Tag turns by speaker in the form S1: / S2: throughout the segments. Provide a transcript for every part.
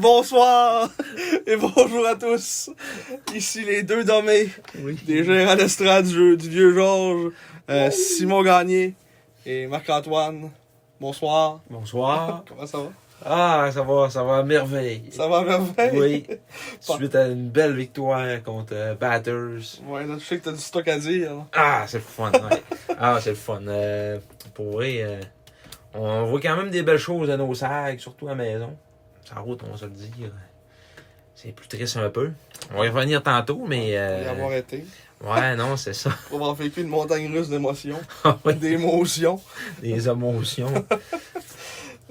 S1: Bonsoir et bonjour à tous. Ici les deux dommés, des gérants d'estrade du, jeu- du vieux Georges, euh, Simon Gagné et Marc-Antoine. Bonsoir.
S2: Bonsoir.
S1: Comment ça va?
S2: Ah, ça va, ça va à merveille.
S1: Ça va à merveille?
S2: Oui. Suite à une belle victoire contre euh, Batters.
S1: Ouais, là, je sais que t'as du stock à dire. hein,
S2: Ah, c'est le fun. ouais. Ah, c'est le fun. Euh, pour vrai, euh, on voit quand même des belles choses à nos sacs, surtout à la maison. Sa route, on va se le dire. C'est plus triste un peu. On va y revenir tantôt, mais.
S1: Pour y
S2: euh,
S1: avoir été.
S2: ouais, non, c'est ça.
S1: Pour avoir vécu une montagne russe d'émotions,
S2: Ah oui,
S1: d'émotions.
S2: des émotions.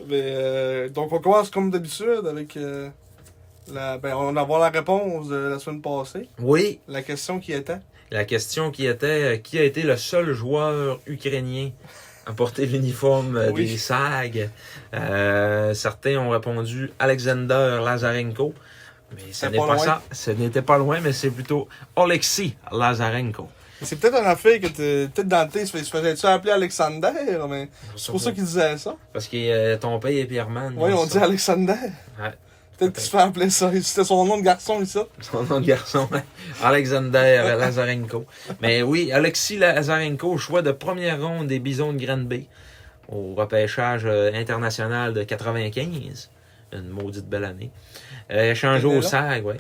S1: Mais, euh, donc, on commence comme d'habitude avec. euh, la, ben, on va avoir la réponse de la semaine passée.
S2: Oui,
S1: La question qui était.
S2: La question qui était euh, qui a été le seul joueur ukrainien à porter l'uniforme euh,
S1: Oui.
S2: des SAG Euh, Certains ont répondu Alexander Lazarenko. Mais ce
S1: C'est
S2: n'est
S1: pas
S2: pas,
S1: loin.
S2: ça. Ce n'était pas loin, mais c'est plutôt Alexis Lazarenko.
S1: C'est peut-être un affaire que t'es peut-être dans le thé, il se faisait-tu appeler Alexander, mais c'est pour ça qu'il disait ça.
S2: Parce que euh, ton père est Pierreman.
S1: Oui, on dit
S2: ça.
S1: Alexander.
S2: Ouais.
S1: Peut-être qu'il se fait appeler ça. C'était son nom de garçon ici.
S2: Son nom de garçon, hein. Alexander Lazarenko. Mais oui, Alexis Lazarenko, choix de première ronde des Bisons de Grande Bay au repêchage euh, international de 95. Une maudite belle année. Euh, échangé
S1: C'était
S2: au
S1: là?
S2: SAG, oui.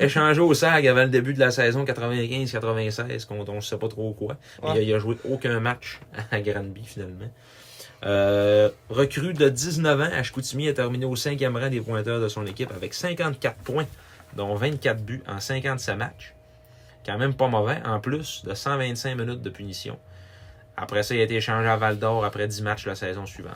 S2: Échangé au SAG avant le début de la saison 95-96, contre on ne sait pas trop quoi. Mais
S1: Ouais.
S2: il a- il a joué aucun match à Granby, finalement. Euh, recrue de 19 ans, Ashkoutimi a terminé au cinquième rang des pointeurs de son équipe avec 54 points, dont 24 buts en 57 matchs. Quand même pas mauvais, en plus de 125 minutes de punition. Après ça, il a été échangé à Val d'Or après 10 matchs la saison suivante.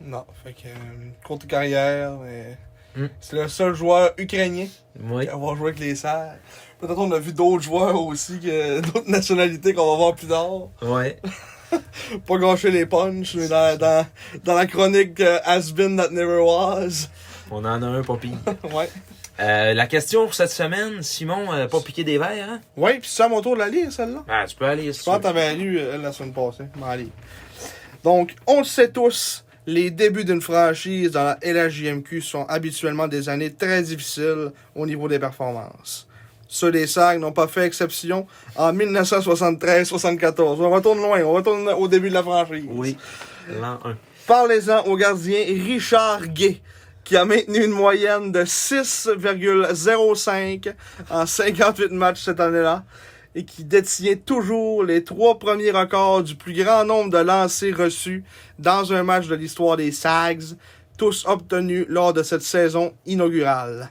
S1: Non, fait que euh, courte carrière, mais.
S2: Hmm.
S1: C'est le seul joueur ukrainien
S2: Oui.
S1: à avoir joué avec les Serres. Peut-être on a vu d'autres joueurs aussi, que d'autres nationalités qu'on va voir plus tard.
S2: Ouais.
S1: Pas gâcher les punchs, mais dans, dans, dans la chronique euh, Has been that never was.
S2: On en a un, pas pire.
S1: ouais.
S2: Euh, la question pour cette semaine, Simon, euh, pas piqué des verres, hein?
S1: Ouais, pis c'est à mon tour de la lire, celle-là.
S2: Ah, tu peux aller. si
S1: Je
S2: tu
S1: pense
S2: veux.
S1: que t'avais lu euh, la semaine passée. Bon, allez. Donc, on le sait tous, les débuts d'une franchise dans la LHJMQ sont habituellement des années très difficiles au niveau des performances. Ceux des SAG n'ont pas fait exception en 1973-74. On retourne loin, on retourne au début de la franchise.
S2: Oui. L'an 1.
S1: Parlez-en au gardien Richard Gay, qui a maintenu une moyenne de 6,05 en 58 matchs cette année-là et qui détient toujours les trois premiers records du plus grand nombre de lancers reçus dans un match de l'histoire des Sags, tous obtenus lors de cette saison inaugurale.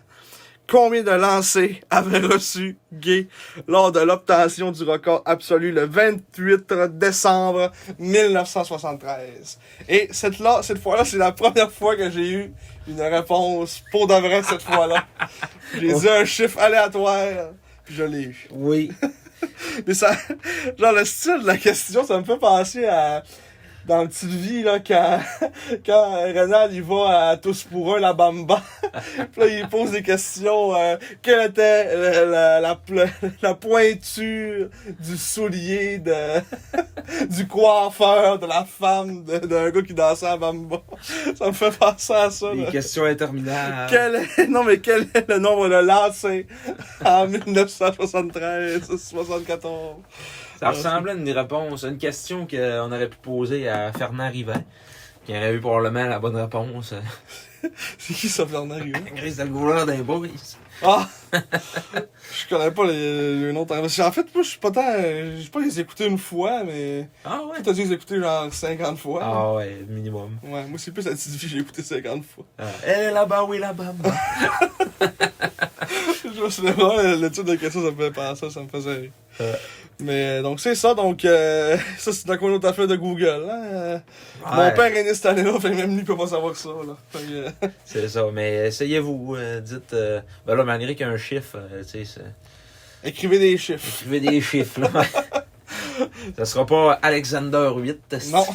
S1: Combien de lancers avait reçu Gay lors de l'obtention du record absolu le 28 décembre 1973? Et cette, là, cette fois-là, c'est la première fois que j'ai eu une réponse pour de vrai cette fois-là. J'ai dit un chiffre aléatoire, puis je l'ai eu.
S2: Oui.
S1: Mais ça, genre le style de la question, ça me fait penser à dans Petite Vie, là, quand, quand Renal, il va à Tous pour un, la bamba. Puis là, il pose des questions. euh, quelle était euh, la, la, pl- la pointure du soulier de, du coiffeur de la femme de- d'un gars qui dansait à bamba? Ça me fait penser à ça,
S2: Des
S1: là.
S2: questions interminables.
S1: Quel est- non, mais quel est le nombre de lancers en 1973-74?
S2: Ça ressemblait à une réponse, à une question qu'on aurait pu poser à Fernand Rivet, qui aurait eu probablement la bonne réponse.
S1: C'est qui ça, Fernand Rieu?
S2: Chris de Goulard d'un boys.
S1: Ah! je connais pas les, les noms. En fait, moi, je suis pas tant. Je pas les écouter une fois, mais.
S2: Ah ouais?
S1: Toi, t'as dû les écouter genre 50 fois.
S2: Ah ouais, minimum.
S1: Ouais, moi, c'est plus la petite vie, j'ai écouté 50 fois.
S2: Ah, Elle
S1: Eh,
S2: est là-bas, oui, là-bas. moi.
S1: je me souviens vraiment, le, le titre de question, ça me fait penser, ça me faisait rire.
S2: Ouais.
S1: Mais euh, donc, c'est ça. Donc, euh, ça, c'est dans quoi notre affaire de Google. hein, euh. Mon
S2: Ouais,
S1: père est né cette année-là, fait que même lui, il peut pas savoir ça. Là. Fait que, euh,
S2: C'est ça, mais essayez-vous. euh, dites. euh, ben là, malgré qu'il y a un chiffre, euh, tu sais, c'est-
S1: écrivez des chiffres.
S2: écrivez des chiffres, là. ça sera pas Alexander 8. c'est-
S1: Non,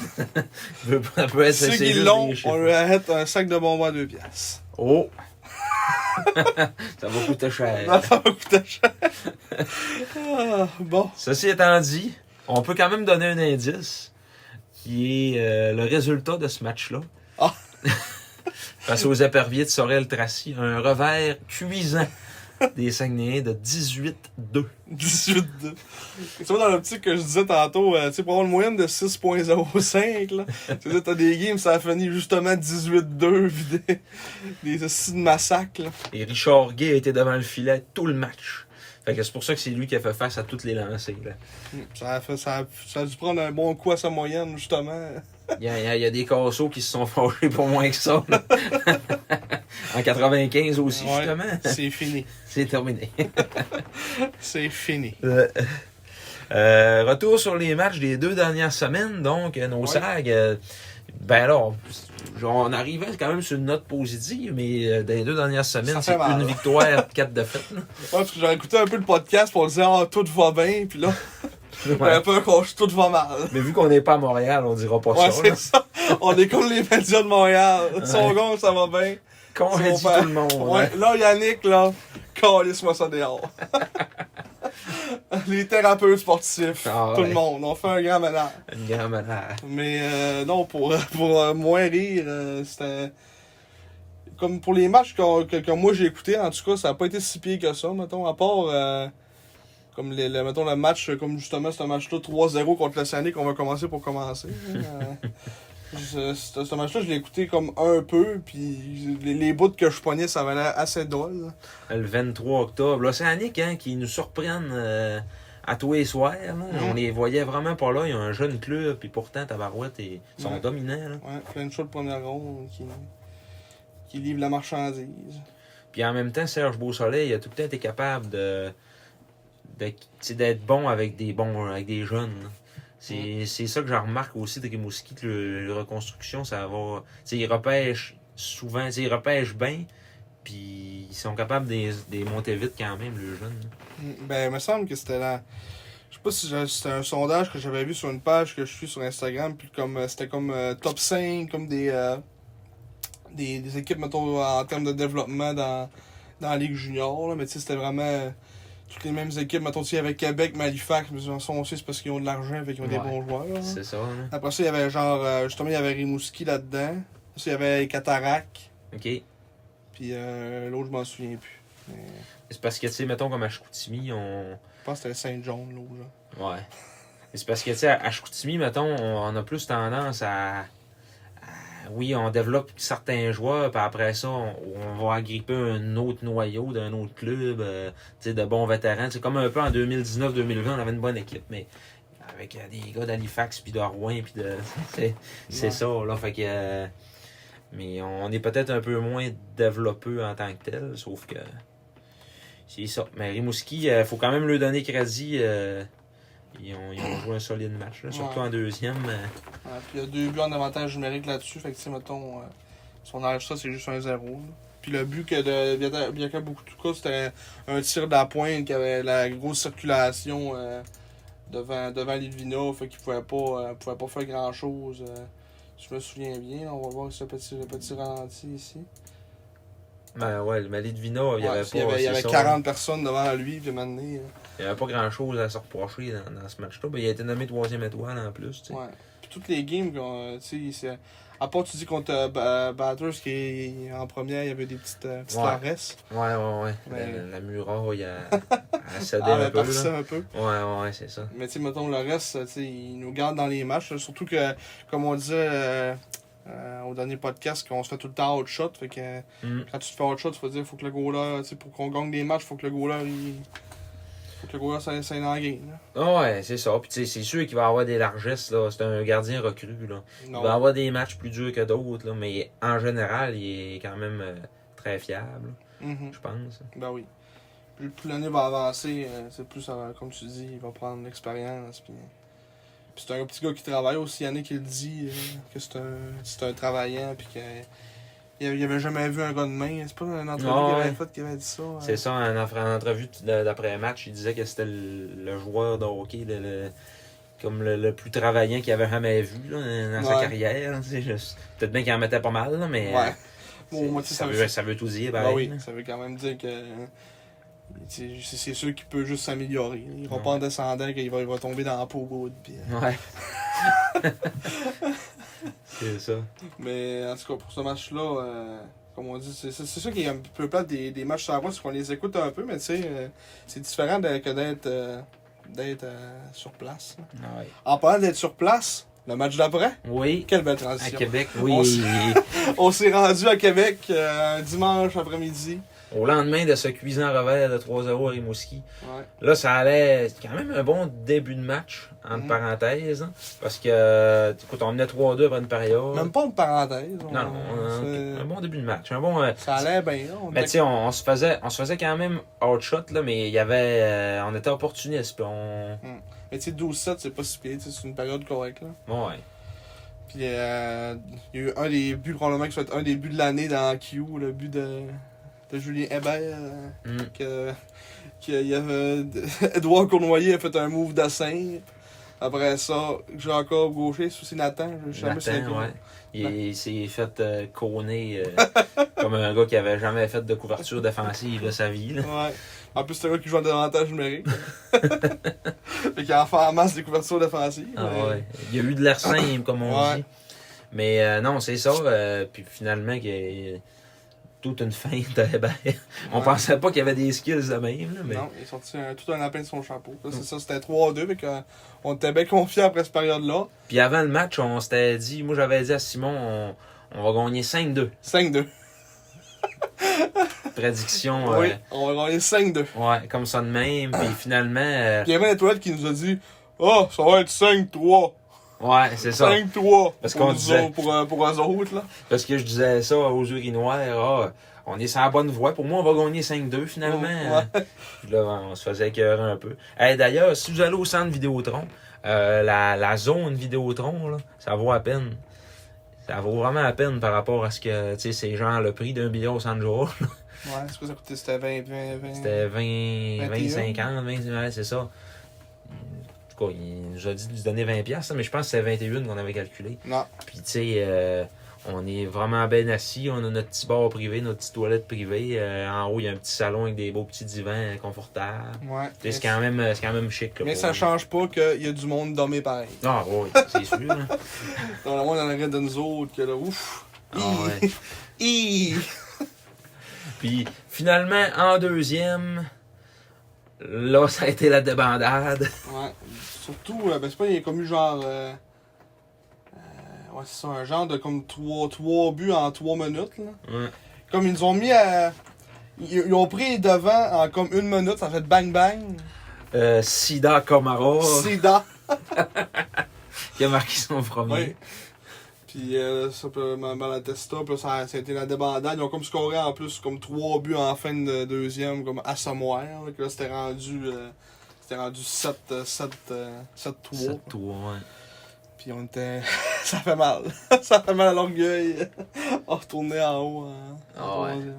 S2: peut- Ça peut être
S1: ceux
S2: c'est
S1: qui
S2: juste
S1: l'ont,
S2: des chiffres.
S1: on lui arrête un sac de bonbons à deux piastres.
S2: Oh! ça va coûter cher.
S1: Non, ça va coûter cher. Ah, bon.
S2: Ceci étant dit, on peut quand même donner un indice qui est euh, le résultat de ce match-là.
S1: Ah.
S2: Face aux éperviers de Sorel-Tracy, un revers cuisant des Saguenayens de 18-2.
S1: 18-2. Tu vois, dans l'optique que je disais tantôt, euh, tu sais, pour avoir une moyenne de 6.05, là, tu sais, t'as des games, ça a fini justement 18-2, pis des, des hosties de massacre, là.
S2: Et Richard Gay a été devant le filet tout le match. Fait que c'est pour ça que c'est lui qui a fait face à toutes les lancées. là.
S1: Ça a, fait, ça, a, ça a dû prendre un bon coup à sa moyenne, justement.
S2: Il y a, il y a- il y a des casseaux qui se sont fâchés pour moins que ça. là. en 95 aussi,
S1: Ouais.
S2: justement.
S1: C'est fini.
S2: C'est terminé.
S1: C'est fini.
S2: Euh, euh, retour sur les matchs des deux dernières semaines, donc euh, nos
S1: Ouais.
S2: SAG. euh, ben là, on, on arrivait quand même sur une note positive, mais euh, dans les deux dernières semaines,
S1: fait
S2: c'est
S1: mal.
S2: une victoire, quatre défaites. là.
S1: Ouais, parce que j'avais écouté un peu le podcast, pis on disait, ah, tout va bien, pis là, j'avais
S2: Ouais.
S1: peur qu'on tout va mal.
S2: Mais vu qu'on n'est pas à Montréal, on dira pas
S1: Ouais,
S2: ça.
S1: c'est
S2: là.
S1: ça. On est comme les médias de Montréal. Son gong, ça va bien.
S2: Qu'on
S1: C'est
S2: a
S1: mon
S2: dit
S1: père.
S2: tout le monde. hein.
S1: Ouais, là, Yannick, là, calisse-moi ça dehors. Les thérapeutes sportifs,
S2: Ah,
S1: tout
S2: ouais.
S1: le monde, on fait un grand ménage.
S2: Une grande manière.
S1: Mais euh, non, pour, pour euh, moins rire, euh, c'était. Comme pour les matchs qu'on- que, que moi j'ai écouté, en tout cas, ça n'a pas été si pire que ça, mettons, à part. euh, comme les, le- mettons, le match, euh, comme justement ce match-là, 3-0 contre le Sané qu'on va commencer pour commencer. hein, euh, je- ce ce match-là, je l'ai écouté comme un peu, puis les, les bouts que je pognais, ça valait assez drôle.
S2: Le 23 octobre. L'Océanique, hein, qui nous surprennent euh, à tous les soirs. là. On les voyait vraiment pas là. Ils ont un jeune club, puis pourtant, Tabarouette, ils sont
S1: Ouais.
S2: dominants. là.
S1: Ouais, plein de choses de première ronde qui, qui livre la marchandise.
S2: Puis en même temps, Serge Beausoleil a tout le temps été capable de, de- tu sais, d'être bon avec des bons avec des jeunes. là. C'est c'est ça que j'en remarque aussi de Rimouski, que le, la reconstruction, ça va. tu sais, Ils repêchent souvent, tu sais, ils repêchent bien, puis ils sont capables de les- de les monter vite quand même, le jeune. là.
S1: Mm, Ben, il me semble que c'était la. Je sais pas si j'ai- c'était un sondage que j'avais vu sur une page que je suis sur Instagram, puis comme euh, c'était comme euh, top 5, comme des, euh, des, des équipes, mettons, en termes de développement dans, dans la Ligue Junior, là. mais tu sais, c'était vraiment euh, toutes les mêmes équipes, mettons, tu sais, avec Québec, Malifax, mais ils sont aussi c'est parce qu'ils ont de l'argent, fait qu'ils ont des
S2: Ouais.
S1: bons joueurs. là.
S2: C'est ça, hein. là.
S1: Après ça, il y avait genre, euh, justement, il y avait Rimouski là-dedans, Après ça, il y avait Cataract,
S2: OK.
S1: puis euh, l'autre, je m'en souviens plus. Mais,
S2: C'est parce que, tu sais, mettons comme à Chicoutimi, on.
S1: je pense que c'était Saint-John, l'autre, genre.
S2: Ouais. Mais c'est parce que, tu sais, à Chicoutimi, mettons, on, on a plus tendance à, à- Oui, on développe certains joueurs, puis après ça, on, on va agripper un autre noyau d'un autre club, euh, tu sais, de bons vétérans. C'est comme un peu en 2019-2020, on avait une bonne équipe, mais avec euh, des gars d'Halifax, puis de Rouen, puis de. C'est c'est
S1: Ouais.
S2: ça, là. Fait que. euh, mais on est peut-être un peu moins développé en tant que tel, sauf que. C'est ça. Mais Rimouski, il faut quand même lui donner crédit. euh, ils, ont, ils ont joué un solide match, là, surtout
S1: Ouais.
S2: en deuxième. euh,
S1: Ouais, puis il y a deux buts en avantage numérique là-dessus. Fait que, tu sais, mettons, euh, si on enlève ça, c'est juste un zéro. là. Puis le but que de Bianca- Bianca Bukutuka, c'était un tir de la pointe qui avait la grosse circulation euh, devant, devant Litvina. Fait qu'il pouvait pas, euh, pouvait pas faire grand-chose. euh, si je me souviens bien, là. on va voir ce petit, le petit ralenti ici.
S2: Ben ouais, le Mali de Vino, il n'y
S1: Ouais,
S2: avait
S1: puis
S2: pas.
S1: il y avait, il y
S2: c'est
S1: avait
S2: ça,
S1: 40 personnes devant lui, puis maintenant, euh,
S2: Il n'y avait pas grand chose à se reprocher dans, dans ce match-là. Ben, il a été nommé troisième étoile en plus. tu sais.
S1: Ouais. Puis toutes les games, qu'on, euh, tu sais, c'est- à part tu dis contre euh, Ba- Batters qui est en première, il y avait des petites, euh, petites
S2: Ouais.
S1: largesses.
S2: Ouais, ouais, ouais.
S1: Ouais.
S2: La, la Mura, il a, a cédé
S1: Ben Ah,
S2: un
S1: ben,
S2: peu.
S1: par
S2: Là.
S1: ça un peu.
S2: Ouais, ouais, c'est ça.
S1: Mais tu sais, mettons, le reste, tu sais, ils nous gardent dans les matchs. Surtout que, comme on disait, euh, euh, au dernier podcast qu'on se fait tout le temps out shot. Fait que
S2: Mm.
S1: quand tu te fais out shot, tu vas dire faut que le goaler, tu sais, pour qu'on gagne des matchs, faut que le goaler il. Faut que le goaler s'en- s'en engaine. là.
S2: Ah ouais, c'est ça. Puis tu sais, c'est sûr qu'il va avoir des largesses, là. C'est un gardien recru, là. Il
S1: Non.
S2: va avoir des matchs plus durs que d'autres, là. Mais en général, il est quand même euh, très fiable,
S1: Mhm.
S2: je pense.
S1: Ben oui. Plus, plus l'année va avancer, euh, c'est plus, ça va- comme tu dis, il va prendre l'expérience. Puis, euh, puis c'est un petit gars qui travaille aussi. Yannick, il dit euh, que c'est un, c'est un travaillant. Puis qu'il il avait jamais vu un gars de main. C'est pas un entrevue
S2: Ah
S1: qu'il avait
S2: ouais.
S1: faite qu'il avait dit ça. hein.
S2: C'est ça, en, en- en entrevue t- de- d'après-match, il disait que c'était le, le joueur de hockey le, le- comme le, le plus travaillant qu'il avait jamais vu là, dans sa
S1: Ouais.
S2: carrière. c'est juste- Peut-être bien qu'il en mettait pas mal, là, mais
S1: Ouais.
S2: euh,
S1: Bon,
S2: c'est-
S1: moi, tu sais,
S2: ça,
S1: ça
S2: veut, ça veut tout dire.
S1: Ben
S2: pareil,
S1: oui,
S2: là.
S1: ça veut quand même dire que euh, c'est c'est- c'est sûr qu'il peut juste s'améliorer. Il ne va
S2: Ouais.
S1: pas en descendant qu'il va, il va tomber dans la peau au bout. puis, euh,
S2: Ouais. c'est ça.
S1: Mais en tout cas, pour ce match-là, euh, comme on dit, c'est c'est- c'est ça qui est un peu plate des, des matchs sur la route, c'est qu'on les écoute un peu, mais tu sais, euh, c'est différent de- que d'être euh, d'être euh, sur place. là.
S2: Ouais.
S1: En parlant d'être sur place, le match d'après,
S2: Oui.
S1: quelle belle
S2: À
S1: transition.
S2: Québec,
S1: On
S2: oui.
S1: on s'est rendu à Québec euh, un dimanche après-midi.
S2: Au lendemain de ce cuisant revers de 3-0 à Rimouski,
S1: Ouais.
S2: Là, ça allait c'est quand même un bon début de match, entre
S1: Mhm.
S2: parenthèses. hein, parce que, euh, écoute, on menait 3-2 après une période.
S1: Même pas une parenthèse. on-
S2: non, non, un,
S1: c'est-
S2: un bon début de match. Un bon, euh,
S1: Ça allait bien. là, on
S2: mais Ben, tu
S1: était-
S2: sais, on, on se faisait, on se faisait quand même outshot, là, mais il y avait, euh, on était opportuniste. On...
S1: Mais tu sais, 12-7, c'est pas si pire. tu sais, C'est une période correcte. Là.
S2: Bon, ouais.
S1: Puis euh, il y a eu un des buts, probablement que ça va être un des buts de l'année dans Q, le but de, de Julien Hébert. euh,
S2: Mm.
S1: que, que il y avait, Edouard Cournoyer a fait un move d'assin. Après ça, Jacob Gaucher, sous Nathan, je sais jamais si c'est
S2: Nathan,
S1: lui.
S2: ouais. Il, il s'est fait euh, côner euh, comme un gars qui avait jamais fait de couverture défensive de sa vie. là.
S1: Ouais. En plus, c'est un gars qui joue en désavantage numérique. Fait qu'il en fait en masse des couvertures défensives.
S2: Ah
S1: mais-
S2: ouais. Il y a eu de l'air simple, comme on
S1: Ouais.
S2: dit. Mais euh, non, c'est ça. euh, puis finalement, qu'il y a toute une feinte à Hébert. On
S1: Ouais.
S2: pensait pas qu'il y avait des skills de même. là, mais... Mm.
S1: Non, il est sorti un- tout un lapin de son chapeau. Là, c'est ça, c'était 3-2, mais qu'on euh, était bien confiants après cette période-là.
S2: Puis avant le match, on s'était dit, moi j'avais dit à Simon, on, on va gagner 5-2.
S1: 5-2.
S2: Prédiction. euh,
S1: Oui, Ah. on va gagner 5-2. Puis
S2: ouais, comme ça de même. Puis finalement, euh,
S1: il y avait l'étoile qui nous a dit Oh, ça va être 5-3.
S2: ouais, c'est ça.
S1: 5-3.
S2: Parce
S1: pour
S2: qu'on
S1: nous
S2: disait-
S1: autres, Pour, euh, pour eux autres, là.
S2: Parce que je disais ça aux urinoirs, ah, on est sur la bonne voie. Pour moi, on va gagner 5-2 finalement. Puis là, on se faisait écœurer un peu. Hey, D'ailleurs, si vous allez au centre Vidéotron, euh, la, la zone Vidéotron, là, ça vaut à peine. Ça vaut vraiment à peine par rapport à ce que, tu sais, c'est genre le prix d'un billet au centre Georges.
S1: Ouais, c'est quoi ça coûtait C'était 20, 20, 20.
S2: C'était
S1: 21.
S2: 20, 25 ans, 20, ouais, c'est ça. En tout cas, il nous a dit de nous donner 20$, piastres, mais je pense que c'était 21 qu'on avait calculé.
S1: Non.
S2: Puis, tu sais, euh, on est vraiment bien assis. On a notre petit bar privé, notre petite toilette privée. Euh, en haut, il y a un petit salon avec des beaux petits divans euh, confortables.
S1: Ouais.
S2: Tu sais,
S1: Mais,
S2: C'est quand, même- euh, c'est quand même chic. là,
S1: mais
S2: pour-
S1: ça change pas qu'il y a du monde dormé pareil.
S2: Ah oui, c'est sûr. hein.
S1: Dans le monde en arrière de nous autres, que là, ouf.
S2: Ah,
S1: Hi.
S2: ouais.
S1: Hi.
S2: Puis finalement, en deuxième, là, ça a été la débandade.
S1: Ouais. Surtout, euh, ben, c'est pas, il y a comme eu genre. euh, euh, ouais, c'est ça, un genre de comme 3, buts en 3 minutes, là.
S2: Ouais.
S1: Comme ils nous ont mis à. Ils, ils ont pris les devants en comme une minute, ça a fait bang bang.
S2: Euh, Sida Komara,
S1: Sida.
S2: qui a marqué son premier.
S1: Oui. Puis euh, ça peut Malatesta, puis là, ça, ça a été la débandade. Ils ont comme scoré en plus comme trois buts en fin de deuxième, comme à Samoir. Là, que là c'était rendu euh, c'était rendu 7 euh, 7 euh, 7-3.
S2: 7-3, ouais.
S1: Puis on était. ça fait mal. ça fait mal à l'orgueil. on retournait en haut hein, en
S2: Ah ouais.
S1: troisième.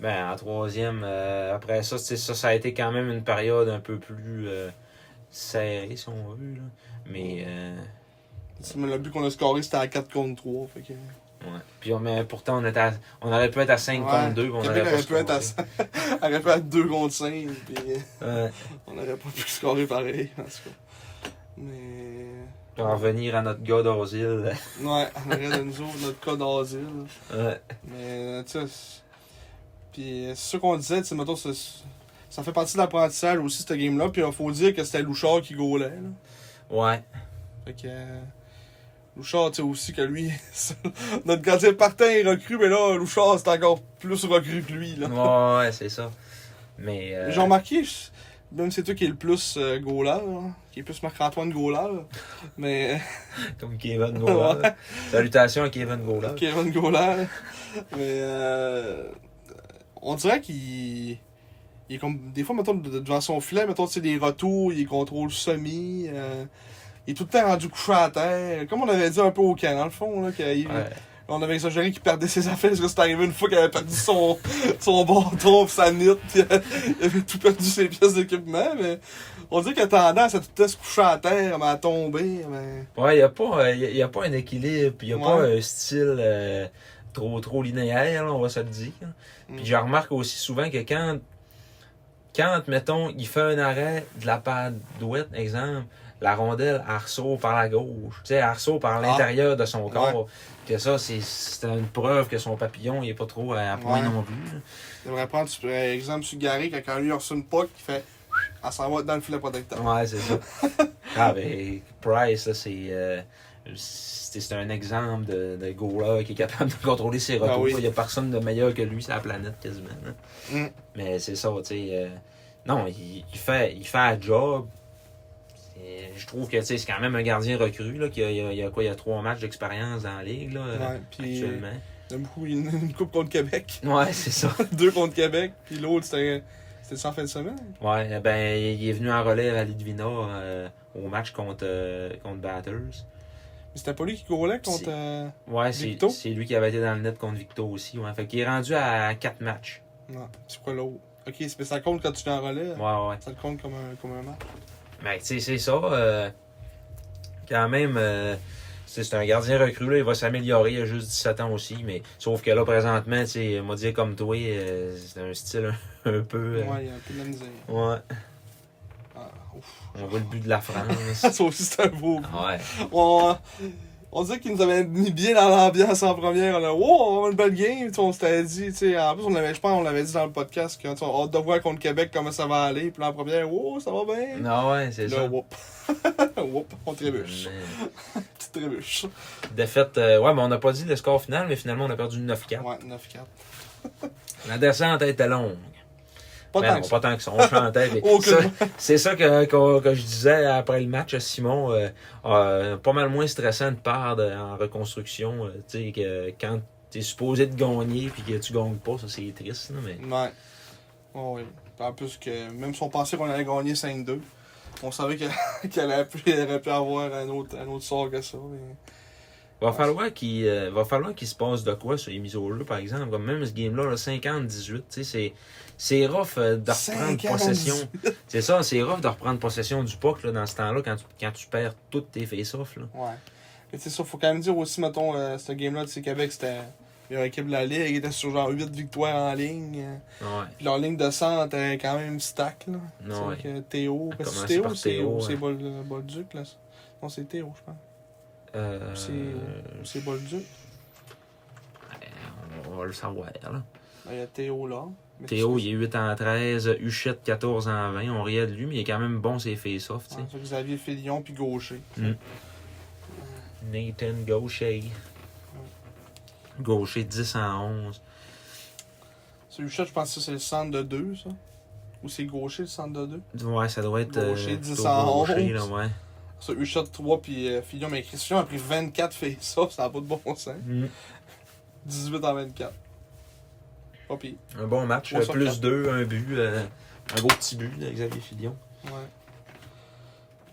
S2: Ben, en troisième, euh, après ça, tu sais, ça, ça a été quand même une période un peu plus euh, serrée, si on veut. Là.
S1: Mm.
S2: Mais, euh,
S1: C'est- mais Le but qu'on a scoré c'était à 4 contre 3. Fait que...
S2: ouais. Puis, on, mais pourtant, on, était à- on aurait pu être à 5
S1: Ouais.
S2: contre 2. On
S1: Québec
S2: pas
S1: aurait pu
S2: scoré.
S1: être à cinq. aurait pu être 2 contre 5. Puis...
S2: Ouais.
S1: On n'aurait pas pu scorer pareil, en tout cas. Mais.
S2: Puis en revenir à notre gars d'Orsil.
S1: Ouais, on aurait de nous autres notre cas d'asile.
S2: Ouais.
S1: Mais, tu sais. c'est- Puis, c'est sûr qu'on disait, tu sais, mettons, c'est- ça fait partie de l'apprentissage aussi, cette game-là. Puis, il faut dire que c'était Louchard qui gaulait, là.
S2: ouais.
S1: Fait que. euh, Louchard, tu sais aussi que lui, notre gardien Partin est recru, mais là, Louchard, c'est encore plus recru que lui. Là.
S2: Ouais, ouais, c'est ça. Mais. euh,
S1: J'ai remarqué, je- même c'est toi qui est le plus euh, Gaulard, hein, qui est plus Marc-Antoine Gaulard, mais
S2: Comme Kevin Gola. Salutations à Kevin Gola.
S1: euh, Kevin Gaulard. Mais euh, on dirait qu'il il est comme des fois mettons de- devant son filet, mettons c'est des retours, il contrôle semi, euh, il est tout le temps rendu couché à terre, comme on avait dit un peu au camp dans le fond là qu'il-
S2: Ouais.
S1: On avait exagéré qu'il perdait ses affaires parce que c'est arrivé une fois qu'il avait perdu son, son bâton pis sa mythe. pis il avait tout perdu ses pièces d'équipement, mais on dit qu'il a tendance à tout le temps se coucher à terre, mais à tomber, mais...
S2: Ouais, il n'y a, pas, euh, y a- y a pas un équilibre, il n'y a
S1: Ouais.
S2: pas un style euh, trop, trop linéaire, là, on va se le dire. Puis
S1: Mm.
S2: je remarque aussi souvent que quand, quand, mettons, il fait un arrêt de la douette, exemple, la rondelle elle ressort par la gauche, tu sais, elle ressort
S1: Ah.
S2: par l'intérieur de son corps. Que ça, c'est- c'est une preuve que son papillon n'est pas trop euh, à, à point
S1: Ouais.
S2: non plus. là.
S1: Il devrait prendre, par exemple, sur Gary, quand- quand lui il reçoit une puck, il fait... Elle s'en va dans le filet protecteur.
S2: Ouais, c'est ça. ah, ben, Price, là, c'est. euh, c'est c'est un exemple de, de goaler qui est capable de contrôler ses retours.
S1: Ah oui.
S2: Il n'y a personne de meilleur que lui sur la planète, quasiment. hein.
S1: Mm.
S2: Mais c'est ça, tu sais. euh, non, il, il fait, il fait un job. Et Je trouve que tu sais, c'est quand même un gardien recru là, qui a, il a- il a quoi, il a trois matchs d'expérience dans la ligue là,
S1: Ouais, puis il
S2: actuellement.
S1: y a beaucoup une, une coupe contre Québec.
S2: Ouais, c'est ça.
S1: Deux contre Québec, puis l'autre, c'était... C'était sans fin de semaine?
S2: Ouais, eh ben, il est venu en relève à Lidvina euh, au match contre, euh, contre Batters.
S1: Mais c'était pas lui qui goulait contre...
S2: Si.
S1: euh,
S2: Ouais, c'est
S1: Victo?
S2: c'est lui qui avait été dans le net contre Victo aussi. Ouais. Fait qu'il est rendu à 4 matchs.
S1: Non, c'est quoi l'autre? Ok, c'est- mais ça compte quand tu es en relais.
S2: Ouais, ouais.
S1: Ça le compte comme un, comme un match.
S2: Mais tu sais, c'est ça. euh, quand même, euh, c'est c'est un gardien recru. Là, il va s'améliorer. Il a juste 17 ans aussi. Mais sauf que là, présentement, tu sais, m'a dit comme toi, euh, c'est un style un, un peu. euh,
S1: Ouais, il y a un peu de la misère.
S2: ouais.
S1: Ah, ouf.
S2: On voit le but de la France.
S1: Ça aussi, c'est un beau.
S2: ouais.
S1: On, on dirait qu'ils nous avaient mis bien dans l'ambiance en première. On a, wow, on va avoir une belle game. tu sais, On s'était dit, tu sais, en plus, on avait, je pense, on l'avait dit dans le podcast, qu'on a hâte de voir contre Québec comment ça va aller. Puis là, en première, wow, ça va bien.
S2: Non, ouais, c'est
S1: Là,
S2: ça.
S1: whoop. whoop, on trébuche.
S2: Mais,
S1: Petite trébuche.
S2: De fait, euh, ouais, mais on n'a pas dit le score final, mais finalement, on a perdu 9-4.
S1: Ouais, 9-4.
S2: La descente était longue.
S1: Pas
S2: Ben
S1: tant
S2: non,
S1: que ça.
S2: pas tant que ça. On chantait. mais ça,
S1: Aucunement.
S2: c'est ça que, que, que je disais après le match à Simon. euh, euh, pas mal moins stressant de perdre en reconstruction. euh, tu sais, que quand tu es supposé de gagner puis que tu gagnes pas, ça c'est triste. là, mais...
S1: Ouais. Oh, oui. Puis En plus que même si on pensait qu'on allait gagner 5-2, on savait que- qu'elle aurait pu- elle aurait pu avoir un autre, un autre sort que ça. mais-
S2: Va falloir qu'il euh, va falloir qu'il se passe de quoi sur les mises au jeu, par exemple. Comme même ce game-là, là, 50-18, tu sais, c'est- c'est rough euh, de reprendre
S1: 50-18.
S2: possession. C'est ça, c'est rough de reprendre possession du puck là, dans ce temps-là quand tu, quand tu perds toutes tes face-offs. là.
S1: Ouais. Mais c'est ça, faut quand même dire aussi, mettons, euh, ce game-là, tu sais, Québec, c'était la meilleure équipe de la Ligue, ils étaient sur genre 8 victoires en ligne. euh,
S2: Ouais.
S1: Puis leur ligne de centre était quand même stack, là. Tu sais,
S2: Ouais.
S1: avec, euh, Théo,
S2: A
S1: parce que c'est
S2: commencer
S1: Théo,
S2: par
S1: ou c'est
S2: Théo,
S1: ou c'est
S2: hein.
S1: Bol- euh, Bolduc, là. Non, c'est Théo, je pense.
S2: Euh,
S1: C'est- Ou c'est Bolduc.
S2: Ben, on va le savoir. Là.
S1: Ben, Il y a Théo là. Mais
S2: Théo,
S1: c'est-
S2: il est 8 en 13, Huchette 14 en 20. On riait de lui, mais il est quand même bon ses face-off. tu sais.
S1: Ouais, c'est Xavier Fillon puis Gaucher.
S2: Mm. Nathan Gaucher. Gaucher 10 en 11.
S1: C'est Huchette, je pense que ça, c'est le centre de 2, ça. Ou c'est Gaucher, le centre de 2.
S2: Ouais, ça doit être. euh,
S1: Gaucher, 10
S2: plutôt
S1: en 11.
S2: Gaucher, là, ouais.
S1: Ça, Huchette 3 puis euh, Fillon. Mais Christian a pris 24 fait ça, ça n'a pas de bon sens.
S2: Mm.
S1: 18 en 24. Pas pire.
S2: Un bon match,
S1: Trois
S2: euh,
S1: sur
S2: plus
S1: quatre.
S2: 2, un but. euh, un beau petit but de Xavier Fillon.
S1: Ouais.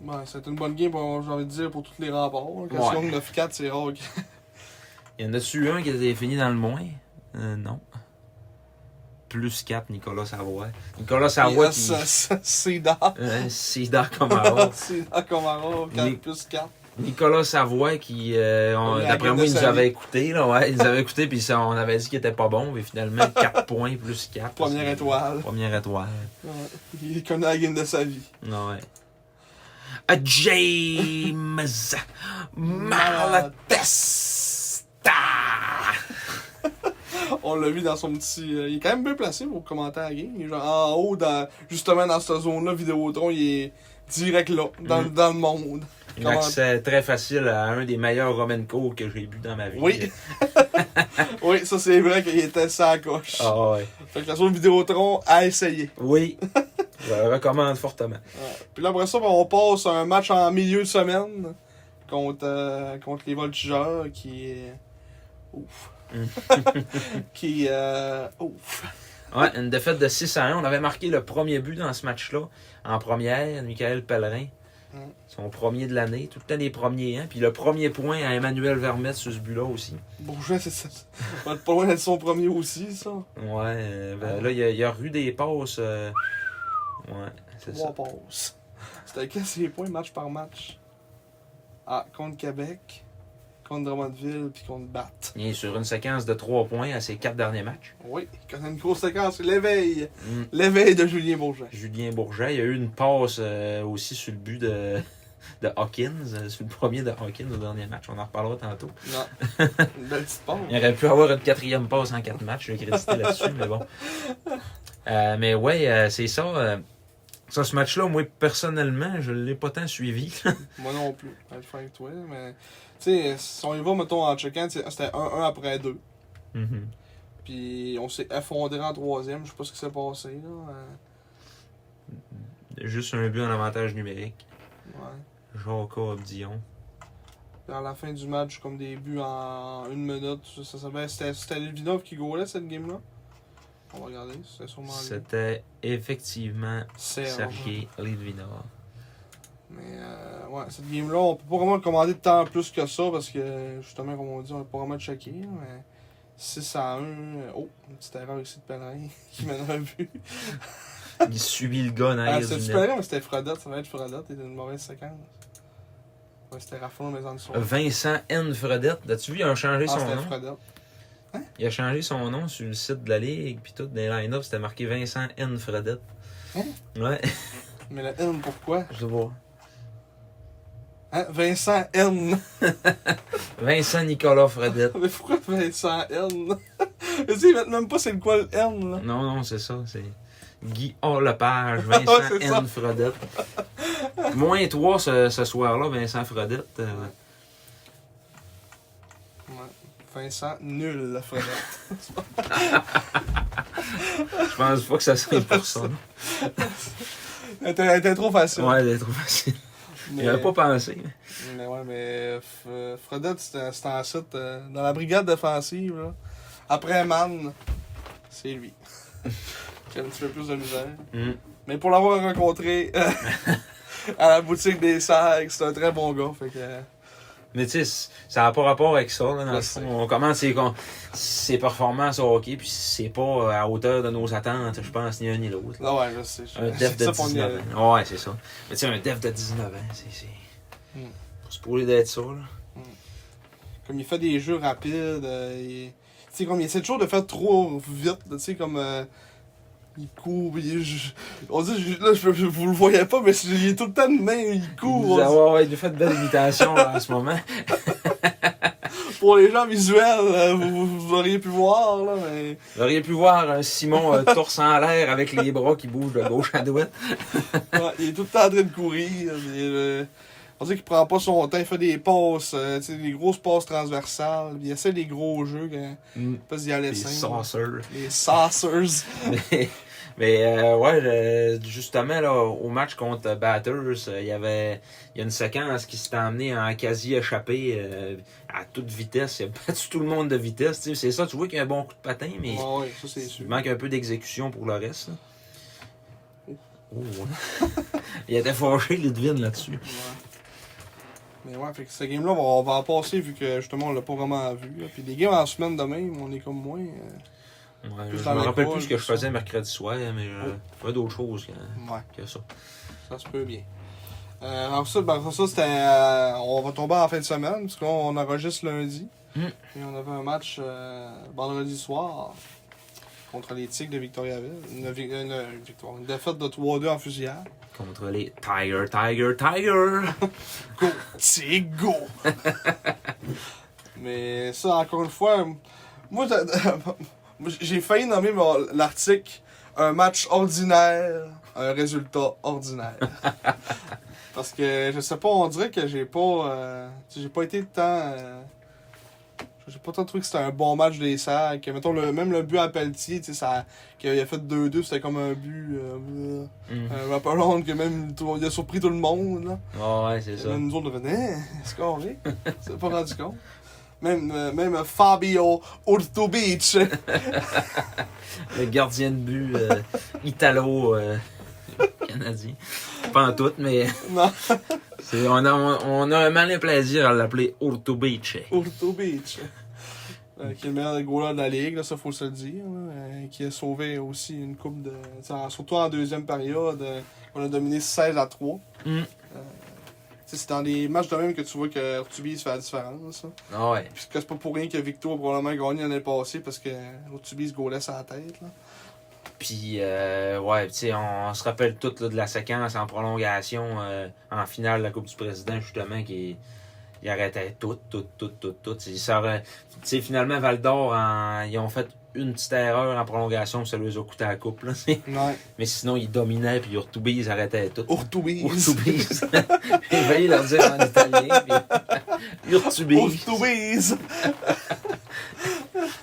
S1: Ouais, c'était une bonne game, bon, j'ai envie de dire, pour tous les remparts. hein. Quand
S2: Ouais.
S1: tu gagnes 9-4, c'est rare. que-
S2: Il y en a-tu un qui était fini dans le moins Euh, Non. Plus 4, Nicolas Savoie. Nicolas Savoie
S1: Yes,
S2: qui.
S1: ça- ça- C'est d'art.
S2: Euh, C'est dans comme avant.
S1: C'est d'art comme rare. 4
S2: Les-
S1: plus 4.
S2: Nicolas Savoie qui, euh, on-
S1: La
S2: d'après
S1: gueule
S2: moi,
S1: de
S2: il nous
S1: sa
S2: avait écouté, là, ouais, il nous avait écouté, puis ça, on avait dit qu'il était pas bon, mais finalement, 4 points plus 4.
S1: Première étoile.
S2: Première étoile.
S1: Ouais. Il connaît la game de sa vie.
S2: Ouais. Ah, James Malatesta!
S1: On l'a vu dans son petit. euh, il est quand même bien placé pour commenter la game. Il est genre en haut, dans, justement dans cette zone-là, Vidéotron, il est direct là, dans,
S2: Mhm.
S1: dans le monde.
S2: Un
S1: Comment-
S2: accès très facile à un des meilleurs Romanco que j'ai bu dans ma vie.
S1: Oui. Oui, ça c'est vrai qu'il était sans coche.
S2: Ah ouais.
S1: Fait que la sauce Vidéotron à essayer.
S2: Oui. Je le recommande fortement.
S1: Puis là, après ça, ben, on passe à un match en milieu de semaine contre, euh, contre les Voltigeurs qui est. Ouf. qui. euh, Ouf.
S2: Ouais, une défaite de 6 à 1. On avait marqué le premier but dans ce match-là. En première, Michael Pellerin.
S1: Mm.
S2: Son premier de l'année. Tout le temps les premiers. Hein? Puis le premier point à Emmanuel Vermette sur ce but-là aussi.
S1: Bourgeois, c'est ça. ça va être pas loin d'être son premier aussi, ça.
S2: Ouais. euh, ben, là, il y a, il y a eu des passes. euh, Ouais, c'est
S1: Trois
S2: ça.
S1: passes. C'était qu'est-ce les points match par match Ah, contre Québec, contre Drummondville, puis contre Batte.
S2: Il est sur une séquence de 3 points à ses 4 derniers matchs.
S1: Oui, quand a une grosse séquence, l'éveil.
S2: Mm.
S1: L'éveil de Julien Bourgeois.
S2: Julien Bourget. Il y a eu une passe euh, aussi sur le but de, de Hawkins, euh, sur le premier de Hawkins au dernier match. On en reparlera tantôt.
S1: Non. Une belle petite passe.
S2: Il aurait pu avoir une quatrième passe en quatre matchs, je vais créditer là-dessus, mais bon. Euh, mais ouais, euh, c'est ça. euh, ça, ce match-là, moi, personnellement, je ne l'ai pas tant suivi.
S1: Moi non plus, je vais le faire avec toi, mais... Tu sais, si on y va, mettons, en check-in, c'est- c'était 1-1 après 2.
S2: Mhm.
S1: Puis on s'est effondré en troisième, je sais pas ce qui s'est passé, là. euh,
S2: Juste un but en avantage numérique.
S1: Ouais.
S2: Jacob Dion.
S1: Puis à la fin du match, comme des buts en une minute, ça, ça, s'appelle- c'était, c'était Levinov qui goalait cette game-là. On va regarder, c'était sûrement lui.
S2: C'était effectivement
S1: Serge.
S2: Sergei Litvinov.
S1: Mais euh, ouais, cette game-là, on peut pas vraiment le commander de temps plus que ça, parce que, justement, comme on dit, on peut pas vraiment checker, mais... 6 à 1, oh, une petite erreur ici de Pellerin qui mène un but.
S2: Il subit le gars dans
S1: Ah,
S2: l'air
S1: c'était
S2: du
S1: super
S2: net.
S1: mais c'était Frodotte, ça va être Frodotte, c'était une mauvaise séquence. Ouais, c'était Raffon, mais en
S2: Euh,
S1: dessous.
S2: Vincent N. Fredette. As-tu vu, il a changé
S1: Ah,
S2: son
S1: c'était
S2: nom.
S1: Frodotte.
S2: Il a changé son nom sur le site de la Ligue, puis tout, dans les line-up, c'était marqué Vincent N. Fredette.
S1: Hein?
S2: Ouais,
S1: Mais la N, pourquoi
S2: je vois.
S1: Hein Vincent N.
S2: Vincent Nicolas Fredette.
S1: mais pourquoi Vincent N Tu sais, ils mettent même pas c'est le quoi le N, là.
S2: Non, non, c'est ça, c'est Guy A. Lepage, Vincent
S1: Ouais, c'est ça.
S2: N. Fredette. Moins 3 ce, ce soir-là, Vincent Fredette. euh,
S1: Ouais. Vincent nul, la Frodotte.
S2: je pense pas que ça serait pour ça.
S1: Elle était- elle était trop facile.
S2: Ouais, c'est trop facile.
S1: mais,
S2: Il avait pas pensé.
S1: mais ouais, mais F- euh, Frodotte, c'était c'était en site, euh, dans la brigade défensive, là. Après Man, c'est lui. J'ai un petit peu plus de misère.
S2: Mm.
S1: Mais pour l'avoir rencontré euh, à la boutique des sacs, c'est un très bon gars. Fait que, euh,
S2: Mais tu sais, c- ça n'a pas rapport avec ça. Là, dans
S1: Je
S2: le
S1: sais.
S2: fond. on commence ses, con- ses performances au hockey, puis c'est pas euh, à hauteur de nos attentes, je pense, ni un ni l'autre. là.
S1: là, ouais, je sais.
S2: Un
S1: C'est
S2: def de
S1: ça qu'on y a-
S2: 19 ans. Ouais, c'est ça. Mais tu sais, un def de 19 ans, c'est. c'est-
S1: Mm.
S2: C'est supposé d'être ça, là.
S1: Comme il fait des jeux rapides, euh, il... tu sais, comme il essaie toujours de faire trop vite, là, tu sais, comme. euh, Il court, il- je- on dit, je- là, je, je- vous le voyez pas, mais il est tout le temps de main, il court.
S2: Vous
S1: on dit-
S2: avoir ouais, nous fait de belles imitations là, en ce moment.
S1: pour les gens visuels, euh, vous, vous- vous auriez pu voir, là, mais.
S2: Vous auriez pu voir un Simon euh, torse en l'air avec les bras qui bougent de gauche à droite.
S1: Ouais, il est tout le temps en train de courir. mais, euh, on dirait qu'il prend pas son temps, il fait des passes, euh, tu sais, des grosses passes transversales. Il essaie des gros jeux quand parce qu'il y a les
S2: Les sauceurs.
S1: Les saucers.
S2: Mais, mais, euh, ouais, euh, justement, là, au match contre Batters, euh, il y avait il y a une séquence qui s'est emmenée en quasi-échappé euh, à toute vitesse. Il a battu tout le monde de vitesse. tu sais. C'est ça, tu vois qu'il y a un bon coup de patin, mais
S1: Ouais, ouais, ça c'est sûr.
S2: il manque un peu d'exécution pour le reste. là. Oh. il était fâché, Ludwin, là-dessus.
S1: Ouais. Mais ouais, fait que ce game-là, on va- on va en passer vu que justement on l'a pas vraiment vu. là. Puis des games en semaine de même, on est comme moins. euh,
S2: Ouais,
S1: Plus
S2: je
S1: dans
S2: me
S1: la
S2: rappelle
S1: cour,
S2: plus ce que je
S1: ça.
S2: faisais mercredi soir, mais euh, je faisais d'autres choses que,
S1: Ouais,
S2: que ça.
S1: ça se peut bien. Euh, alors ça, ben, ça c'était. euh, on va tomber en fin de semaine, parce qu'on enregistre lundi.
S2: Mm.
S1: Et on avait un match euh, vendredi soir contre les Tigres de Victoriaville. Une, vi- une- euh, une victoire, une défaite de 3-2 en fusillade.
S2: Contre les Tiger, Tiger, Tiger!
S1: Go! C'est go! Mais ça, encore une fois, moi, t'as- moi, j'ai failli nommer mon- l'article un match ordinaire un résultat ordinaire. Parce que je sais pas, on dirait que j'ai pas. euh, tu sais, j'ai pas été tant. euh, j'ai pas tant trouvé que c'était un bon match des sacs. Mettons, le, même le but à Pelletier, tu sais, ça, qu'il a fait 2-2, c'était comme un but. Euh,
S2: Hum.
S1: un long que même. tout- Il a surpris tout le monde, là.
S2: Ah ouais, c'est
S1: Et
S2: ça.
S1: là, nous autres, on hein, venait, scoré. C'est pas rendu compte. Même, euh, même Fabio Urtubic.
S2: Le gardien de but euh, italo-canadien. Pas en tout, mais
S1: non,
S2: c'est- on, a, on a un malin plaisir à l'appeler Urtubice.
S1: Urtubic. Euh, qui est le meilleur goaler de la ligue, là, ça faut se le dire. là, euh, qui a sauvé aussi une coupe de. tu sais, en- Surtout en deuxième période, euh, on a dominé 16 à 3.
S2: Mm.
S1: Euh, tu sais, c'est dans des matchs de même que tu vois que Urtubis fait la différence. là.
S2: Ah ouais.
S1: Puis que c'est pas pour rien que Victor a probablement gagné l'année passée parce que Urtubis goalait sa tête. Là.
S2: Puis, euh, ouais, tu sais, on, on se rappelle tout là, de la séquence en prolongation euh, en finale de la Coupe du Président, justement, qui il arrêtait tout, tout, tout, tout, tout. Ils sortent- Tu sais, finalement, Val d'Or, en- ils ont fait une petite erreur en prolongation, puis ça leur a coûté la coupe. là.
S1: Ouais.
S2: Mais sinon, ils dominaient, puis Urtubi, ils arrêtaient tout.
S1: Urtubis.
S2: Urtubis. J'ai failli leur dire en italien. Puis... Urtubis.
S1: Autobise!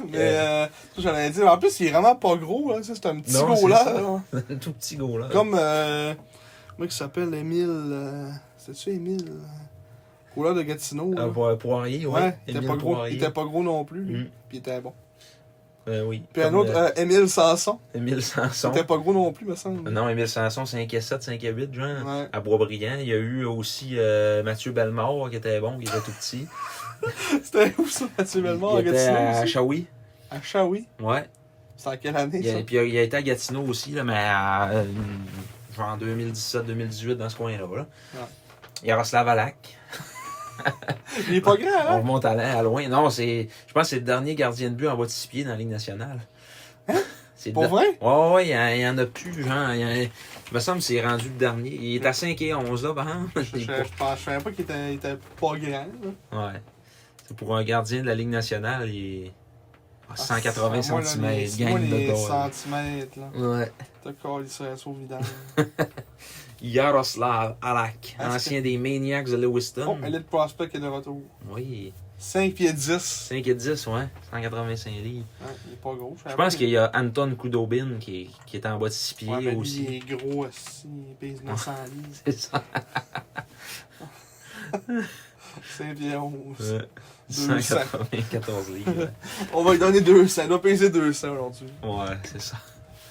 S1: Mais euh, ça, j'allais dire, en plus il est vraiment pas gros, là. ça, c'est un petit
S2: Non,
S1: gros
S2: c'est ça.
S1: là.
S2: Un tout petit gros là.
S1: Comme euh, moi qui s'appelle Émile. euh, C'était-tu Émile? Couleur de Gatineau. là.
S2: Ah, pour- Poirier, ouais.
S1: ouais, il était,
S2: Émile
S1: pas gros, il
S2: Poirier.
S1: était pas gros non plus, lui.
S2: Mm.
S1: Puis il était bon.
S2: Euh, oui.
S1: Puis un
S2: Comme,
S1: autre,
S2: euh,
S1: euh, Émile Sanson.
S2: Émile Sanson.
S1: Il était pas gros non plus, me semble.
S2: Non, Émile Sanson, 5 à 7, 5 à 8, genre.
S1: Ouais.
S2: À Boisbriand. Il y a eu aussi euh, Mathieu Bellemare qui était bon, qui était tout petit.
S1: C'était où ça, Mathieu Bellemare, à
S2: il était
S1: Gatineau
S2: à
S1: aussi?
S2: Shawi.
S1: À Shawi.
S2: Ouais.
S1: C'est en quelle année,
S2: Il
S1: ça?
S2: a, puis euh, il a été à Gatineau aussi, là, mais à, euh, genre en 2017-2018, dans ce coin-là. Là.
S1: Ouais.
S2: Yaroslav Alak.
S1: Il est pas grand,
S2: On
S1: hein?
S2: remonte à, à loin. Non, c'est. Je pense que c'est le dernier gardien de but en bas de six pieds dans la Ligue nationale. C'est
S1: Hein?
S2: le
S1: Pour
S2: der-
S1: vrai?
S2: Ouais, ouais, il y en- il y, en a plus, genre. il y en- il me semble que c'est rendu le dernier. Il est à 5 et 11 là, par exemple.
S1: Je, je, je pense- je savais pas qu'il était, il était pas grand. là.
S2: Ouais. C'est pour un gardien de la Ligue nationale, il est ah, 180
S1: Ah, moi, là, les-
S2: cm.
S1: Moi,
S2: Gagne
S1: les
S2: de doigts.
S1: centimètres, là.
S2: Ouais.
S1: T'as corps, il serait au vidange.
S2: Yaroslav Alak,
S1: Est-ce
S2: ancien des Maniacs de Lewiston.
S1: oh, Elite Prospect est de retour.
S2: Oui.
S1: 5 pieds 10.
S2: 5 et 10, ouais. 185 livres.
S1: Ouais, il est pas gros.
S2: Je pense qu'il y a Anton Koudobin qui, est- qui est en bas de 6 pieds
S1: ouais, mais lui,
S2: aussi.
S1: Il est gros aussi. Il pèse 900 livres.
S2: C'est ça.
S1: 5 pieds 11.
S2: 194 livres.
S1: On va lui donner 200. Il doit peser 200 aujourd'hui.
S2: Ouais, c'est ça.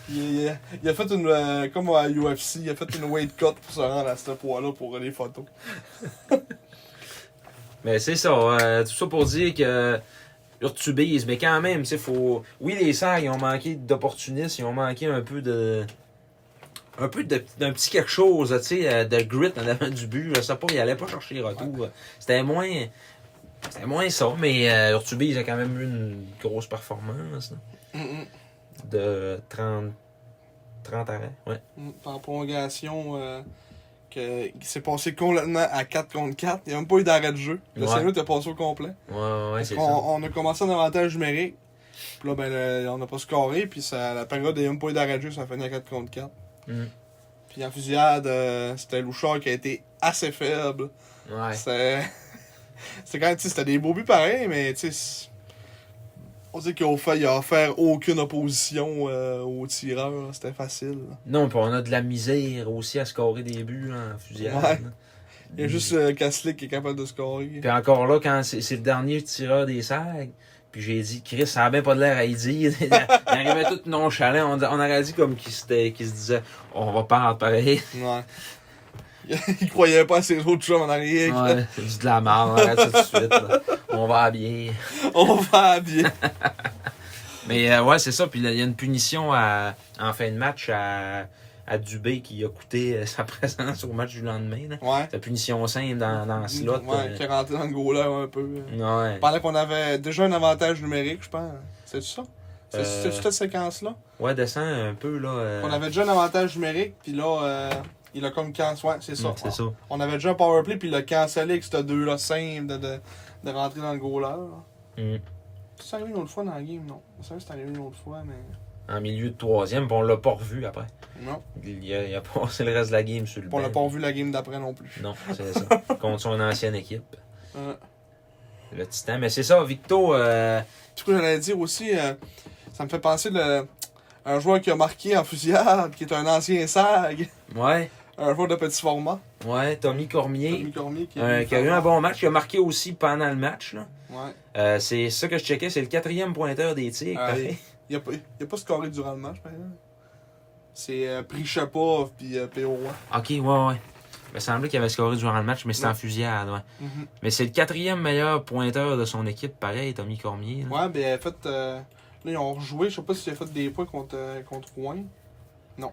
S1: Il, il- il a fait une. euh, comme à UFC, il a fait une weight cut pour se rendre à ce poids-là pour les photos.
S2: Mais c'est ça. euh, tout ça pour dire que euh, Urtubise, mais quand même, tu sais, faut. Oui, les Serres, ils ont manqué d'opportunistes, ils ont manqué un peu de. Un peu de- d'un petit quelque chose, tu sais, euh, de grit en avant du but. Je sais pas, ils allaient pas chercher les retours. C'était moins. C'était moins ça, mais euh, Urtubise a quand même eu une grosse performance là,
S1: Mm, mm.
S2: de 30. 30 arrêts, ouais.
S1: Mm, En prolongation, euh, que, qui s'est passé complètement à 4 contre 4. Il n'y a même pas eu d'arrêt de jeu. Le
S2: Ouais.
S1: scénario était passé au complet.
S2: Ouais, Ouais, ouais,
S1: Parce
S2: c'est
S1: qu'on-
S2: ça.
S1: on, a commencé en avantage numérique. Puis là, ben, le- on n'a pas scoré. Puis ça, la période, il n'y a même pas eu d'arrêt de jeu. Ça a fini à 4 contre 4.
S2: Mm.
S1: Puis en fusillade, euh, c'était Louchard qui a été assez faible.
S2: Ouais.
S1: C'est c'est quand même, tu sais, c'était des beaux buts pareils, mais tu sais, c'est- on dit qu'il a offert, il a offert aucune opposition euh, aux tireurs. là. C'était facile. là.
S2: Non, puis on a de la misère aussi à scorer des buts en fusillade.
S1: Ouais. Il y a
S2: Mm.
S1: juste euh, Kaslik qui est capable de scorer.
S2: Puis encore là, quand c'est c'est le dernier tireur des sacs, puis j'ai dit, Chris, ça n'a bien pas de l'air à y dire. Il arrivait tout nonchalant. On, on aurait dit comme qu'il s'était- qu'il se disait, on va perdre pareil.
S1: Ouais. il croyait pas à ses autres chums en arrière.
S2: Ouais, c'est du de la merde, on arrête ça tout de suite. là. On va bien.
S1: On va habiller.
S2: Mais euh, ouais, c'est ça. Puis là, il y a une punition à- en fin de match à, à Dubé qui a coûté euh, sa présence au match du lendemain. Là.
S1: Ouais.
S2: Sa punition simple dans, dans le slot.
S1: ouais, qui est rentré dans le goaler un peu. euh.
S2: euh, ouais.
S1: Pendant qu'on avait déjà un avantage numérique, je pense. C'est ça? C'est
S2: Euh.
S1: c'est-tu cette séquence-là?
S2: Ouais, descend un peu là. euh,
S1: On avait déjà un avantage numérique, puis là, euh, il a comme cancellé. Ouais, c'est ça.
S2: mm, C'est ça.
S1: On avait déjà un powerplay, puis il a cancellé avec ces deux-là simple de, de, de rentrer dans le goaler. là.
S2: Mm.
S1: C'est arrivé une autre fois dans la game, non? C'est vrai que c'est arrivé une autre fois, mais.
S2: en milieu de troisième, puis on l'a pas revu après.
S1: Non.
S2: Il a, il a passé le reste de la game sur le
S1: On l'a
S2: banc.
S1: pas vu la game d'après non plus.
S2: Non, c'est ça. Contre son ancienne équipe.
S1: Euh,
S2: Le Titan. Mais c'est ça, Victo. euh,
S1: tout ce que j'allais dire aussi, euh, ça me fait penser le, un joueur qui a marqué en fusillade, qui est un ancien SAG,
S2: ouais,
S1: un joueur de petit format,
S2: ouais, Tommy Cormier.
S1: Tommy Cormier, qui
S2: euh, qui a eu un bon match, qui a marqué aussi pendant le match. là.
S1: Ouais.
S2: Euh, c'est ça que je checkais, c'est le quatrième pointeur des tirs.
S1: Ah, Il a, pas- il a pas scoré durant le match, par exemple. C'est euh, Prichapov puis euh, P.O. Roy.
S2: Ok, ouais, ouais. Il me semblait qu'il avait scoré durant le match, mais c'était
S1: Ouais.
S2: en fusillade. ouais.
S1: Mhm.
S2: Mais c'est le quatrième meilleur pointeur de son équipe, pareil, Tommy Cormier. là.
S1: Ouais, ben, en fait, euh, là, ils ont rejoué. Je sais pas s'il a fait des points contre, euh, contre Rouen. Non.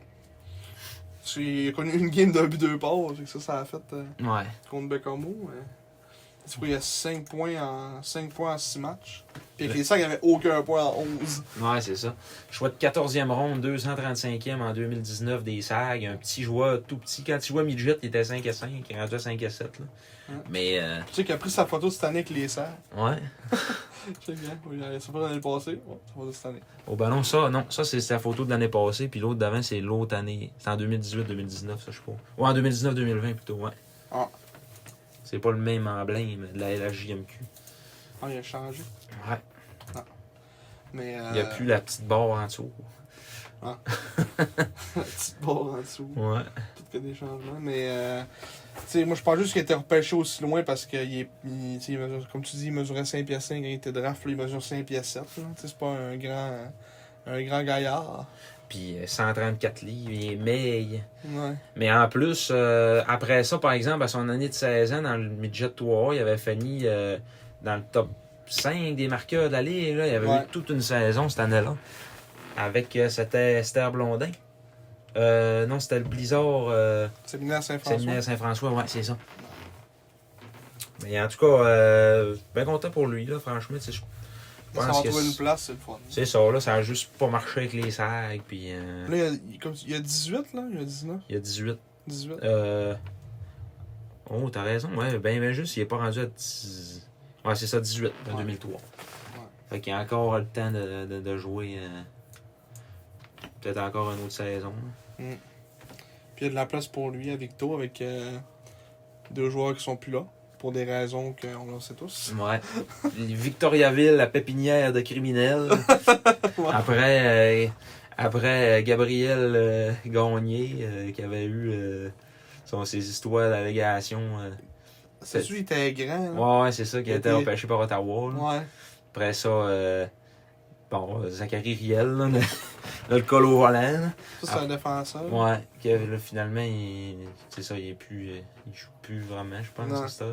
S1: Parce qu'il a connu une game d'un but deux passes. fait que Ça, ça a fait euh,
S2: Ouais.
S1: contre Beccamo. Mais... Tu vois, il y a 5 points en 5 points en 6 matchs. Puis avec les 5, il n'y avait aucun point en 11.
S2: Ouais, c'est ça. Choix de 14e ronde, 235e en 2019 des SAG. Un petit joueur tout petit. Quand tu vois Midget, il était 5 à 5. Il est rendu à 5 à 7. Là.
S1: Ouais.
S2: Mais, euh,
S1: Tu sais qu'il a pris sa photo cette année avec les serres.
S2: ouais.
S1: Tu sais bien, il a sa photo l'année passée. Ouais, sa photo cette année.
S2: Au ballon, ça, non. Ça, c'est sa photo de l'année passée. Puis l'autre d'avant, c'est l'autre année. C'est en 2018-2019, ça, je sais pas. Ouais, en 2019-2020 plutôt, ouais.
S1: Ah.
S2: C'est pas le même emblème de la LHJMQ.
S1: Ah, il a changé.
S2: Ouais.
S1: Mais. Euh,
S2: Il n'y a plus la petite barre en dessous.
S1: la petite barre en dessous.
S2: Ouais.
S1: Peut-être qu'il y a des changements, mais euh, tu sais, moi je pense juste qu'il était repêché aussi loin parce que il est, il- tu sais, il mesure- comme tu dis, il mesurait 5 pieds 5 quand il était draft, là, il mesure 5 pieds 7. là. Tu sais, C'est pas un grand un grand gaillard.
S2: Puis euh, 134 livres, il est maigre.
S1: Ouais.
S2: Mais en plus, euh, après ça, par exemple, à son année de 16 ans, dans le midget 3A, il avait fini euh, dans le top 5 des marqueurs de la Ligue. là. Il avait
S1: Ouais.
S2: eu toute une saison cette année-là. Avec, euh, c'était Esther Blondin. Euh, non, c'était le Blizzard euh,
S1: C'est venu à Saint-François.
S2: Séminaire Saint-François. Ouais, c'est ça. Mais en tout cas, euh, bien content pour lui, là, franchement. tu sais, je-
S1: Ça va
S2: pense que
S1: trouver une
S2: c'est-
S1: place, c'est le fun.
S2: C'est ça, là, ça a juste pas marché avec les sacs. Puis, euh,
S1: Là, il y a, il- comme tu- il y a 18, là, il y a 19.
S2: il y a 18
S1: 18.
S2: Euh... Oh, t'as raison, ouais. Ben, ben juste, il est pas rendu à 10... Ouais, c'est ça, 18, en
S1: Ouais.
S2: 2003. Fait qu'il a encore le temps de, de- de jouer... euh, Peut-être encore une autre saison. là.
S1: Puis il y a de la place pour lui à Victo avec euh, deux joueurs qui sont plus là. Pour des raisons qu'on le sait tous.
S2: Ouais. Victoriaville, la pépinière de criminels.
S1: Ouais.
S2: Après, euh, après euh, Gabriel euh, Gagné, euh, qui avait eu euh, son, ses histoires d'allégation. euh.
S1: C'est celui qui était grand. là.
S2: Ouais, ouais, c'est ça, qui a été
S1: Était-
S2: empêché par Ottawa. là.
S1: Ouais.
S2: Après ça, euh, bon, euh, Zachary Riel, là, le, le col au volant. là.
S1: Ça, c'est un défenseur.
S2: Ah. Ouais, que là, finalement, il, c'est ça, il est plus, euh, il joue plus vraiment, je pense,
S1: Non.
S2: c'est ça.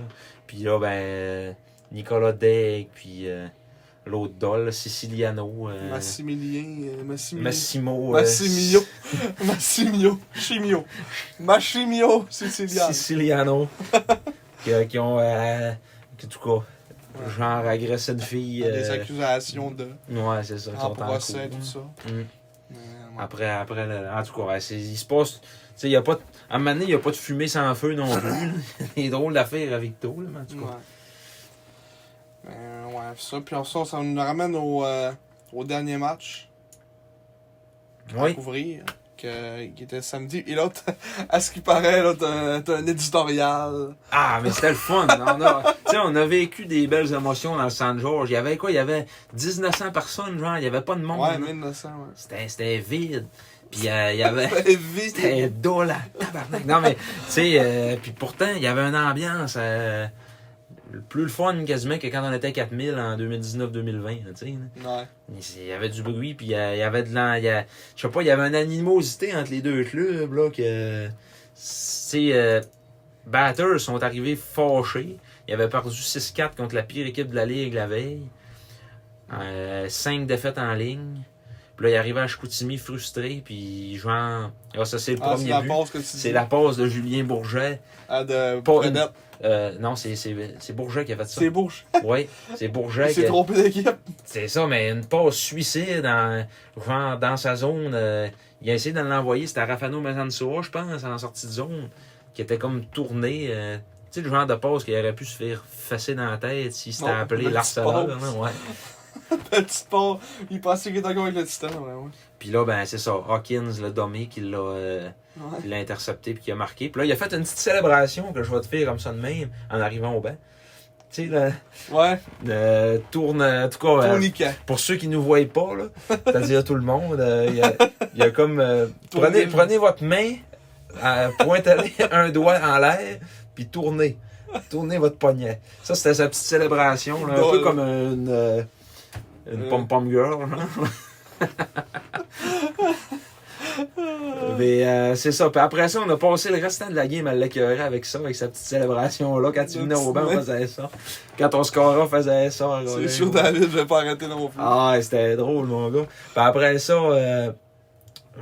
S2: Puis là, ben, euh, Nicolas Degg, puis euh, l'autre doll, Siciliano, euh,
S1: Massimilien. euh, Massimilien.
S2: Massimo, euh,
S1: Massimio. Massimio. Chimio. Machimio sicilien.
S2: Siciliano, que- qui ont, euh, en tout cas,
S1: Ouais.
S2: genre agressé une fille.
S1: Des
S2: euh,
S1: accusations de
S2: ouais, c'est ça, qui sont en
S1: procès,
S2: cours.
S1: tout ça.
S2: Mm.
S1: Mais, ouais.
S2: Après, après le- en tout cas, ouais, c'est- il se passe. Tu sais, il y a pas de- à un moment donné, il n'y a pas de fumée sans feu non plus. là. Il est drôle d'affaire avec tout, là, mais en tout cas.
S1: Ouais. Mais, ouais, pis ça. Puis en ça, ça nous ramène au, euh, au dernier match à
S2: Oui,
S1: couvrir, que, qui était samedi. Et là, t'as- à ce qui paraît, là, t'as t'as un éditorial.
S2: Ah, mais c'était le fun. On a, tu sais, on a vécu des belles émotions dans le Saint-Georges. Il y avait quoi? Il y avait 1900 personnes, genre. Il n'y avait pas de monde.
S1: Ouais,
S2: là.
S1: 1900, ouais.
S2: C'était c'était vide. Puis euh, il y avait...
S1: C'était vite.
S2: C'était dole à tabarnak. Non, mais, tu sais, euh, puis pourtant, il y avait une ambiance euh, plus le fun quasiment que quand on était 4000 en 2019-2020, là, tu sais. là.
S1: Ouais.
S2: Mais c'est- Il y avait du bruit, puis il y a- il y avait de l'an. il y a- Je sais pas, il y avait une animosité entre les deux clubs, là, que. C'est. euh, batters sont arrivés fâchés. Ils avaient perdu 6-4 contre la pire équipe de la Ligue la veille. 5 défaites en ligne. Puis là, ils arrivaient à Chicoutimi frustrés, puis genre. Ah, ça, c'est le
S1: Ah, c'est
S2: premier
S1: la
S2: but.
S1: pause que tu dis.
S2: C'est la passe de Julien Bourget.
S1: Ah, de
S2: Pas une-
S1: Fredette.
S2: Euh, non, c'est c'est- c'est Bourget qui a fait ça.
S1: C'est beau.
S2: Oui, c'est Bourget
S1: Il
S2: qui
S1: s'est
S2: a-
S1: trompé d'équipe.
S2: C'est ça, mais une passe suicide en, genre, dans sa zone. euh, il a essayé de l'envoyer, c'était à Rafano Mazansoa, je pense, en sortie de zone, qui était comme tourné. euh, tu sais, le genre de passe qui aurait pu se faire fesser dans la tête si c'était
S1: Bon,
S2: appelé
S1: petite
S2: l'Arsenal.
S1: passe.
S2: hein, ouais.
S1: Petit pont. Il pensait qu'il était encore avec le titan. Ouais, ouais.
S2: Puis là, ben, c'est ça. Hawkins, le dommé, qui l'a euh,
S1: Ouais.
S2: qui l'a intercepté puis qui a marqué. Puis là, il a fait une petite célébration que je vais te faire comme ça de même en arrivant au banc. Tu sais, le,
S1: ouais.
S2: le tourne. En tout cas, euh,
S1: Tony Khan.
S2: pour ceux qui nous voient pas, là, c'est-à-dire tout le monde, euh, il y, a- il y a comme. euh,
S1: Tournez.
S2: prenez, prenez votre main, euh, pointez un doigt en l'air, puis tournez. Tournez votre poignet. Ça, c'était sa petite célébration, là, un
S1: Drôle.
S2: peu comme une. euh, une
S1: Euh.
S2: pom-pom girl. hein. Mais euh, c'est ça. Puis après ça, on a passé le restant de la game à l'écœurer avec ça, avec sa petite célébration-là. Quand il
S1: Le
S2: venait au
S1: petit
S2: banc, on
S1: nez.
S2: faisait ça. Quand on scorait, on faisait ça.
S1: C'est
S2: Ouais.
S1: sûr, David, je vais pas arrêter non plus.
S2: Ah, ouais, c'était drôle, mon gars. Puis après ça, euh,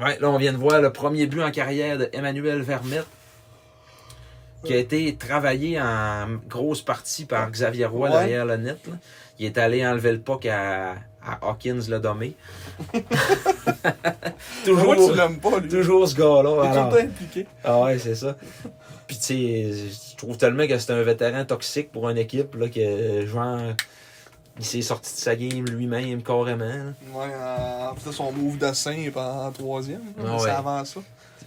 S2: ouais, là, on vient de voir le premier but en carrière de Emmanuel Vermette, qui a été travaillé en grosse partie par Xavier Roy
S1: Ouais.
S2: derrière le net. là. Il est allé enlever le puck à, à Hawkins le dommé.
S1: Moi,
S2: toujours,
S1: tu l'aimes pas, lui. T'es
S2: toujours ce
S1: tout
S2: gars-là.
S1: le
S2: alors.
S1: temps impliqué.
S2: Ah ouais, c'est ça. Puis tu sais, je trouve tellement que c'est un vétéran toxique pour une équipe là, que genre il s'est sorti de sa game lui-même carrément. là.
S1: Ouais, euh, en fait, son move de 5 en troisième.
S2: Ah
S1: C'est
S2: ouais.
S1: avant ça.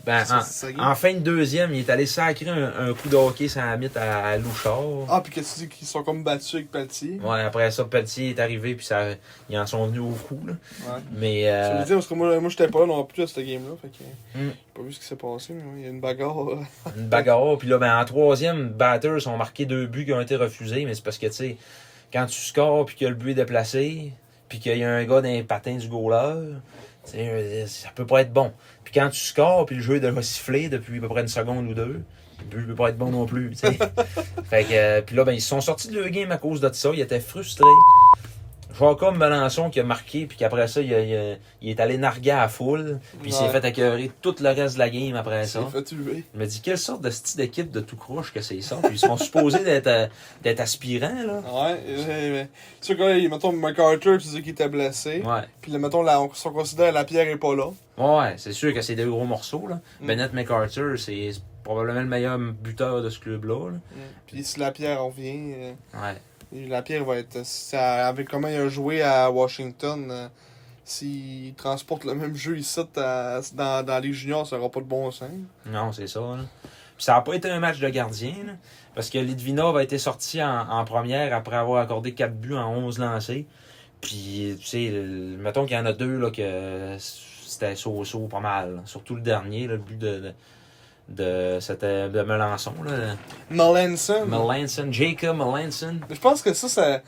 S2: Ben,
S1: Ça,
S2: en,
S1: c'est ça,
S2: en fin de deuxième, il est allé sacrer un, un coup de hockey sans la mythe à Louchard.
S1: Ah, puis que tu dis qu'ils sont comme battus avec Patty.
S2: Ouais, après ça, Pelletier est arrivé puis ça, ils en sont venus au coup. Là.
S1: Ouais.
S2: Mais euh,
S1: Ça veut dire, parce que moi, moi j'étais pas là non plus à cette game-là. Fait que
S2: Mm.
S1: j'ai pas vu ce qui s'est passé, mais ouais, il y a une bagarre. euh,
S2: une bagarre. Puis là, ben, en troisième, Batters ont marqué deux buts qui ont été refusés, mais c'est parce que, tu sais, quand tu scores puis que le but est déplacé, puis qu'il y a un gars dans les patins du goaler, tu sais, euh, ça peut pas être bon. Puis quand tu scores puis le jeu est déjà sifflé depuis à peu près une seconde ou deux, le but peut pas être bon non plus, tu sais. fait que, euh, puis là, ben, ils sont sortis de leur game à cause de ça. Ils étaient frustrés. Genre comme Melançon qui a marqué, puis qu'après ça, il, a- il a- il est allé narguer à la foule, puis il s'est
S1: Ouais.
S2: fait accueillir tout le reste de la game après ça.
S1: s'est fait tuer.
S2: Je me dis, quelle sorte de style d'équipe de tout croche que c'est ça? Puis ils sont supposés d'être, euh, d'être aspirants, là.
S1: Ouais, euh, j'ai- mais. Tu sais, quand il- mettons MacArthur, tu dis qu'il était blessé.
S2: Ouais.
S1: Puis, là, mettons, là, on, si on considère la pierre est pas là.
S2: Ouais, c'est sûr que c'est des gros morceaux, là.
S1: Mm.
S2: Bennett McArthur, c'est probablement le meilleur buteur de ce club-là, là.
S1: Puis, si la pierre revient. euh,
S2: Ouais.
S1: Et La pierre va être. ça- avec comment il a joué à Washington, euh, s'il transporte le même jeu ici à- dans, dans les juniors, ça aura pas de bon sens.
S2: Non, c'est ça, là. Puis ça n'a pas été un match de gardien, là, Parce que Litvinov a été sorti en, en première après avoir accordé 4 buts en 11 lancés. Puis, tu sais, le- mettons qu'il y en a deux, là, que c'était so-so pas mal. là. Surtout le dernier, là, le but de... de de, c'était de Melançon, là.
S1: Melanson.
S2: Melanson, Jacob Melanson.
S1: je pense que ça, ça.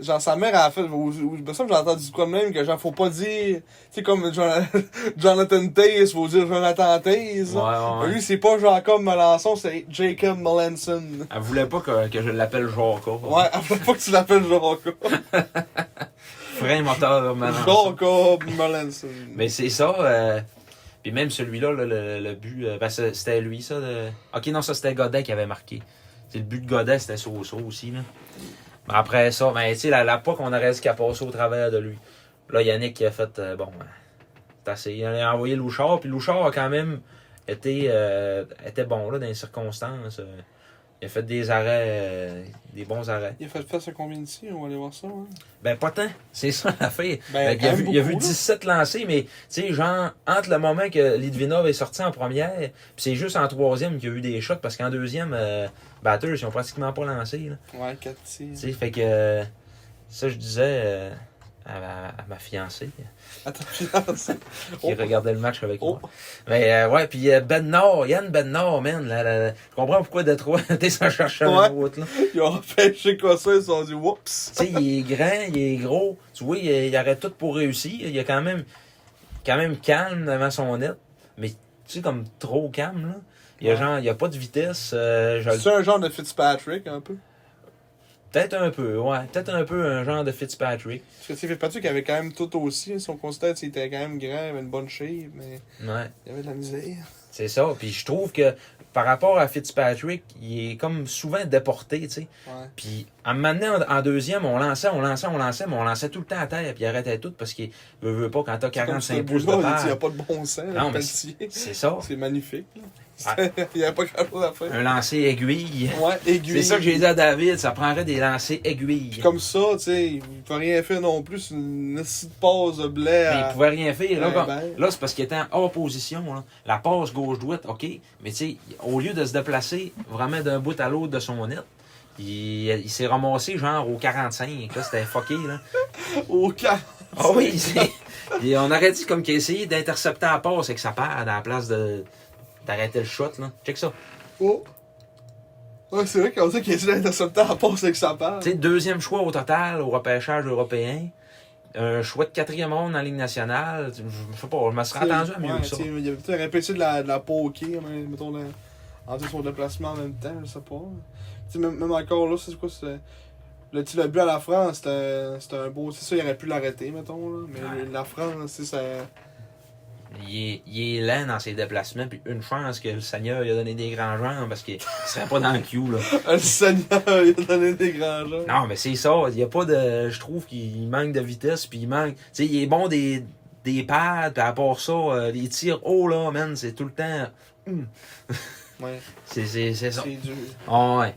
S1: Genre, sa mère a fait. ou- ou- Il me semble que j'ai entendu quoi de même que, genre, faut pas dire. Tu sais, comme Jon- Jonathan Taze, faut dire Jonathan Taze.
S2: Ouais, ouais, ouais.
S1: Lui, c'est pas Jacob Melanson, c'est Jacob Melanson.
S2: Elle voulait pas que, que je l'appelle Jorka.
S1: Ouais, faut que tu l'appelles Jacob.
S2: Frein moteur Melançon.
S1: Jacob Melanson.
S2: Mais c'est ça. euh, Puis même celui-là, là, le, le but. euh, ben, c'est- c'était lui, ça. de- Ok, non, ça, c'était Godet qui avait marqué. C'est le but de Godet, c'était Soso aussi. Là. Mais après ça, ben, tu sais, la, la POC, on aurait dit qu'elle passait au travers de lui. Là, Yannick qui a fait. euh, bon, ben, c'est assez. Il a envoyé Louchard. Puis Louchard a quand même été, euh, était bon, là, dans les circonstances. euh. Il a fait des arrêts, euh, des bons arrêts.
S1: Il a fait face à combien d'ici On va aller voir ça, hein. ouais.
S2: Ben, pas tant. C'est ça l'affaire.
S1: Ben,
S2: il, a
S1: quand
S2: vu,
S1: même
S2: il a vu
S1: beaucoup, là.
S2: 17 lancés, mais tu sais, genre, entre le moment que Litvinov est sorti en première, puis c'est juste en troisième qu'il y a eu des shots, parce qu'en deuxième, euh, batteurs, ils ont pratiquement pas lancé. là.
S1: Ouais, hein. 4 tirs.
S2: Tu sais, fait que euh, ça, je disais euh, à, ma, à ma fiancée,
S1: Attends, finance.
S2: qui regardait le match avec
S1: Oh.
S2: moi. Mais euh, ouais, puis euh, Ben Nord, Yann Ben Nord, man, là, là, là, je comprends pourquoi Détroit était sans chercher
S1: Ouais.
S2: un autre. Là.
S1: Ils ont repêché quoi ça, ils se sont dit whoops.
S2: Tu sais, il est grand, il est gros. Tu vois, il, il aurait tout pour réussir. Il est quand même, quand même calme devant son net. Mais tu sais, comme trop calme, là. Il y a
S1: Ouais.
S2: genre, il y a pas de vitesse. euh, je le-
S1: C'est un genre de Fitzpatrick, un peu.
S2: peut-être un peu, ouais. Peut-être un peu un genre de Fitzpatrick.
S1: Parce que tu sais, Fitzpatrick avait quand même tout aussi. hein, si on considère qu'il était quand même grand, il avait une bonne shape, mais
S2: Ouais.
S1: il avait de la misère.
S2: C'est ça. Puis je trouve que par rapport à Fitzpatrick, il est comme souvent déporté, tu sais.
S1: Ouais.
S2: Puis à un moment donné, en, en deuxième, on lançait, on lançait, on lançait, mais on lançait tout le temps à terre. Puis il arrêtait tout parce qu'il veut, veut pas quand t'as
S1: Comme ce
S2: 45 pouces de
S1: but-là, Il dit, il n'y a
S2: terre.
S1: pas de bon sens,
S2: Non, mais
S1: le Pelletier.
S2: C'est ça.
S1: C'est magnifique. là. Il n'y a pas grand-chose à faire.
S2: Un lancer aiguille.
S1: Ouais, aiguille.
S2: C'est ça que j'ai dit à David, ça prendrait des lancers aiguilles.
S1: Puis comme ça, tu sais, il peut rien faire non plus. Une petite pause de blé
S2: Mais il
S1: à...
S2: pouvait rien faire. Là,
S1: euh, Ouais,
S2: quand-
S1: ben.
S2: là, c'est parce qu'il était en hors position. là. La passe gauche-droite, OK. Mais tu sais, au lieu de se déplacer vraiment d'un bout à l'autre de son net, il, il s'est ramassé genre au 45. Là, c'était fucké. Là.
S1: au camp.
S2: Ah oui, c'est- Et on aurait dit comme qu'il a essayé d'intercepter la passe avec sa paire à la place de d'arrêter le shot. Là. Check ça.
S1: Oh. Ouais, c'est vrai qu'on dit qu'il est l'intercepteur à passe avec sa part.
S2: Tu sais, deuxième choix au total au repêchage européen. Un choix de quatrième ronde en Ligue nationale. Je je sais pas, je me serais attendu à mieux
S1: Ouais,
S2: que ça.
S1: tu sais, Il avait peut-être répété de la, de la poker, mais, mettons, de, en faisant son déplacement en même temps, je sais pas. Tu sais, même, même encore là, c'est quoi c'est- le, tu sais, le but à la France, c'était c'était un beau. C'est ça, il aurait pu l'arrêter, mettons. Là, mais
S2: Ouais.
S1: le- la France, c'est ça.
S2: Il est, il est lent dans ses déplacements, puis une chance que le Seigneur lui a donné des grands jambes parce qu'il serait pas dans le queue, là.
S1: Le Seigneur, il a donné des grands gens.
S2: Non, mais c'est ça. Il y a pas de. Je trouve qu'il manque de vitesse, puis il manque. Tu sais, il est bon des, des pads, puis à part ça, euh, les tirs oh là, man, c'est tout le temps.
S1: Ouais,
S2: C'est, c'est, c'est ça.
S1: c'est dur.
S2: Ah ouais.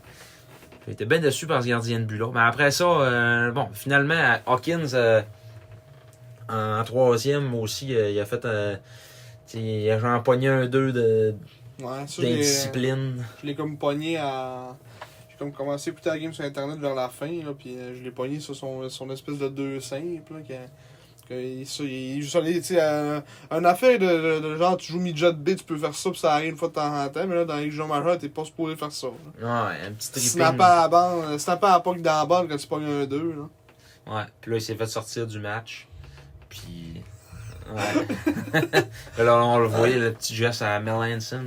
S2: J'étais bien déçu par ce gardien de but là. Mais après ça, euh, bon, finalement, Hawkins euh, en en troisième aussi, euh, il a fait euh, tu sais, il a genre pogné un 2 de
S1: Ouais, ça, j'ai-
S2: d'indiscipline.
S1: Je l'ai comme pogné à. J'ai comme commencé à écouter la game sur internet vers la fin, là, puis euh, je l'ai pogné sur son, son espèce de 2 simple, là, que- que il- ça, il est juste allé, tu sais, un, un affaire de, de- de genre, tu joues midget B, tu peux faire ça, puis ça arrive une fois de temps en temps, mais là, dans les jeux majeurs, t'es pas supposé faire ça. là.
S2: Ah Ouais, un petit tripping.
S1: Snapper à la bande, euh, snapper à la poque dans la bande quand tu pognes un 2, là.
S2: Ouais. Puis là, il s'est fait sortir du match. Puis. Ouais. là, on le voyait, le petit geste à Melanson.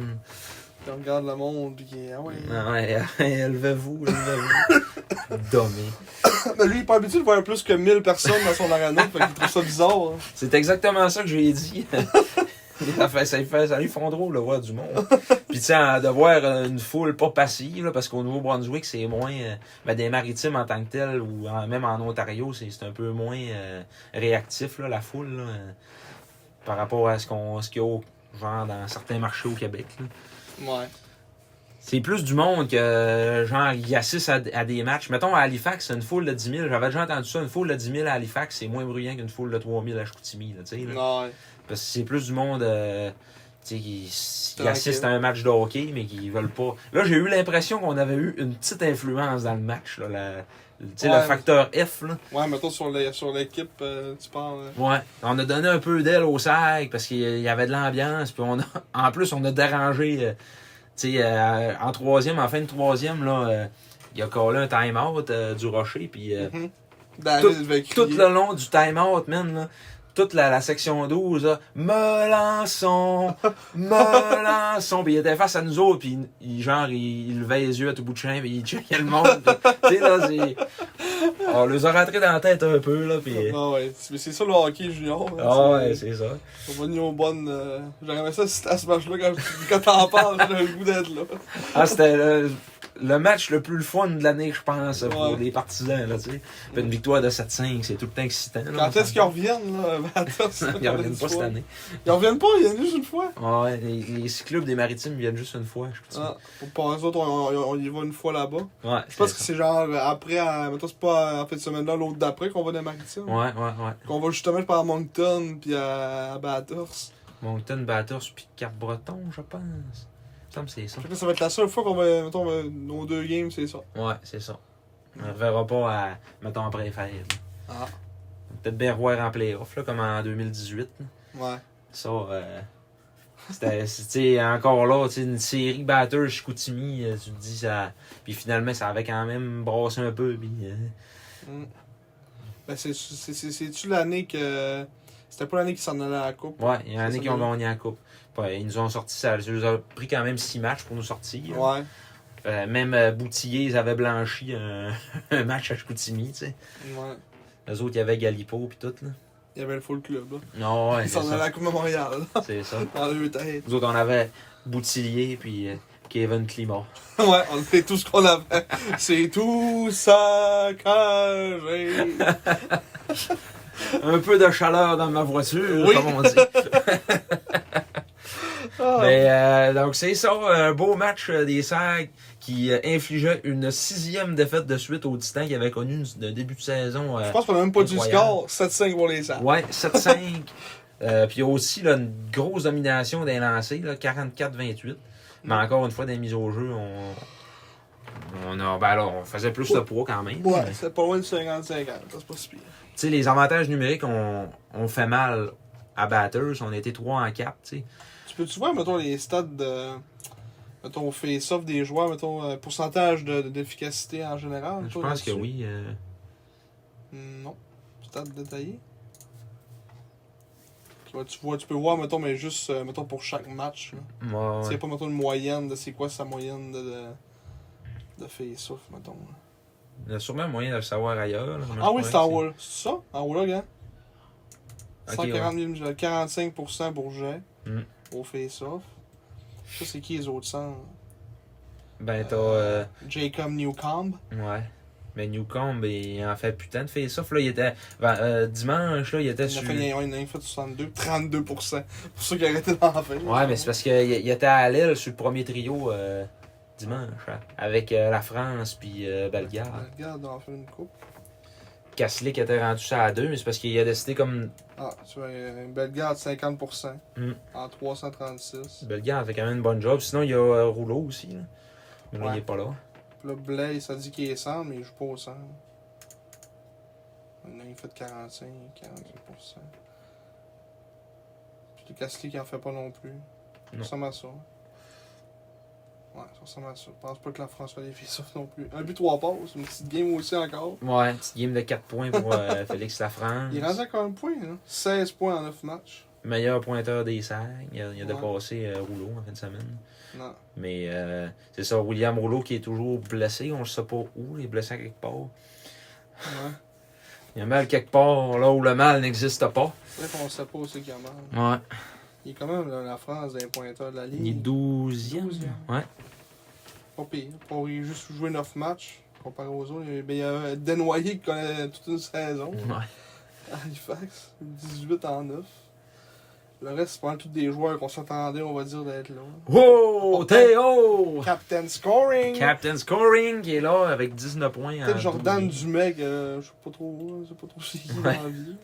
S1: Tu regardes le monde, puis ah ouais.
S2: Ouais, élevez-vous, élevez-vous. Dommé.
S1: Mais lui, il est pas habitué de voir plus que 1000 personnes dans son arena, fait qu'il trouve ça bizarre. hein.
S2: C'est exactement ça que je lui ai dit. ça, fait, ça, fait- ça lui font drôle de voir du monde. Puis tu sais, en- de voir une foule pas passive, là, parce qu'au Nouveau-Brunswick, c'est moins... euh, ben, des maritimes en tant que telles, ou en- même en Ontario, c'est c'est un peu moins euh, réactif, là, la foule, là, euh, par rapport à ce qu'on ce qu'il y a au- genre dans certains marchés au Québec. là.
S1: Ouais.
S2: C'est plus du monde que, euh, genre, il assiste à, à des matchs. Mettons, à Halifax, c'est une foule de 10 000. J'avais déjà entendu ça, une foule de 10 000 à Halifax, c'est moins bruyant qu'une foule de 3 000 à Chicoutimi, là, tu sais. là.
S1: Non,
S2: Parce que c'est plus du monde euh, tu sais, qui, s- qui
S1: Tranquille.
S2: assiste à un match de hockey, mais qui veulent pas. Là, j'ai eu l'impression qu'on avait eu une petite influence dans le match. Là, la- tu sais,
S1: Ouais.
S2: Le facteur F. Là.
S1: ouais, mettons sur les- sur l'équipe, euh, tu parles. euh,
S2: Ouais. On a donné un peu d'aile au sac parce qu'il y avait de l'ambiance. Puis on a, en plus, on a dérangé. euh, tu sais, euh, en troisième, en fin de troisième, là, euh, il a collé un time-out euh, du rocher. Puis euh,
S1: Mhm. David va crier.
S2: tout le long du time-out, man, là, toute la, la section 12, là, Melançon, Melançon. Puis il était face à nous autres, puis il, il- genre, il, il levait les yeux à tout bout de champ, puis il checkait le monde. puis, tu sais, là, c'est... On les a rentrés dans la tête un peu, là, puis...
S1: Non, Ah ouais, c'est- mais c'est ça le hockey junior. hein,
S2: Ah ouais,
S1: c'est.
S2: c'est ça.
S1: On va venir aux bonnes. euh, J'aimerais ça si à ce match-là, quand, quand t'en parles, j'ai le goût d'être là.
S2: Ah, c'était le, le match le plus fun de l'année, je pense, pour
S1: Ouais.
S2: les partisans, là, tu sais. Puis une victoire de 7-5, c'est tout le temps excitant, là.
S1: Quand est-ce qu'ils reviennent, là ben, attends, ça,
S2: Ils
S1: on a
S2: reviennent
S1: dit
S2: pas cette
S1: fois.
S2: année. Ah,
S1: Ils reviennent pas, ils viennent juste une fois.
S2: Ouais, les, les clubs des maritimes viennent juste une fois, je
S1: Ah,
S2: crois.
S1: pour pas les autres, on, on- on y va une fois là-bas.
S2: Ouais,
S1: Je
S2: c'est
S1: pense que
S2: ça.
S1: c'est genre euh, après, euh, mettons, c'est pas euh, en fin de semaine-là, l'autre d'après qu'on va dans les Maritimes.
S2: Ouais, ouais, ouais.
S1: Qu'on va justement par Moncton puis à, à Bathurst.
S2: Moncton Batters puis Cap Breton, je pense. Il me semble que c'est ça.
S1: Je crois que ça va être la seule fois qu'on va, mettons, euh, nos deux games, c'est ça.
S2: Ouais, c'est ça. On ne reverra pas à, mettons, après les fêtes.
S1: Ah,
S2: Peut-être bien revoir en playoff, là, comme en 2018. là.
S1: ouais.
S2: Ça, euh, c'était, c'est- tu sais, encore là, tu sais, une série batteur Chicoutimi, euh, tu te dis ça. Puis finalement, ça avait quand même brassé un peu. Puis, euh,
S1: Mm. Ben, c'est- c'est- c'est- C'est-tu l'année que. C'était pas l'année qui s'en allait à la Coupe.
S2: ouais, il y en
S1: Ça,
S2: a
S1: ça
S2: qui ont
S1: me-
S2: gagné la coupe. Ouais, ils nous ont sorti ça. Ça nous a pris quand même six matchs pour nous sortir.
S1: Ouais.
S2: Euh, même euh, Boutillier, ils avaient blanchi un, un match à Chicoutimi, tu sais.
S1: ouais.
S2: Eux autres, il y avait Galipo puis tout, là.
S1: Il y avait le full club. Là.
S2: Non, ouais,
S1: Ils
S2: c'est
S1: s'en allaient à
S2: ça.
S1: la Coupe Memorial. là,
S2: C'est ça.
S1: Dans le tête.
S2: Nous autres, on avait Boutillier puis euh, Kevin Climat.
S1: Ouais, on fait tout ce qu'on avait. C'est tout saccagé.
S2: Un peu de chaleur dans ma voiture,
S1: Oui.
S2: comme on dit.
S1: Ah,
S2: Mais, euh, donc, c'est ça, un beau match euh, des Sags qui euh, infligeait une sixième défaite de suite au Titan qui avait connu une- un début de saison. euh,
S1: Je pense qu'on a même pas du
S2: Incroyable.
S1: score. 7-5 pour les Sags.
S2: Ouais, 7-5. Euh, puis il y a aussi là, une grosse domination des lancers, là, 44-28. Mais encore une fois, des mises au jeu, on, on, a, ben là, on faisait plus de poids quand même.
S1: Ouais, c'est pas loin de 50-50. C'est pas si pire.
S2: Tu sais, les avantages numériques ont on fait mal à Batters. On était 3 en 4. tu sais.
S1: Tu peux-tu voir, mettons, les stats de. Mettons, face-off des joueurs, mettons, euh, pourcentage de- de- d'efficacité en général?
S2: Je
S1: mettons,
S2: pense que
S1: là-dessus?
S2: oui. euh,
S1: Non. Stats détaillées. Tu vois, tu, vois, tu peux voir, mettons, mais juste, euh, mettons, pour chaque match. là.
S2: moi,
S1: Tu sais
S2: ouais.
S1: pas, mettons, une moyenne de c'est quoi sa moyenne de, de, de face-off, mettons. là.
S2: Il y a sûrement moyen de le savoir ailleurs. là.
S1: Ah
S2: Moi, je
S1: oui,
S2: crois
S1: c'est en
S2: que
S1: wall. C'est ça? hein? En wall, gars?
S2: Ok,
S1: 140 000, 45% pour jet.
S2: Mm.
S1: Au face-off. Ça, c'est qui les autres 100?
S2: Ben, t'as. euh,
S1: Jacob Newcomb.
S2: Ouais. Mais Newcombe, il en fait putain de fait ça. Là, il était. ben, euh, dimanche, là, il
S1: Il
S2: était
S1: en a
S2: sur.
S1: fait, il en a- il en a fait 62, 32 pour ceux qui arrêtaient d'en faire.
S2: Ouais, mais c'est parce qu'il il était à Lille sur le premier trio euh, dimanche, hein, avec euh, la France puis euh, Bellegarde.
S1: Regarde, d'en faire une coupe.
S2: Kasselic était rendu ça à deux, mais c'est parce qu'il a décidé comme.
S1: Ah, tu vois, euh, Bellegarde 50%.
S2: Mm.
S1: En 336.
S2: Bellegarde fait quand même une bonne job. Sinon, il y a euh, Rouleau aussi. Là. Mais là,
S1: Ouais.
S2: il est pas là.
S1: Puis là, Blaise, ça dit qu'il est 100, mais il joue pas au 100. Il en a fait 45, 48%. Puis le Castley qui en fait pas non plus. Ça
S2: Non.
S1: ressemble à ça. Ouais, ça ressemble à ça. Je pense pas que la France fait des face-offs non plus. Un but, trois passes. Une petite game aussi encore.
S2: Ouais, petite game de 4 points pour euh, Félix Lafrance.
S1: Il est rendu à combien de points, hein? 16 points en 9 matchs.
S2: Meilleur pointeur des Sags. Il a, il a
S1: Ouais.
S2: dépassé euh, Rouleau en fin de semaine.
S1: Non.
S2: Mais euh, c'est ça, William Rouleau qui est toujours blessé. On ne sait pas où. Il est blessé à quelque part.
S1: Ouais.
S2: Il y a mal quelque part là où le mal n'existe pas.
S1: C'est vrai qu'on sait pas aussi qu'il y a mal.
S2: Ouais.
S1: Il est quand même là, la France des pointeurs de la
S2: Il est
S1: ligne.
S2: 12e.
S1: 12e.
S2: Ouais.
S1: Pas pire. Pour y juste jouer 9 matchs, comparé aux autres, il y a- ben, il y a Denoyer qui connaît toute une saison.
S2: Ouais.
S1: Halifax, 18 en 9. Le reste, c'est pas mal tous des joueurs qu'on s'attendait, on va dire, d'être là.
S2: Oh, Théo!
S1: Captain Scoring!
S2: Captain Scoring qui est là avec 19 points. en
S1: Peut-être Jordan
S2: 12e.
S1: Dumais, que euh, je sais pas trop, je sais pas trop c'est qui dans la vie.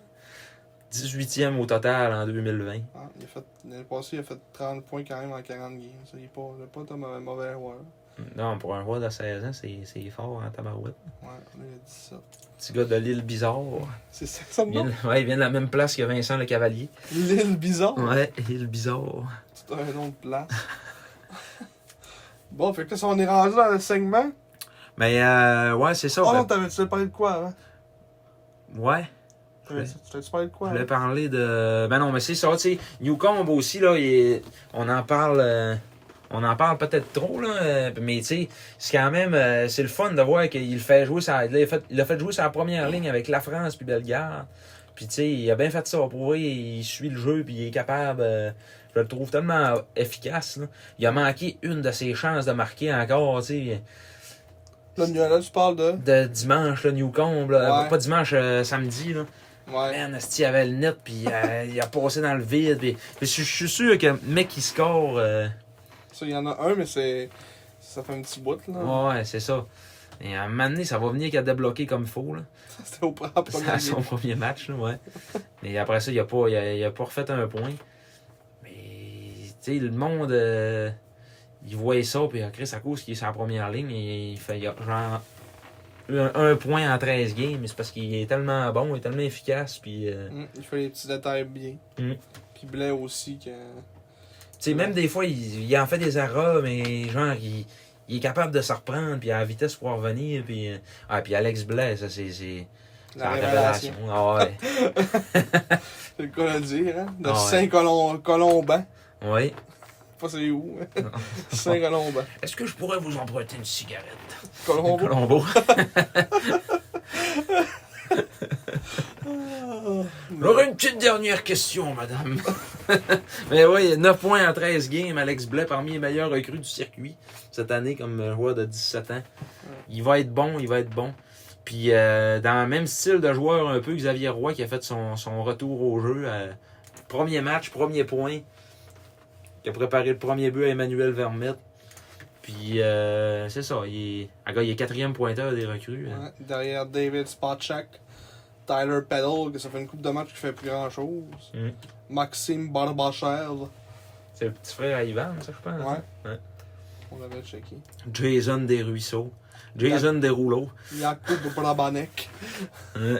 S2: 18e au total en 2020.
S1: Ah, il a fait, l'année passée, il a fait 30 points quand même en 40 games. Ça, il est pas, il est pas un mauvais, mauvais joueur.
S2: Non, pour un roi de 16 ans, c'est c'est fort en tabarouette.
S1: Ouais, on est à 17.
S2: Petit gars de l'île Bizarre.
S1: C'est ça que ça me
S2: Il vient,
S1: donne?
S2: de- ouais, il vient de la même place que Vincent le Cavalier.
S1: L'île bizarre.
S2: Ouais, l'île Bizarre.
S1: C'est un nom de place. bon, fait que là, si on est rendu dans le segment.
S2: Mais euh, ouais, c'est ça.
S1: Oh non,
S2: ben-
S1: t'avais-tu parlé de quoi avant?
S2: ouais.
S1: T'avais-
S2: Ouais.
S1: Tu t'avais-tu parlé de quoi
S2: Je voulais
S1: avant?
S2: parler de. Ben non, mais c'est ça, tu sais. Newcomb aussi, là, il est- on en parle. euh, On en parle peut-être trop, là. euh, Mais tu sais, c'est quand même. euh, C'est le fun de voir qu'il le fait jouer. Sa... Il l'a fait... il l'a fait jouer sa première ligne avec la France puis Bellegarde. Puis tu sais, il a bien fait ça pour vrai. Il suit le jeu puis il est capable. euh, Je le trouve tellement efficace, là. Il a manqué une de ses chances de marquer encore, tu sais.
S1: Là, Mignola, tu parles de.
S2: De dimanche, le Newcomb, là.
S1: Ouais.
S2: Pas dimanche, euh, samedi, là.
S1: Ouais.
S2: Man, esti, il avait le net, puis euh, il a passé dans le vide. Puis, puis je, je suis sûr que le mec qui score. euh,
S1: Ça, il y en a un, mais c'est. Ça fait un petit bout, là.
S2: ouais, c'est ça. Et à un moment donné, ça va venir qu'il a débloqué comme il faut. Là.
S1: C'était au premier.
S2: C'est à son premier match, là, ouais. Mais après ça, il a pas, il a, il a pas refait un point. Mais, tu sais, le monde, euh, il voyait ça, puis ah, Chris, à cause qu'il est sur la première ligne, il, il fait il a genre un, un point en 13 games. C'est parce qu'il est tellement bon, il est tellement efficace, puis. euh,
S1: Mm, il fait les petits détails bien.
S2: Mm.
S1: Puis Blais aussi, que.
S2: Tu sais, même des fois, il, il en fait des erreurs, mais genre, il, il est capable de se reprendre, puis à la vitesse pour revenir, puis... euh, Ah, puis Alex Blais, ça, c'est... c'est- c'est
S1: La révélation.
S2: Ah ouais.
S1: C'est le cas de le dire, hein. De
S2: Ah ouais.
S1: Saint-Colomban.
S2: Oui.
S1: Pas c'est où, hein. Saint-Colomban.
S2: Est-ce que je pourrais vous emprunter une cigarette?
S1: Colombo.
S2: Colombo. J'aurais une petite dernière question, madame. mais oui, 9 points en 13 games. Alex Blais, parmi les meilleurs recrues du circuit cette année, comme joueur de 17 ans. Il va être bon, il va être bon. Puis, euh, dans le même style de joueur, un peu, Xavier Roy qui a fait son, son retour au jeu. euh, premier match, premier point. qui a préparé le premier but à Emmanuel Vermette. Puis, euh, c'est ça. Il est, ah, gars, il est quatrième pointeur des recrues. hein.
S1: Ouais, derrière David Spotchak, Tyler Peddle, que ça fait une coupe de match qui fait plus grand chose.
S2: Mm.
S1: Maxime Barbachev,
S2: C'est le petit frère à Ivan, ça, je pense.
S1: Ouais.
S2: Ouais.
S1: on l'avait checké.
S2: Jason Desruisseaux. Jason Desrouleaux.
S1: Jakub Brabanek.
S2: Euh,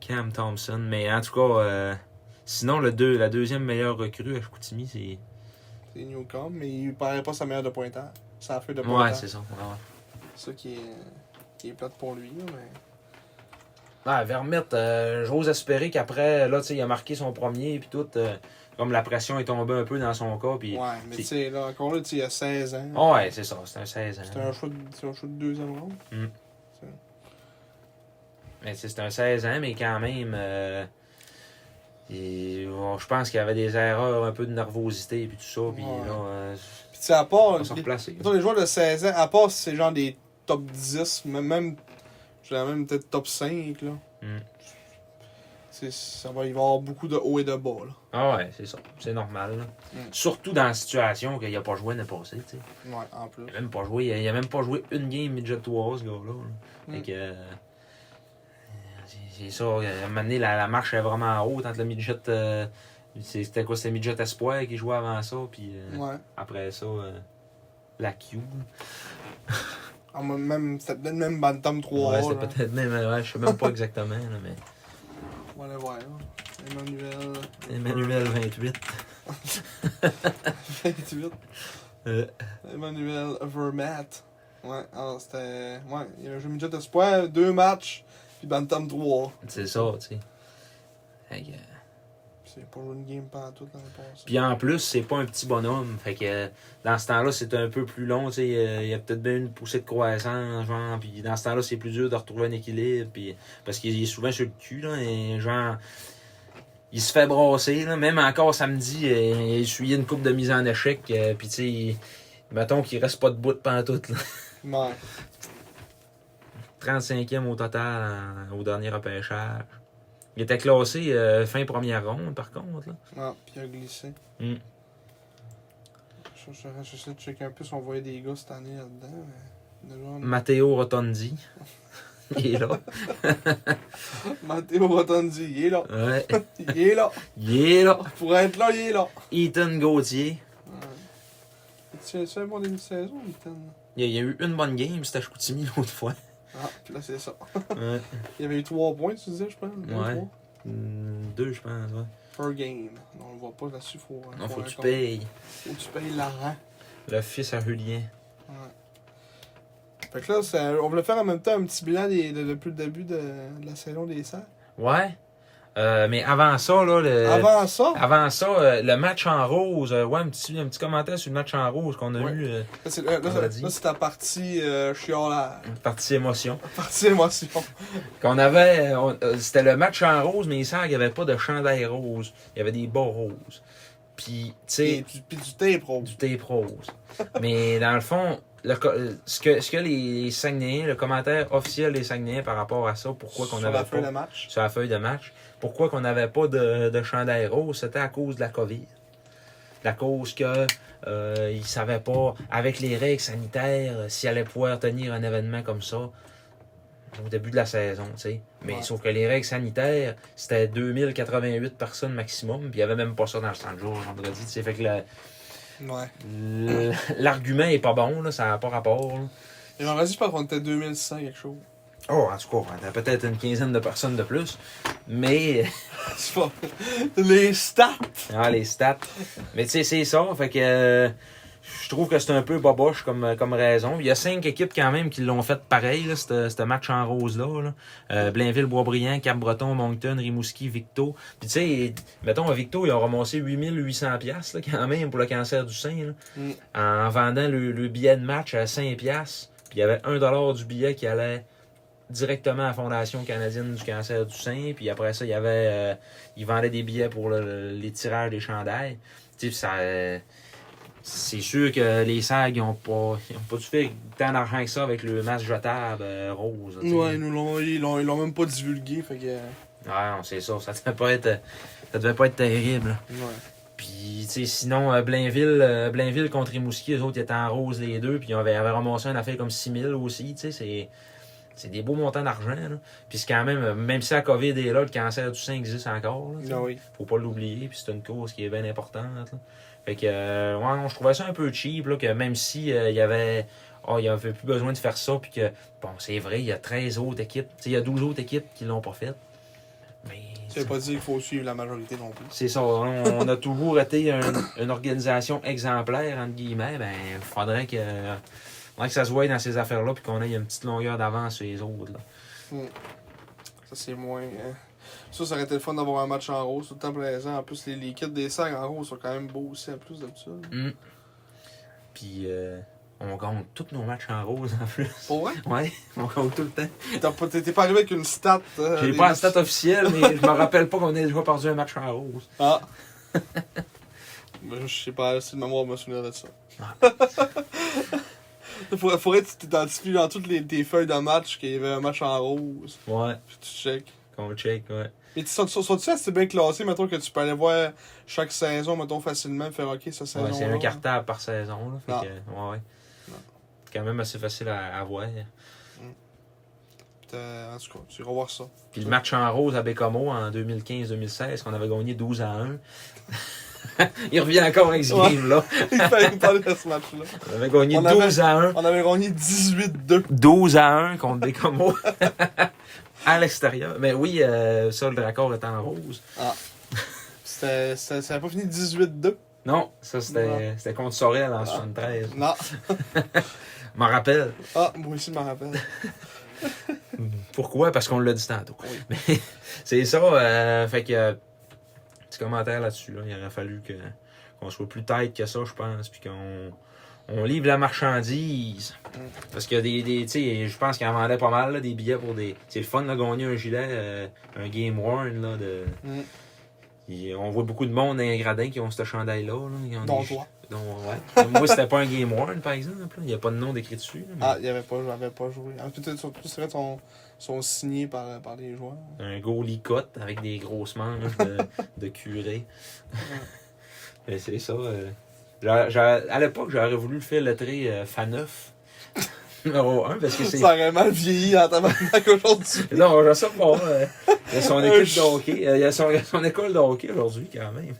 S2: Cam Thompson. Mais en tout cas, euh, sinon, le deux, la deuxième meilleure recrue à Chicoutimi, c'est.
S1: C'est Newcomb, mais il paraît pas sa meilleure de pointeur. Ça a fait de
S2: Ouais,
S1: pointeur.
S2: c'est ça. ouais, ouais.
S1: ça qui est, qui est plate pour lui, là, mais.
S2: Ah, Vermette, euh, j'ose espérer qu'après, là, tu sais, il a marqué son premier, puis tout, euh, comme la pression est tombée un peu dans son cas, puis...
S1: Ouais, mais
S2: c'est-
S1: tu sais, là, encore là, tu sais, il a 16 ans.
S2: Ah ouais, c'est ça, c'est un 16 ans.
S1: C'est un choix de, c'est un choix de deuxième round.
S2: Mais tu sais, c'est un 16 ans, mais quand même, euh, il- bon, je pense qu'il y avait des erreurs, un peu de nervosité, puis tout ça, puis
S1: Ouais. Ah,
S2: là, euh,
S1: Puis tu sais, à part.
S2: on s'est
S1: les-
S2: replacé.
S1: Mettons, les joueurs de 16 ans, à part si c'est genre des top 10, même, même je dirais même peut-être top 5, là.
S2: Mm.
S1: C'est- Ça va y avoir beaucoup de haut et de bas, là.
S2: Ah ouais, c'est ça, c'est normal, là.
S1: Mm.
S2: Surtout dans la situation qu'il a pas joué l'année passée, tu sais.
S1: Ouais, en plus.
S2: Il a même pas joué, il a même pas joué une game midget 3, ce gars-là. là. Fait
S1: Mm.
S2: que. euh, c'est- C'est ça, euh, à un moment donné, la, la marche est vraiment haute entre le midget. euh, c'est- C'était quoi, c'était midget espoir qui jouait avant ça, puis euh,
S1: Ouais.
S2: après ça, euh, la Q.
S1: En même- même, c'était peut-être même Bantam 3
S2: ouais, c'était peut-être même. euh, Ouais, je sais même pas exactement, là, mais.
S1: On va aller voir, là. Emmanuel
S2: Emmanuel 28.
S1: 28.
S2: Euh,
S1: Emmanuel Vermaat. Ouais, alors c'était. Ouais, il y a un jeu midget espoir, deux matchs, puis Bantam 3.
S2: c'est ça, tu sais. Fait que, euh,
S1: C'est pas joué une game pendant toute l'année passée.
S2: Puis en plus, c'est pas un petit bonhomme. Fait que euh, dans ce temps-là, c'est un peu plus long. tu sais, euh, Il y a peut-être bien une poussée de croissance. Genre, puis dans ce temps-là, c'est plus dur de retrouver un équilibre. Puis, parce qu'il est souvent sur le cul. Là, et genre, il se fait brasser. Là. Même encore samedi, euh, il a essuyé une coupe de mise en échec. euh, puis tu sais, il- mettons qu'il reste pas de bout pendant tout.
S1: Ouais.
S2: 35e au total en- au dernier repêchage. Il était classé euh, fin première ronde, par contre. là.
S1: Non, Ah, puis il a glissé.
S2: Mm.
S1: Je- je- je- J'essaie de checker un peu si on voyait des gars cette année là-dedans, mais. Déjà, on...
S2: Matteo Rotondi. il est là.
S1: Matteo Rotondi, il est là.
S2: Ouais.
S1: Il est là.
S2: Il est là.
S1: Pour être là, il est là.
S2: Oh, Ethan Gauthier.
S1: Tu sais, bon début de saison, Ethan.
S2: Il y a- il y a eu une bonne game, c'était à Chicoutimi l'autre fois.
S1: Ah, puis là, c'est ça.
S2: Ouais.
S1: Il y avait eu 3 points, tu disais, je pense. deux,
S2: Ouais.
S1: trois.
S2: Mm, Deux, je pense, ouais.
S1: Per game. Non, on le voit pas là-dessus. Faut,
S2: Non, faut que tu
S1: raconter.
S2: payes.
S1: Faut que tu payes l'argent.
S2: Le fils à Julien.
S1: Ouais. Fait que là, ça- on voulait faire en même temps un petit bilan des- de- depuis le début de, de la saison des Serres.
S2: Ouais. Euh, mais avant ça, là, le...
S1: Avant ça,
S2: avant ça, euh, le match en rose. euh, ouais, un petit, un petit commentaire sur le match en rose qu'on a
S1: Ouais.
S2: eu. euh,
S1: là, c'est là, là,
S2: vendredi.
S1: là, c'est ta partie euh, chiolage.
S2: partie émotion.
S1: Partie émotion.
S2: Qu'on avait, euh, on- euh, c'était le match en rose, mais il semble qu'il n'y avait pas de chandail rose. Il y avait des bas roses. Puis, tu
S1: Et
S2: sais,
S1: du, puis du tape rose.
S2: du tape rose. mais dans le fond, le co- euh, ce que, ce que les Saguenayens, le commentaire officiel des Saguenayens par rapport à ça, pourquoi qu'on
S1: Sur
S2: n'avait
S1: la fin de
S2: pas,
S1: match.
S2: sur la feuille de match, pourquoi qu'on n'avait pas de, de chandail rose, c'était à cause de la COVID. La cause que euh, ils savaient pas, avec les règles sanitaires, euh, s'ils allaient pouvoir tenir un événement comme ça au début de la saison, tu sais. Mais
S1: Ouais.
S2: sauf que les règles sanitaires, c'était 2088 personnes maximum, puis il n'y avait même pas ça dans le 100 jours vendredi, tu sais. Fait que la-
S1: Ouais.
S2: le- l'argument est pas bon, là, ça n'a pas rapport. là.
S1: Et vendredi, je pense qu'on était 2100 quelque chose.
S2: Oh, en tout cas, on a peut-être une quinzaine de personnes de plus, mais
S1: C'est pas. Les stats!
S2: Ah, les stats. Mais tu sais, c'est ça. Fait que euh, je trouve que c'est un peu boboche comme, comme raison. Il y a cinq équipes quand même qui l'ont fait pareil, là, ce ce match en rose-là. là. Euh, Blainville, Boisbriand, Cap-Breton, Moncton, Rimouski, Victo. Puis tu sais, mettons, à Victo, ils ont ramassé 8800$ piastres, là, quand même pour le cancer du sein. là.
S1: Mm.
S2: en vendant le, le billet de match à 5$. piastres. Puis il y avait 1$ du billet qui allait directement à la Fondation canadienne du cancer du sein. Puis après ça, il y avait... euh, ils vendaient des billets pour le- les tirages des chandails. Tu sais, ça, euh, c'est sûr que les SAG n'ont pas, ils ont pas dû faire tant d'argent que ça avec le masque jetable euh, rose. tu sais.
S1: Ouais, ils nous l'ont, ils l'ont, ils l'ont même pas divulgué, fait que. euh,
S2: euh, Ouais, non, c'est ça. Ça devait pas être, ça devait pas être terrible.
S1: Ouais.
S2: Puis, tu sais, sinon, euh, Blainville, euh, Blainville contre Rimouski, eux autres, ils étaient en rose les deux, puis ils avaient, avaient ramassé une affaire comme 6 000 aussi, tu sais, c'est... C'est des beaux montants d'argent. là. Puis c'est quand même, euh, même si la COVID est là, le cancer du sein existe encore. là, tu sais.
S1: Ah oui.
S2: Faut pas l'oublier, puis c'est une cause qui est bien importante. là. Fait que, euh, ouais, non, je trouvais ça un peu cheap, là, que même si euh, il y avait, oh, il y avait plus besoin de faire ça, puis que, bon, c'est vrai, il y a 13 autres équipes, tu sais, il y a 12 autres équipes qui l'ont pas fait. Mais.
S1: Ça veut pas dire qu'il faut suivre la majorité non plus.
S2: C'est ça. On, on a toujours été un- une organisation exemplaire, entre guillemets. Ben, faudrait que, faudrait que ça se voie dans ces affaires-là, puis qu'on ait une petite longueur d'avance sur les autres. là.
S1: Ça, c'est moins. hein. Ça, ça aurait été le fun d'avoir un match en rose, tout le temps plaisant. En plus, les, les kits des sacs en rose sont quand même beaux aussi, en plus d'habitude.
S2: Puis, euh, on gagne tous nos matchs en rose, en plus.
S1: Pour vrai?
S2: Ouais, on gagne tout le temps.
S1: T'as pas- T'es t'es pas arrivé avec une stat. euh,
S2: J'ai
S1: des
S2: pas la
S1: matchs-
S2: stat officielle, mais je me rappelle pas qu'on ait déjà perdu un match en rose.
S1: Ah! Ben, je sais pas si de mémoire me souvenir de ça. faudrait, faudrait que tu t'identifies dans toutes les, tes feuilles de match qu'il y avait un match en rose.
S2: Ouais,
S1: Puis tu check.
S2: qu'on check, ouais.
S1: Mais tu sont, sont, sont-tu assez bien classés, mettons, que tu peux aller voir chaque saison, mettons, facilement, faire OK, cette saison.
S2: Ouais, c'est un cartable par saison. Là, fait
S1: Non.
S2: que, ouais, ouais.
S1: Non.
S2: C'est Quand même assez facile à, à voir.
S1: euh, en tout cas, tu iras voir ça.
S2: Puis le match en rose à Bécomo en 2015-2016, qu'on avait gagné 12 à 1. Il revient encore avec ce
S1: Ouais.
S2: game-là.
S1: Il fallait nous parler de ce match-là.
S2: On avait gagné
S1: On
S2: 12
S1: avait-
S2: à 1.
S1: On avait gagné 18-2.
S2: 12 à 1 contre Bécomo. à l'extérieur. Mais oui, euh, ça, le raccord est en rose.
S1: C'était- c'était- Ça n'a pas fini 18-2.
S2: Non, ça, c'était
S1: Non.
S2: c'était contre Sorel
S1: Ah.
S2: en 73.
S1: Non.
S2: Je m'en rappelle.
S1: Ah, moi aussi, je m'en rappelle.
S2: Pourquoi? Parce qu'on l'a dit tantôt.
S1: Oui.
S2: Mais c'est ça. euh, fait que. euh, Petit commentaire là-dessus. là. Il aurait fallu que qu'on soit plus tight que ça, je pense. Puis qu'on on livre la marchandise. Parce que des. des tu sais, je pense qu'ils en vendaient pas mal là, des billets pour des. C'est le fun de gagner un gilet, euh, un game worn là, de.
S1: Mm.
S2: Et on voit beaucoup de monde dans les gradins qui ont ce chandail-là. Là. Ils ont
S1: Dont
S2: des-
S1: toi.
S2: dont- ouais. Moi, c'était pas un Game Worn, par exemple. là. Il n'y a pas de nom d'écrit dessus. là, mais-
S1: Ah, il avait pas, j'avais pas joué. En plus, peut-être surtout, c'est vrai, sont, sont signés par, par les joueurs.
S2: un goalie cut avec des grosses manches de, de curé. Mais c'est ça. euh, j'a- j'a- à l'époque, j'aurais voulu le faire lettrer euh, Faneuf. Numéro 1, parce que c'est.
S1: Ça aurait mal vieilli en tabarnak aujourd'hui.
S2: Non, je sais pas. euh, il y a son
S1: Un
S2: équipe de
S1: ch-
S2: hockey. euh, il y a son, son école de hockey aujourd'hui, quand même.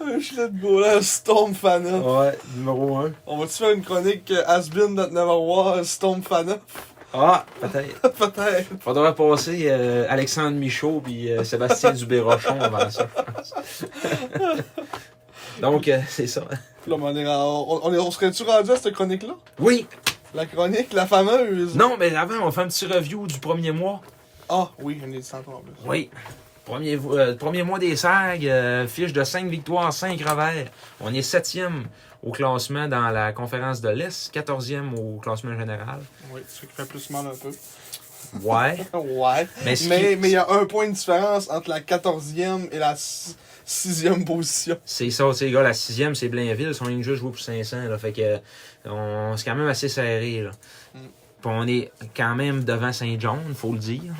S1: Un gilet de goaler, Storm Fana.
S2: Ouais, numéro 1.
S1: On va-tu faire une chronique euh, Has been that never was, Storm Fana?
S2: Ah, peut-être.
S1: Peut-être.
S2: Faudrait passer euh, Alexandre Michaud puis euh, Sébastien Dubé-Rochon avant ça, je pense. Donc, euh, c'est ça.
S1: Puis là, on, est, en- on, on est- on serait-tu rendu à cette chronique-là?
S2: Oui,
S1: La chronique, la fameuse?
S2: Non, mais avant, on fait un petit review du premier mois.
S1: Ah, oui, on est dit tantôt en plus.
S2: Oui. Premier, euh, premier mois des SAG, euh, fiche de 5 victoires, 5 revers. On est 7e au classement dans la conférence de l'Est, 14e au classement général.
S1: Oui, ce qui fait plus mal un peu.
S2: Ouais.
S1: Ouais.
S2: Mais ce
S1: Mais
S2: qui-
S1: mais il y a un point de différence entre la 14e et la 6e position.
S2: C'est ça, tu sais, les gars, la 6e, c'est Blainville. Ils sont venus juste jouer pour 500. Là, fait que euh, on, c'est quand même assez serré. Là.
S1: Mm.
S2: Puis on est quand même devant Saint-John, faut le dire.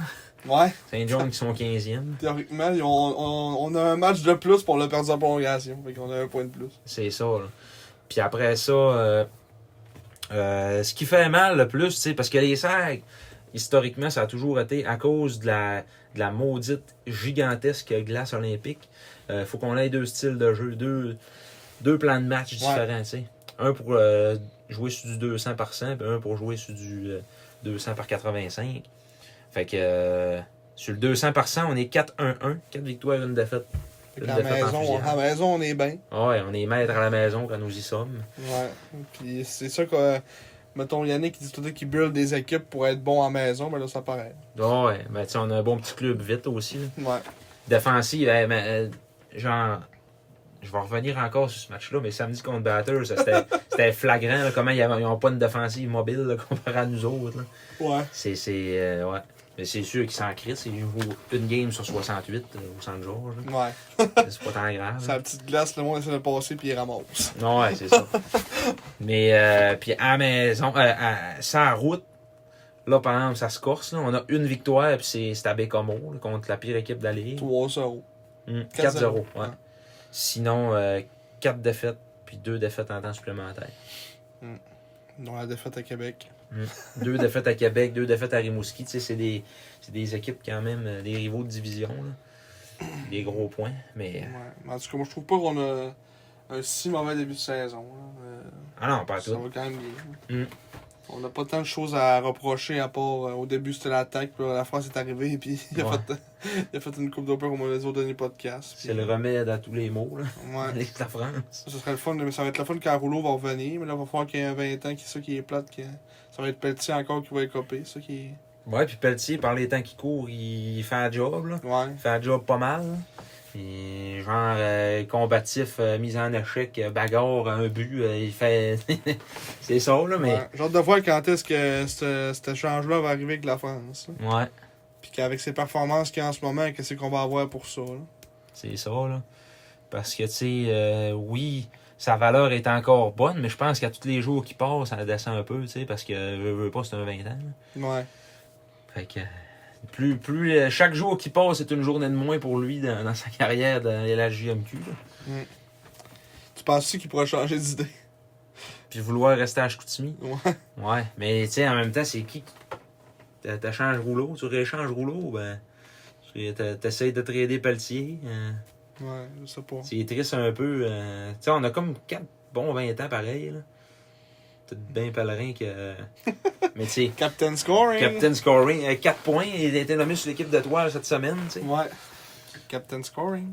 S1: Ouais.
S2: Saint-John qui sont 15e.
S1: Théoriquement, ils ont- on, on a un match de plus pour le perdre en prolongation. Fait qu'on a un point de plus.
S2: C'est ça. là. Puis après ça, euh, euh, ce qui fait mal le plus, tu sais, parce que les sacs, historiquement, ça a toujours été à cause de la, de la maudite gigantesque glace olympique. Euh, faut qu'on ait deux styles de jeu, deux, deux plans de match différents. tu sais. Un pour euh, jouer sur du 200 par 100, puis un pour jouer sur du euh, 200 par 85. Fait que euh, sur le 200 par 100, on est 4-1-1, 4 victoires et une défaite.
S1: Fait
S2: Une
S1: qu'à la
S2: défaite en hein.
S1: maison,
S2: fusillade.
S1: à la maison, on est bien.
S2: Ouais, on est maître à la maison quand nous y sommes.
S1: Ouais. Puis c'est sûr que, euh, mettons, Yannick qui dit tout le temps qu'il build des équipes pour être bon à la maison, mais là, ça paraît.
S2: Ah ouais, ben tu sais, on a un bon petit club vite aussi. là.
S1: Ouais.
S2: Défensif, eh, ben, euh, genre, je vais revenir encore sur ce match-là, mais samedi contre Batters, ça, c'était c'était flagrant là, comment ils n'ont pas une défensive mobile là, comparé à nous autres. là.
S1: Ouais.
S2: C'est, c'est, euh, ouais. Mais c'est sûr qu'ils s'en crissent, ils jouent une game sur 68 euh, au centre Georges. là.
S1: Ouais.
S2: C'est pas tant grave.
S1: C'est la petite glace, le monde essaie de passer, puis il ramasse.
S2: Non, ouais, c'est ça. Mais euh, puis à la maison, euh, à- sans route, là par exemple, ça se corse. là. On a une victoire, puis c'est, c'est à Bécomo là, contre la pire équipe de la Ligue.
S1: 3 euros.
S2: 4-0. Mm, ouais.
S1: Ouais.
S2: Sinon, euh, quatre défaites, puis deux défaites en temps supplémentaire.
S1: Dans la défaite à Québec.
S2: Deux défaites à Québec, deux défaites à Rimouski. Tu sais, c'est des, c'est des équipes quand même, euh, des rivaux de division. là. Des gros points. Mais. euh,
S1: Ouais. Mais en tout cas, moi, je trouve pas qu'on a un si mauvais début de saison. là. Euh,
S2: Ah non, pas à
S1: ça
S2: tout.
S1: va quand même bien.
S2: Mm.
S1: On n'a pas tant de choses à reprocher à part euh, au début c'était l'attaque, puis là, la France est arrivée et puis il, a
S2: Ouais.
S1: fait, il a fait une coupe d'opéra comme on les autres derniers podcasts.
S2: C'est le remède à tous les maux, là.
S1: Ouais.
S2: L'équipe de la France.
S1: Ça serait le fun, mais ça va être le fun quand Rouleau va revenir, mais là il va falloir qu'il y ait un 20 ans qui ça qui est plate, que ça va être Pelletier encore qui va écoper, ça qui est.
S2: Ouais, puis Pelletier, par les temps qui courent, il fait un job, là.
S1: Ouais.
S2: Il fait un job pas mal. là. Puis, genre, euh, combatif, euh, mise en échec, euh, bagarre, un but, euh, il fait. c'est ça, là, mais.
S1: Ouais. J'ai hâte de voir quand est-ce que ce, cet échange-là va arriver avec la France. là.
S2: Ouais,
S1: Puis qu'avec ses performances qu'il y a en ce moment, qu'est-ce qu'on va avoir pour ça. là.
S2: c'est ça, là. Parce que, tu sais, euh, oui, sa valeur est encore bonne, mais je pense qu'à tous les jours qui passent, ça descend un peu, tu sais, parce que, veux, veux pas, c'est un 20 ans. là.
S1: Ouais.
S2: Fait que plus, plus euh, chaque jour qui passe, c'est une journée de moins pour lui dans, dans sa carrière dans la JMQ. là.
S1: Tu penses-tu qu'il pourra changer d'idée?
S2: Puis vouloir rester à Chicoutimi.
S1: Ouais.
S2: Ouais, mais tu sais, en même temps, c'est qui qui- t'a- T'échanges rouleau, tu rééchanges rouleau, ben. tu- t'a- T'essayes de trader Pelletier. euh,
S1: Ouais, je sais pas.
S2: c'est triste un peu. euh, tu sais, on a comme 4 bons 20 ans pareil. là. Peut-être bien pèlerin que. mais tu sais,
S1: Captain Scoring.
S2: Captain Scoring, 4 points, il a été nommé sur l'équipe de toile cette semaine, tu sais.
S1: Ouais. Captain Scoring.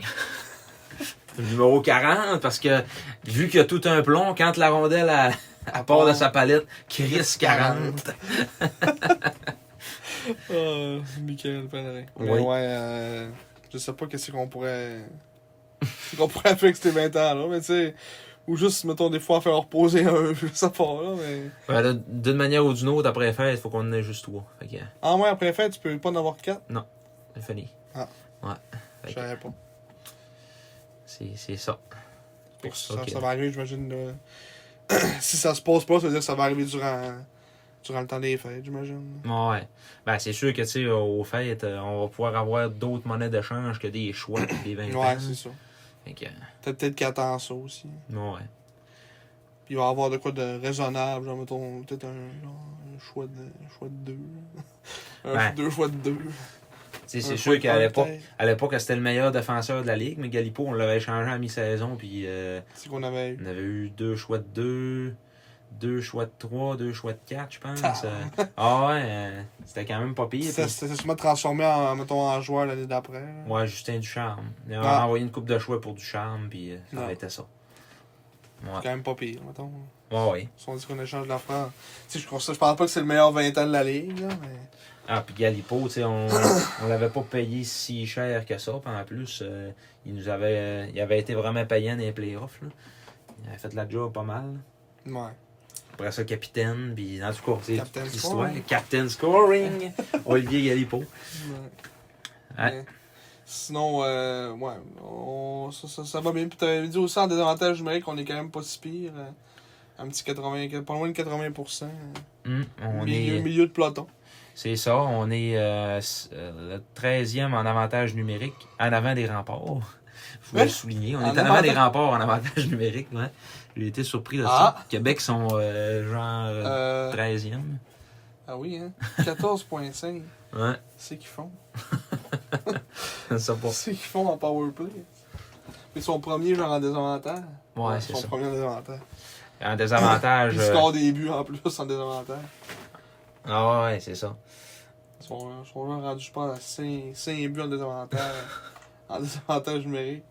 S2: Le numéro 40, parce que vu qu'il y a tout un plomb, quand la rondelle à, à part de sa palette, Chris 40.
S1: Euh, Michael Pellerin. Mais
S2: Oui.
S1: ouais, euh, je sais pas qu'est-ce qu'on pourrait. ce qu'on pourrait faire avec ces 20 ans, là. Mais tu sais. Ou juste, mettons, des fois, faire reposer un, je sais pas, là. Mais.
S2: Ouais, de- D'une manière ou d'une autre, après faire, il faut qu'on en ait juste trois. Fait que, euh,
S1: En moins, après fait, tu peux pas en avoir quatre.
S2: c'est fini.
S1: Ah.
S2: Ouais.
S1: Je
S2: Fait que,
S1: savais pas.
S2: c'est c'est ça.
S1: Pour ça,
S2: Ok.
S1: ça va arriver, j'imagine. euh, si ça se passe pas, ça veut dire que ça va arriver durant. Durant le temps des fêtes, j'imagine.
S2: Ouais. Ben, c'est sûr que, tu sais, au fait, euh, on va pouvoir avoir d'autres monnaies d'échange que des choix pis des 20
S1: Ouais,
S2: ans.
S1: c'est ça.
S2: Fait que, euh,
S1: T'as peut-être qu'il attend ça aussi.
S2: ouais.
S1: Puis il va avoir de quoi de raisonnable, genre mettons peut-être un, genre, un choix de un choix de deux. un
S2: Ben,
S1: deux choix de deux.
S2: Tu sais,
S1: Un
S2: c'est
S1: choix
S2: sûr
S1: de
S2: qu'à
S1: un,
S2: l'époque,
S1: peut-être.
S2: à l'époque, c'était le meilleur défenseur de la ligue, mais Galipo, on l'avait échangé à mi-saison, puis euh,
S1: C'est qu'on avait eu.
S2: On avait eu deux choix de deux, deux choix de trois, deux choix de quatre, je pense.
S1: Ah.
S2: Euh, Ah ouais, euh, c'était quand même pas pire.
S1: C'était
S2: puis-
S1: c'était sûrement transformé en mettons en joueur l'année d'après. là.
S2: Ouais, Justin Ducharme. On a
S1: Ah.
S2: envoyé une coupe de choix pour Ducharme, puis euh, ça
S1: Non.
S2: arrêtait ça.
S1: C'est
S2: Ouais,
S1: quand même pas pire, mettons.
S2: ouais, ouais.
S1: Si on dit qu'on échange de la France. Tu sais, je, considère- je pense pas que c'est le meilleur 20 ans de la ligue, là, mais.
S2: Ah, puis Galipo, tu sais, on, on l'avait pas payé si cher que ça. Puis en plus, euh, il nous avait, euh, il avait été vraiment payant dans les playoffs. Là. Il avait fait la job pas mal.
S1: Ouais.
S2: Après ça, capitaine, puis en tout cas, c'est
S1: Captain
S2: toute l'histoire.
S1: scoring.
S2: Captain Scoring, Olivier Galipo.
S1: Ouais.
S2: Ouais.
S1: Mais Sinon, euh, ouais, on- ça, ça, ça va bien. Puis t'avais dit aussi en désavantage numérique qu'on est quand même pas si pire. euh, Un petit 80, pas loin de 80%. euh,
S2: Hum, on
S1: milieu,
S2: est...
S1: milieu de peloton.
S2: C'est ça, on est euh, s- euh, le 13e en avantage numérique, en avant des remparts. Je voulais
S1: Hein?
S2: le souligner, on
S1: En
S2: est en avant
S1: avant
S2: des
S1: des-
S2: remparts en avantage numérique. Ouais. J'ai été surpris de
S1: Ah!
S2: ça. Québec sont euh, genre
S1: Euh,
S2: euh, 13e.
S1: Ah oui, hein? 14.5.
S2: Ouais,
S1: C'est qu'ils font.
S2: ça pas.
S1: C'est qu'ils font en powerplay. Mais son premier, genre en désavantage.
S2: Ouais, c'est
S1: Son
S2: ça.
S1: premier en désavantage.
S2: En
S1: Il
S2: désavantage. euh,
S1: score des buts en plus en désavantage.
S2: Ah ouais, c'est ça.
S1: Son, son joueur rendu, je pense, à 5, buts en désavantage. en désavantage numérique.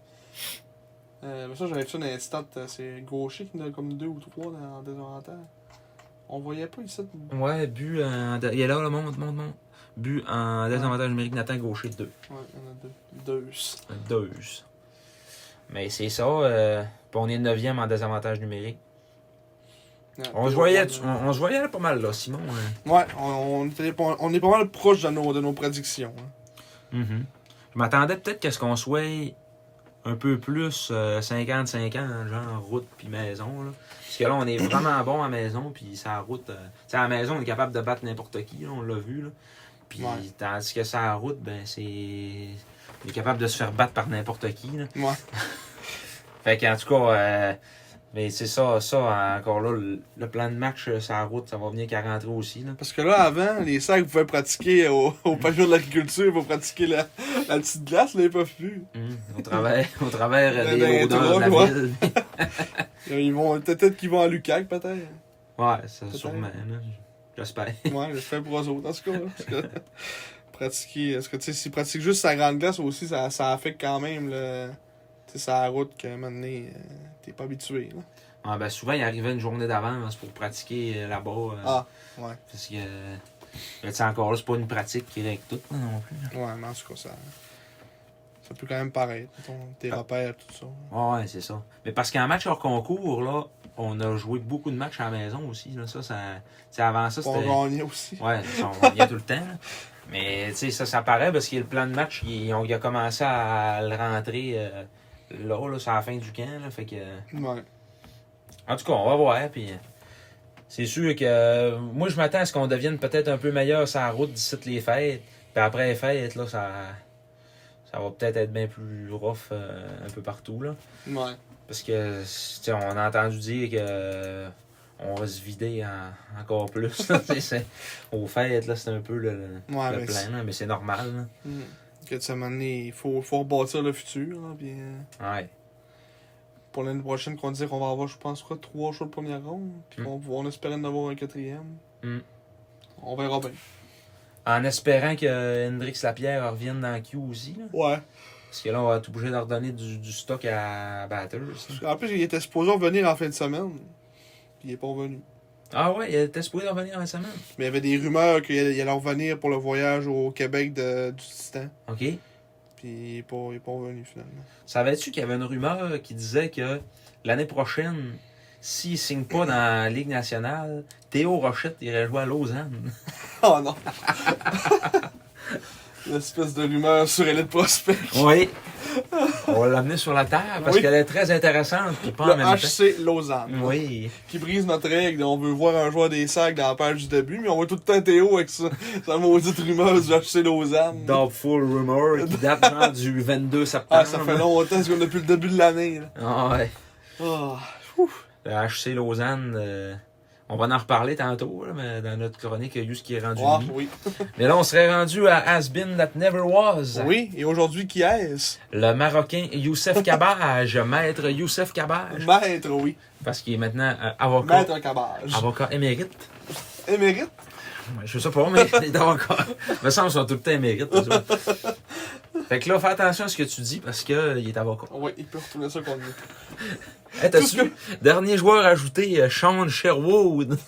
S1: Euh, mais ça, j'avais vu ça dans les stats. euh, C'est Gaucher qui en a comme 2 ou 3 en désavantage. On voyait pas ici.
S2: Ouais, but en. dé- Il est là, le monte, monte, monte. But en désavantage numérique, Nathan Gaucher 2.
S1: Ouais, il y en a deux. Deux.
S2: 2. Mais c'est ça, euh, puis on est 9e en désavantage numérique.
S1: Ouais,
S2: On
S1: deux
S2: se voyait,
S1: joueurs,
S2: on, on se voyait pas mal là, Simon. hein.
S1: Ouais, on, on était pas- on est pas mal proche de nos, de nos prédictions. hein.
S2: Mhm. Je m'attendais peut-être qu'à ce qu'on soit un peu plus euh, 50-50, hein, genre route puis maison. Là. Parce que là, on est vraiment bon à maison, puis ça route. euh, tu sais, à la maison, on est capable de battre n'importe qui, là, on l'a vu. Là. Puis
S1: Ouais.
S2: tandis que ça route, ben c'est. On est capable de se faire battre par n'importe qui. là.
S1: Ouais.
S2: Fait qu'en tout cas, euh, mais c'est ça, ça, encore là, le, le plan de match, euh, sur la route, ça va venir qu'à rentrer aussi. Là.
S1: Parce que là, avant, les sacs pouvaient pratiquer au, au pavillon de l'agriculture pour pratiquer la, la petite glace, là, ils peuvent plus.
S2: Hum, au travers, au travers euh,
S1: Ben,
S2: des odeurs de la
S1: drôle,
S2: ville.
S1: Euh, Ils vont, peut-être qu'ils vont à Lucac, peut-être.
S2: Ouais, ça, sûrement. là. J'espère.
S1: Ouais, je fais pour eux autres, en tout cas. là, parce que pratiquer, est-ce que, tu sais, s'ils pratiquent juste sa grande glace aussi, ça, ça affecte quand même, le Tu sais, c'est la route que, maintenant, euh, t'es pas habitué, là.
S2: Ah, ben, souvent, il arrivait une journée d'avance pour pratiquer euh, là-bas. euh,
S1: Ah, ouais.
S2: Parce que. euh, ben, tu sais, encore là, c'est pas une pratique qui est avec tout là, non plus. là.
S1: Ouais, mais en tout cas, ça. Ça peut quand même paraître, ton- tes repères, tout ça.
S2: Ouais, c'est ça. Mais parce qu'en match hors concours, là, on a joué beaucoup de matchs à la maison aussi. Là, ça, ça... tu sais, avant ça,
S1: Pour
S2: c'était.
S1: gagner aussi.
S2: Ouais, ça, on revient tout le temps. là. Mais tu sais, ça, ça paraît parce que le plan de match, il, on, il a commencé à le rentrer euh, là, là, c'est la fin du camp. Là, fait que,
S1: Ouais.
S2: en tout cas, on va voir. hein, Puis, c'est sûr que euh, moi, je m'attends à ce qu'on devienne peut-être un peu meilleur sur la route d'ici les fêtes. Puis après les fêtes, là, ça, ça va peut-être être bien plus rough euh, un peu partout. Là.
S1: Ouais.
S2: Parce que, tu sais, on a entendu dire que euh, on va se vider en- encore plus. là, tu sais, c'est- Au fait, là, c'est un peu le, le-
S1: Ouais,
S2: le
S1: Ah, mais
S2: plan,
S1: c'est-
S2: là, mais c'est normal.
S1: Hmm. Que de cette année, il faut, faut rebâtir le futur. Là, puis, euh,
S2: là. Ouais.
S1: pour l'année prochaine, qu'on dit qu'on va avoir, je pense, quoi, trois choix de première ronde. Puis
S2: Hmm.
S1: qu'on- on, espérait en avoir un quatrième.
S2: Hmm.
S1: On verra bien.
S2: En espérant que Hendrix Lapierre revienne dans le Q aussi. Là.
S1: Ouais.
S2: Parce que là, on va être obligé de redonner du, du stock à Batters. là.
S1: En plus, il était supposé revenir en fin de semaine. Puis il est pas revenu.
S2: Ah ouais, il était supposé revenir en semaine.
S1: Mais il y avait des rumeurs qu'il allait il allait revenir pour le voyage au Québec de, du Titan.
S2: OK.
S1: Puis il est pas, il est pas revenu finalement.
S2: Savais-tu qu'il y avait une rumeur euh, qui disait que l'année prochaine, s'il ne signe pas dans la Ligue nationale, Théo Rochette irait jouer à Lausanne?
S1: Oh non! L'espèce de rumeur sur Elite Prospect.
S2: Oui. On va l'amener sur la terre parce
S1: Oui.
S2: qu'elle est très intéressante puis pas en
S1: Le
S2: même
S1: HC Lausanne.
S2: temps. Oui.
S1: qui brise notre règle. On veut voir un joueur des sacs dans la page du début, mais on voit tout le temps Théo avec ça. Sa maudite rumeur du HC Lausanne.
S2: Doubtful Rumor qui date genre du 22 septembre.
S1: Ah, ça fait longtemps, c'est qu'on depuis le début de l'année. là.
S2: Ah ouais.
S1: Ah,
S2: Le HC Lausanne, euh, on va en reparler tantôt là, mais dans notre chronique, il y a eu ce qui est rendu.
S1: ah,
S2: lui.
S1: oui.
S2: Mais là, on serait rendu à Has Been That Never Was.
S1: Oui, et aujourd'hui, qui est-ce?
S2: Le Marocain Youssef Kabage, maître Youssef Kabage,
S1: Maître, oui.
S2: parce qu'il est maintenant euh, avocat,
S1: Maître Cabage.
S2: avocat émérite.
S1: Émérite?
S2: Ouais, Je sais pas, mais les encore. me semble qu'ils sont tout le temps émérites. eux autres. fait que là, fais attention à ce que tu dis parce que euh, il est avocat.
S1: Oui, il peut retourner ça contre nous.
S2: Hey, t'as-tu vu? Dernier joueur ajouté, euh, Sean Sherwood.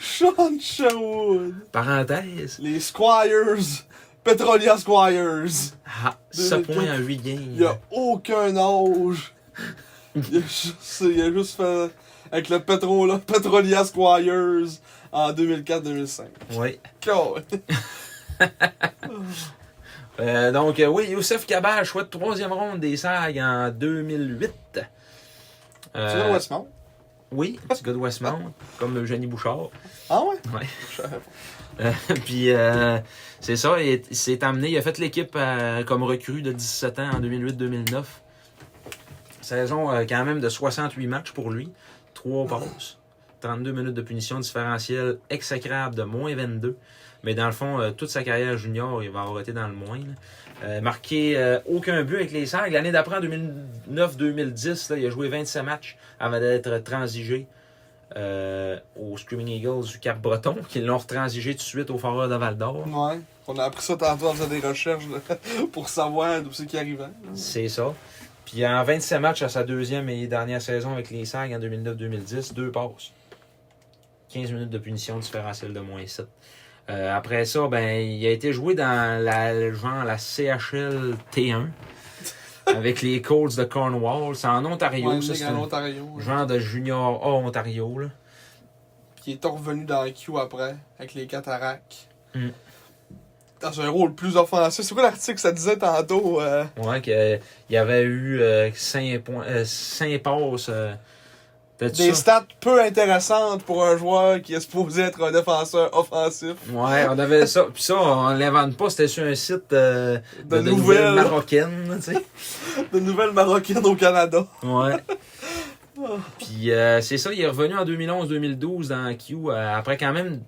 S1: Sean Sherwood.
S2: Parenthèse.
S1: Les Squires. Petrolia Squires.
S2: Ah, 7 points en 8 games.
S1: Il n'y a aucun âge. Il a juste, il a juste fait avec le pétrole, Petrolia Squires en 2004-2005.
S2: Oui.
S1: Cool.
S2: Euh, donc, euh, oui, Youssef Kabal choix de troisième ronde des SAG en 2008. Euh,
S1: Tu vois Westmount?
S2: Oui, petit gars de Westmount, comme Eugénie Bouchard.
S1: Ah ouais?
S2: Ouais.
S1: Je savais pas.
S2: Euh, puis euh, c'est ça, il, est- il s'est emmené, il a fait l'équipe euh, comme recrue de 17 ans en 2008-2009. Saison euh, quand même de 68 matchs pour lui, 3 passes, 32 minutes de punition différentielle exécrable de moins 22. Mais dans le fond, euh, toute sa carrière junior, il va avoir été dans le moins. là. Euh, marqué euh, aucun but avec les Sags. L'année d'après, en 2009-2010, là, il a joué 27 matchs avant d'être transigé euh, aux Screaming Eagles du Cap-Breton, qui l'ont retransigé tout de suite au Foreur de Val-d'Or.
S1: Ouais. On a appris ça tantôt en faisant des recherches là, pour savoir d'où c'est qui arrivait.
S2: C'est ça. Puis en 27 matchs à sa deuxième et dernière saison avec les Sags en 2009-2010, deux passes. 15 minutes de punition différentielle de moins 7. Euh, après ça, ben, il a été joué dans la, genre, la CHL T1 avec les Colts de Cornwall. C'est en Ontario,
S1: Ouais,
S2: ça,
S1: c'est
S2: c'est
S1: en
S2: un
S1: Ontario. ouais.
S2: genre de junior A Ontario. Là.
S1: Puis il est revenu dans le Q après, avec les cataractes.
S2: Mm.
S1: Dans un rôle plus offensif. C'est quoi l'article que ça disait tantôt? euh,
S2: Ouais, que, il y avait eu 5 points, 5 passes euh, T'as-tu
S1: Des
S2: ça?
S1: stats peu intéressantes pour un joueur qui est supposé être un défenseur offensif.
S2: Ouais, on avait ça. Puis ça, on l'invente pas. C'était sur un site euh,
S1: De
S2: de, de
S1: nouvelles.
S2: nouvelles marocaines, tu sais.
S1: De nouvelles Marocaines au Canada.
S2: Ouais. Puis euh, c'est ça, il est revenu en 2011-2012 dans Q, euh, après quand même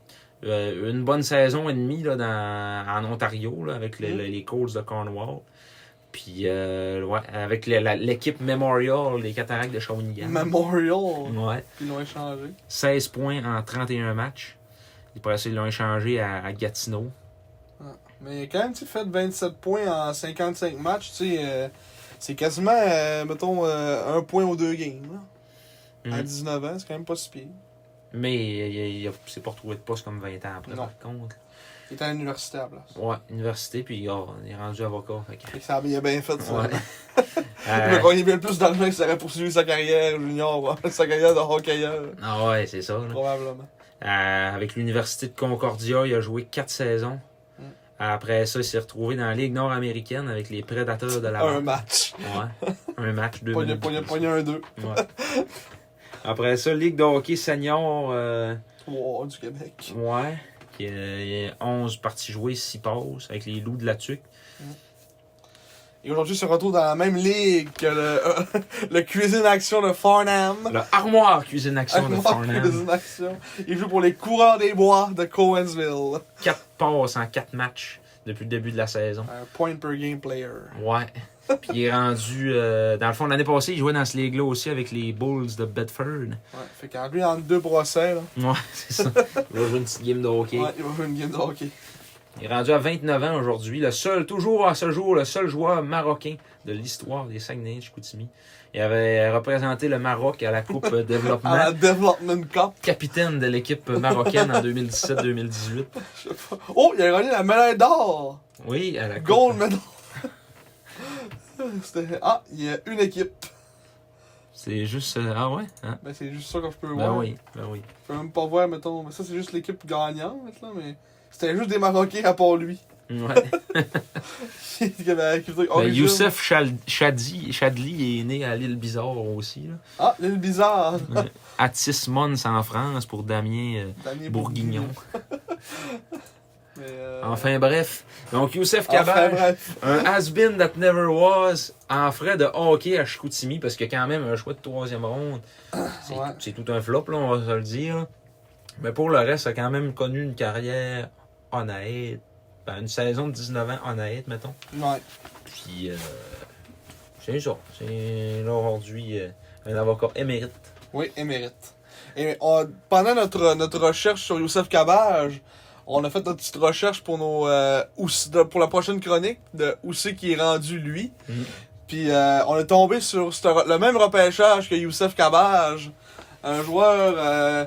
S2: euh, une bonne saison et demie là, dans, en Ontario là, avec les,
S1: Mm.
S2: les, les Colts de Cornwall. Puis euh, ouais, avec le- la- l'équipe Memorial, les Cataractes de Shawinigan.
S1: Memorial.
S2: Ouais.
S1: Ils l'ont échangé.
S2: 16 points en 31 matchs. Ils pourraient essayer de l'ont échangé à, à Gatineau.
S1: Mais quand même, tu fais 27 points en 55 matchs, tu sais, euh, c'est quasiment, euh, mettons, euh, un point ou deux games. là. À
S2: Mm.
S1: 19 ans, c'est quand même pas si pire.
S2: Mais il, il- il s'est pas retrouvé de poste comme 20 ans après,
S1: Non.
S2: par contre.
S1: Il est à l'université à la place.
S2: Ouais, université, puis oh, on est rendu avocat. fait que-
S1: Fait que ça a bien bien fait, ça.
S2: Ouais.
S1: Il a
S2: Euh,
S1: gagné bien plus d'argent que ça aurait poursuivi sa carrière junior, ouais. sa carrière de hockeyeur,
S2: Ah ouais, c'est ça. là.
S1: probablement.
S2: Euh, avec l'Université de Concordia, il a joué quatre saisons.
S1: Mm.
S2: Après ça, il s'est retrouvé dans la Ligue nord-américaine avec les Prédateurs de la
S1: Un match.
S2: Ouais. Un match, deux
S1: Pogné,
S2: minutes.
S1: pogné, pogné, un, deux.
S2: Ouais. Après ça, Ligue de hockey senior, euh,
S1: Wow, du Québec.
S2: ouais. Il y a- il y a 11 parties jouées, 6 passes avec les Loups de la Tuque.
S1: Et aujourd'hui, il se retrouve dans la même ligue que le, le Cuisine Action de Farnham.
S2: Le Armoire Cuisine Action de
S1: Armoire
S2: Farnham.
S1: Cuisine Action. Il joue pour les coureurs des bois de Cowansville.
S2: 4 passes en 4 matchs depuis le début de la saison.
S1: Un point per game player.
S2: Ouais. Puis il est rendu. euh, dans le fond, l'année passée, il jouait dans ce ligue-là aussi avec les Bulls de Bedford.
S1: Ouais, fait qu'en lui, entre deux procès, là,
S2: Ouais, c'est ça. Il va jouer une petite game de hockey.
S1: ouais, il va jouer une game de hockey.
S2: Il est rendu à 29 ans aujourd'hui. Le seul, toujours à ce jour, le seul joueur marocain de l'histoire des Saguenay-Chicoutimi. Il avait représenté le Maroc à la Coupe
S1: À
S2: Développement.
S1: la Development Cup.
S2: Capitaine de l'équipe marocaine en 2017-2018.
S1: Oh, il a gagné la médaille d'or!
S2: Oui, à la Coupe.
S1: Gold medal! C'était- ah, il y a une équipe.
S2: C'est juste. euh, ah ouais? Hein?
S1: Ben, c'est juste ça que je peux
S2: Ben
S1: voir.
S2: oui, ben oui.
S1: Je peux même pas voir, mettons. Mais ça, c'est juste l'équipe gagnante, là, mais. C'était juste des Marocains à part lui.
S2: Ouais.
S1: Qui avait- qui faisait
S2: Ben,
S1: origine.
S2: Youssef Chal- Chadi- Chadli est né à l'île Bizarre aussi. Là.
S1: Ah, l'île bizarre!
S2: Atis Mons en France pour Damien euh,
S1: Damien
S2: Bourguignon.
S1: Mais, euh,
S2: Enfin bref. Donc Youssef
S1: enfin,
S2: Cabal,
S1: bref.
S2: un has-been that never was, en frais de hockey à Chicoutimi, parce que quand même un choix de troisième ronde, c'est
S1: Ouais.
S2: c'est tout un flop, là, on va se le dire. Mais pour le reste, a quand même connu une carrière honnête. Ben, une saison de 19 ans honnête, mettons.
S1: Ouais.
S2: Puis euh, c'est ça. C'est là, aujourd'hui euh, un avocat émérite.
S1: Oui, émérite. Et on- pendant notre, notre recherche sur Youssef Cabage, on a fait notre petite recherche pour nos euh, où s- de- pour la prochaine chronique de où c'est qui est rendu lui.
S2: Mhm.
S1: Puis euh, on est tombé sur ce re- le même repêchage que Youssef Cabage, un joueur euh,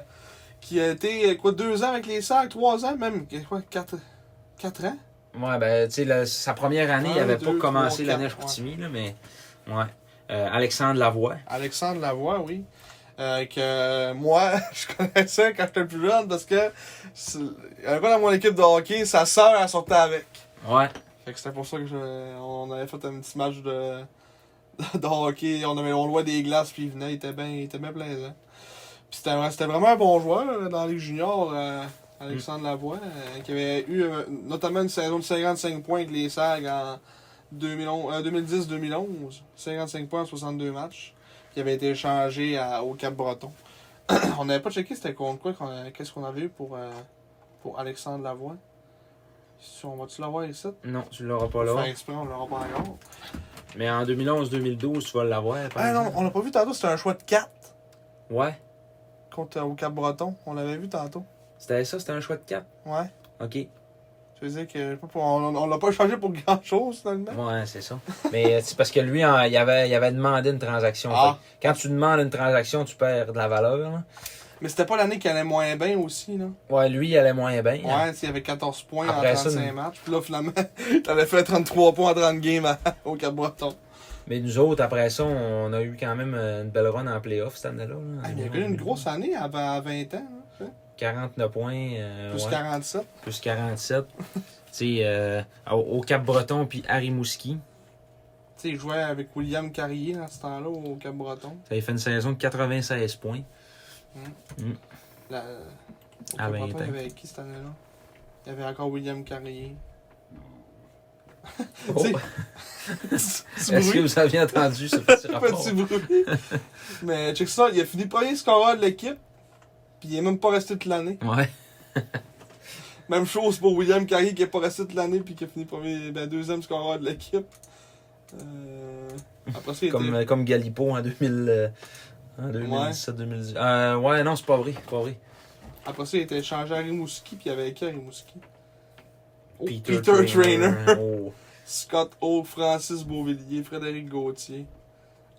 S1: qui a été euh, quoi deux ans avec les Sacs, trois ans même, quoi quatre quatre ans.
S2: Ouais, ben, tu sais, la- sa première année, il
S1: Un,
S2: avait
S1: deux,
S2: pas
S1: trois,
S2: commencé
S1: quatre,
S2: l'année à
S1: ouais.
S2: Chicoutimi, là, mais. Ouais. Euh, Alexandre Lavoie.
S1: Alexandre Lavoie, oui. Euh, que moi, je connaissais quand j'étais plus jeune parce que c'est- un gars dans mon équipe de hockey, sa sœur, elle sortait avec.
S2: Ouais.
S1: Fait que c'était pour ça que je- on avait fait un petit match de, de hockey. On, avait, on louait des glaces, puis il venait, il était bien il était bien plaisant. Puis c'était, un- c'était vraiment un bon joueur là, dans les juniors, euh, Alexandre Lavoie, euh, qui avait eu euh, notamment une saison de 55 points avec les SAG en 2011 euh, 2010-2011. 55 points en 62 matchs. Qui avait été échangé à- au Cap-Breton. on n'avait pas checké c'était contre quoi, qu'on- qu'est-ce qu'on avait eu pour, euh, pour Alexandre Lavoie. Si on va-tu l'avoir ici?
S2: Non, tu l'auras pas là.
S1: Faire exprès, on l'aura pas encore.
S2: Mais en 2011-2012, tu vas l'avoir. par
S1: Ah non,
S2: exemple.
S1: on l'a pas vu tantôt, c'était un choix de 4
S2: Ouais.
S1: contre euh, au Cap-Breton. On l'avait vu tantôt.
S2: C'était ça, c'était un choix de cap.
S1: Ouais.
S2: OK.
S1: Je veux dire que je sais pas, pour- on, on l'a pas changé pour grand chose finalement.
S2: Ouais, c'est ça. Mais euh, c'est parce que lui, en- il, avait, il avait demandé une transaction.
S1: Ah.
S2: Fait que Quand tu demandes une transaction, tu perds de la valeur. là.
S1: Mais c'était pas l'année qui allait moins bien aussi, là.
S2: Ouais, lui, il allait moins bien. hein.
S1: Ouais, il y avait 14 points
S2: Après
S1: en
S2: ça,
S1: 35
S2: nous-
S1: matchs. Puis là, finalement, t'avais fait 33 points en 30 games à- au Cap-Breton.
S2: Mais nous autres, après ça, on a eu quand même euh, une belle run en playoff cette année-là. là,
S1: Ah, mais il y a eu une grosse année à, vingt- à 20 ans, hein, tu sais.
S2: 49 points. euh,
S1: plus
S2: ouais.
S1: 47.
S2: plus 47. tu sais, euh, au, Cap Breton puis à Rimouski.
S1: Tu sais, il jouait avec William Carrier dans ce temps-là au Cap-Breton.
S2: Ça avait fait une saison de 96 points.
S1: La... Au
S2: Ah, ben,
S1: Cap-Breton, il y
S2: t'as-
S1: avait qui cette année-là Il y avait encore William Carrier.
S2: Oh,
S1: Petit
S2: Est-ce que
S1: bruit.
S2: vous aviez entendu ce petit rapport?
S1: Petit bruit. Mais check ça, il a fini premier scoreur de l'équipe. Puis il est même pas resté toute l'année.
S2: Ouais.
S1: Même chose pour William Carrier qui est pas resté toute l'année puis qui a fini premier, ben, deuxième scoreur de l'équipe. Euh, Après ça, il
S2: Comme,
S1: était...
S2: euh, comme Galipo en 2000. euh, en 2017, 2018. Euh, ouais, non, c'est pas vrai. Pas vrai.
S1: Après ça, il était échangé à Rimouski puis il avait qui à Rimouski Oh,
S2: Traynor. Oh.
S1: Scott Hall, Francis Beauvillier, Frédéric Gauthier.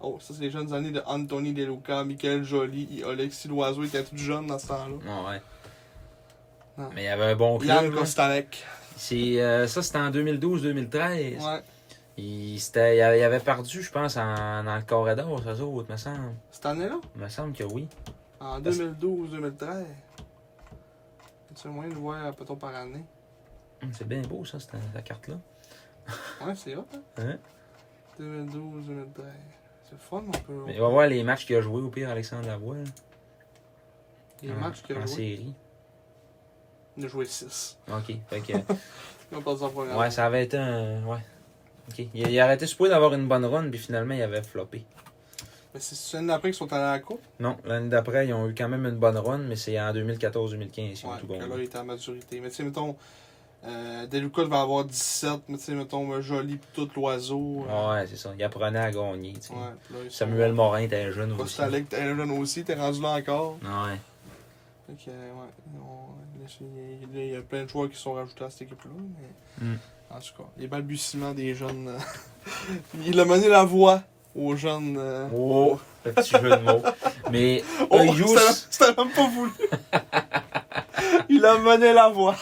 S1: Oh, ça, c'est les jeunes années de Anthony Deluca, Michael Joly et Alexis Loiseau, qui était tout jeune dans ce temps-là.
S2: Non, ouais.
S1: Non.
S2: Mais il y avait un bon
S1: Yann
S2: club. là.
S1: Kostalek.
S2: C'est, euh, ça, c'était en 2012-2013.
S1: Ouais.
S2: Il, c'était- il avait il avait perdu, je pense, en- dans le corridor, ça autres, me semble.
S1: Cette année-là,
S2: Me semble que oui.
S1: en
S2: Parce-
S1: 2012-2013. As-tu un moyen de voir, peut-on par année?
S2: Hum, C'est bien beau, ça, cette, la carte-là.
S1: Ouais, c'est hot, hein?
S2: Hein?
S1: 2012-2013. C'est le fun, mon peu.
S2: Mais il va voir les matchs qu'il a joué au pire, Alexandre Lavoie. là,
S1: Les
S2: en-
S1: matchs qu'il
S2: En
S1: a joué,
S2: série.
S1: il a joué 6.
S2: OK. Fait que,
S1: Ils ont perdu en première.
S2: ouais, ça avait été un. Ouais. OK. Il, il aurait été supposé d'avoir une bonne run, puis finalement, il avait floppé.
S1: Mais c'est celui d'après qu'ils sont allés à la coupe.
S2: Non, l'année d'après, ils ont eu quand même une bonne run, mais c'est en 2014-2015, ils ont
S1: Ouais,
S2: tout
S1: que là,
S2: bon.
S1: il était à maturité. Mais tu sais, mettons, euh, Deluca va avoir 17, mais tu sais, mettons, euh, Joly pis tout l'oiseau. euh,
S2: Ouais, c'est ça. Il apprenait à gagner. tu sais.
S1: ouais, pis là, ils sont-
S2: Ah Samuel Morin était jeune aussi. Ah
S1: Kostalek, t'es jeune aussi, t'es rendu là encore.
S2: Ouais.
S1: Fait que, euh, ouais, on- là, c'est- il y a- il y a plein de joueurs qui sont rajoutés à cette équipe-là. Mais...
S2: Mm.
S1: En tout cas, les balbutiements des jeunes. euh, il a mené la voie aux jeunes. euh,
S2: Oh, le petit jeu de mots. Mais
S1: Oh,
S2: un Yous-
S1: c'était- c'était même pas voulu. il a mené la voie.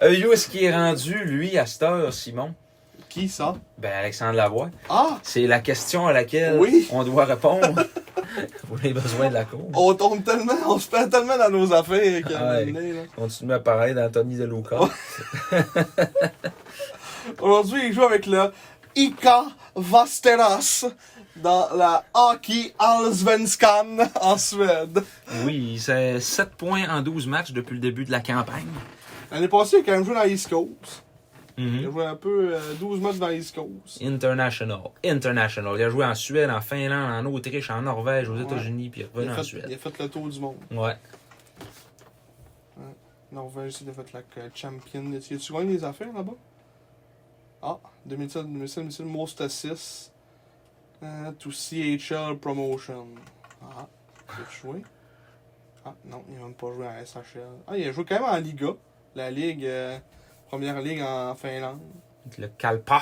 S2: un Yous qui est rendu, lui, à cette heure, Simon,
S1: Qui ça
S2: ben Alexandre Lavoie,
S1: Ah
S2: c'est la question à laquelle
S1: Oui.
S2: on doit répondre pour les besoins de la cause.
S1: On tombe tellement, on se perd tellement dans nos affaires qu'à un
S2: Ah Ouais.
S1: moment donné, là.
S2: Continue à parler d'Anthony Deluca.
S1: Aujourd'hui, il joue avec le Ika Vasteras dans la Hockey Allsvenskan en Suède.
S2: Oui, c'est 7 points en 12 matchs depuis le début de la campagne.
S1: L'année passée, il a quand même joué dans l'East Coast. Il a
S2: Mhm.
S1: joué un peu euh, 12 matchs dans l'East Coast.
S2: International. International. Il a joué en Suède, en Finlande, en Autriche, en Norvège, aux États-Unis, puis il est
S1: Il
S2: revenu
S1: a,
S2: en
S1: fait, il
S2: Suède.
S1: a fait le tour du monde.
S2: Ouais.
S1: Norvège, il a fait la euh, Champion. Tu tu gagné des affaires là-bas? Ah, 2007, 2007, 2007, Most Assist. Euh, to CHL Promotion. Ah, il a joué? Ah, non, il n'a même pas joué en SHL. Ah, il a joué quand même en Liga. La Ligue, euh, première Ligue en Finlande.
S2: Avec Le Kalpa.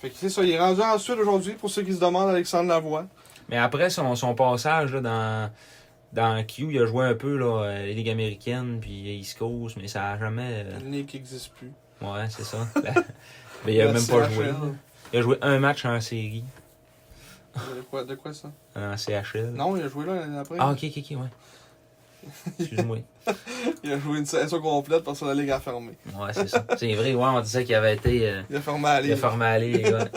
S1: Fait que c'est ça, il est rendu en Suède aujourd'hui, pour ceux qui se demandent, Alexandre Lavoie.
S2: Mais après son, son passage là, dans, dans Q, il a joué un peu là, euh, les Ligues américaines puis East Coast, mais ça a jamais. euh,
S1: Une ligue qui n'existe plus.
S2: Ouais, c'est ça. La- mais il a
S1: La
S2: même pas
S1: CHL.
S2: joué. Il a joué un match en série,
S1: De quoi, de quoi ça?
S2: en CHL.
S1: Non, il a joué là l'année après.
S2: Ah, ok, ok, ok, ouais. Excuse-moi.
S1: Il a joué une saison complète parce que la Ligue a fermé.
S2: Ouais, c'est ça. C'est vrai, ouais, on disait qu'il avait été. euh,
S1: Il a fermé la
S2: il a
S1: Ligue.
S2: formé à aller, les gars.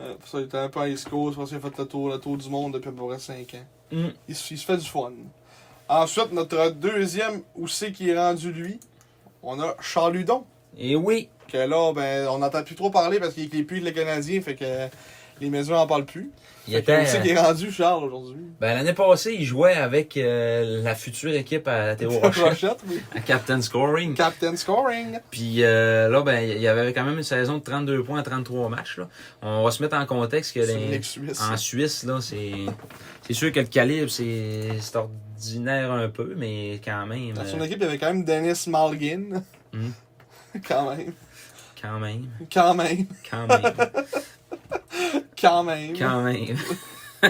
S1: Euh, pour ça, il était un peu à East Coast, parce qu'il a fait le tour, le tour du monde depuis à peu près 5 ans.
S2: Hmm.
S1: Il, se- il se fait du fun. Ensuite, notre deuxième, où c'est qui est rendu lui On a Charles Hudon.
S2: Et oui,
S1: Que là, ben, on n'entend plus trop parler parce qu'il est avec les puits de le Canadien, fait que les mesures n'en parlent plus.
S2: il
S1: Fait que Où
S2: était. euh,
S1: c'est qui est rendu Charles aujourd'hui
S2: Ben, l'année passée, il jouait avec euh, la future équipe à Théo Rochette,
S1: Rochette, oui.
S2: à Captain Scoring.
S1: Captain Scoring.
S2: Puis euh, là, ben, il y avait quand même une saison de 32 points à 33 matchs. Là. On va se mettre en contexte que
S1: C'est une
S2: les-
S1: Ligue Suisse.
S2: en Suisse, là, c'est. C'est sûr que le calibre, c'est c'est ordinaire un peu, mais quand même.
S1: Dans son
S2: euh,
S1: équipe, il y avait quand même Dennis Malgin.
S2: Hmm.
S1: quand même.
S2: Quand même.
S1: Quand même.
S2: Quand même.
S1: Quand même.
S2: quand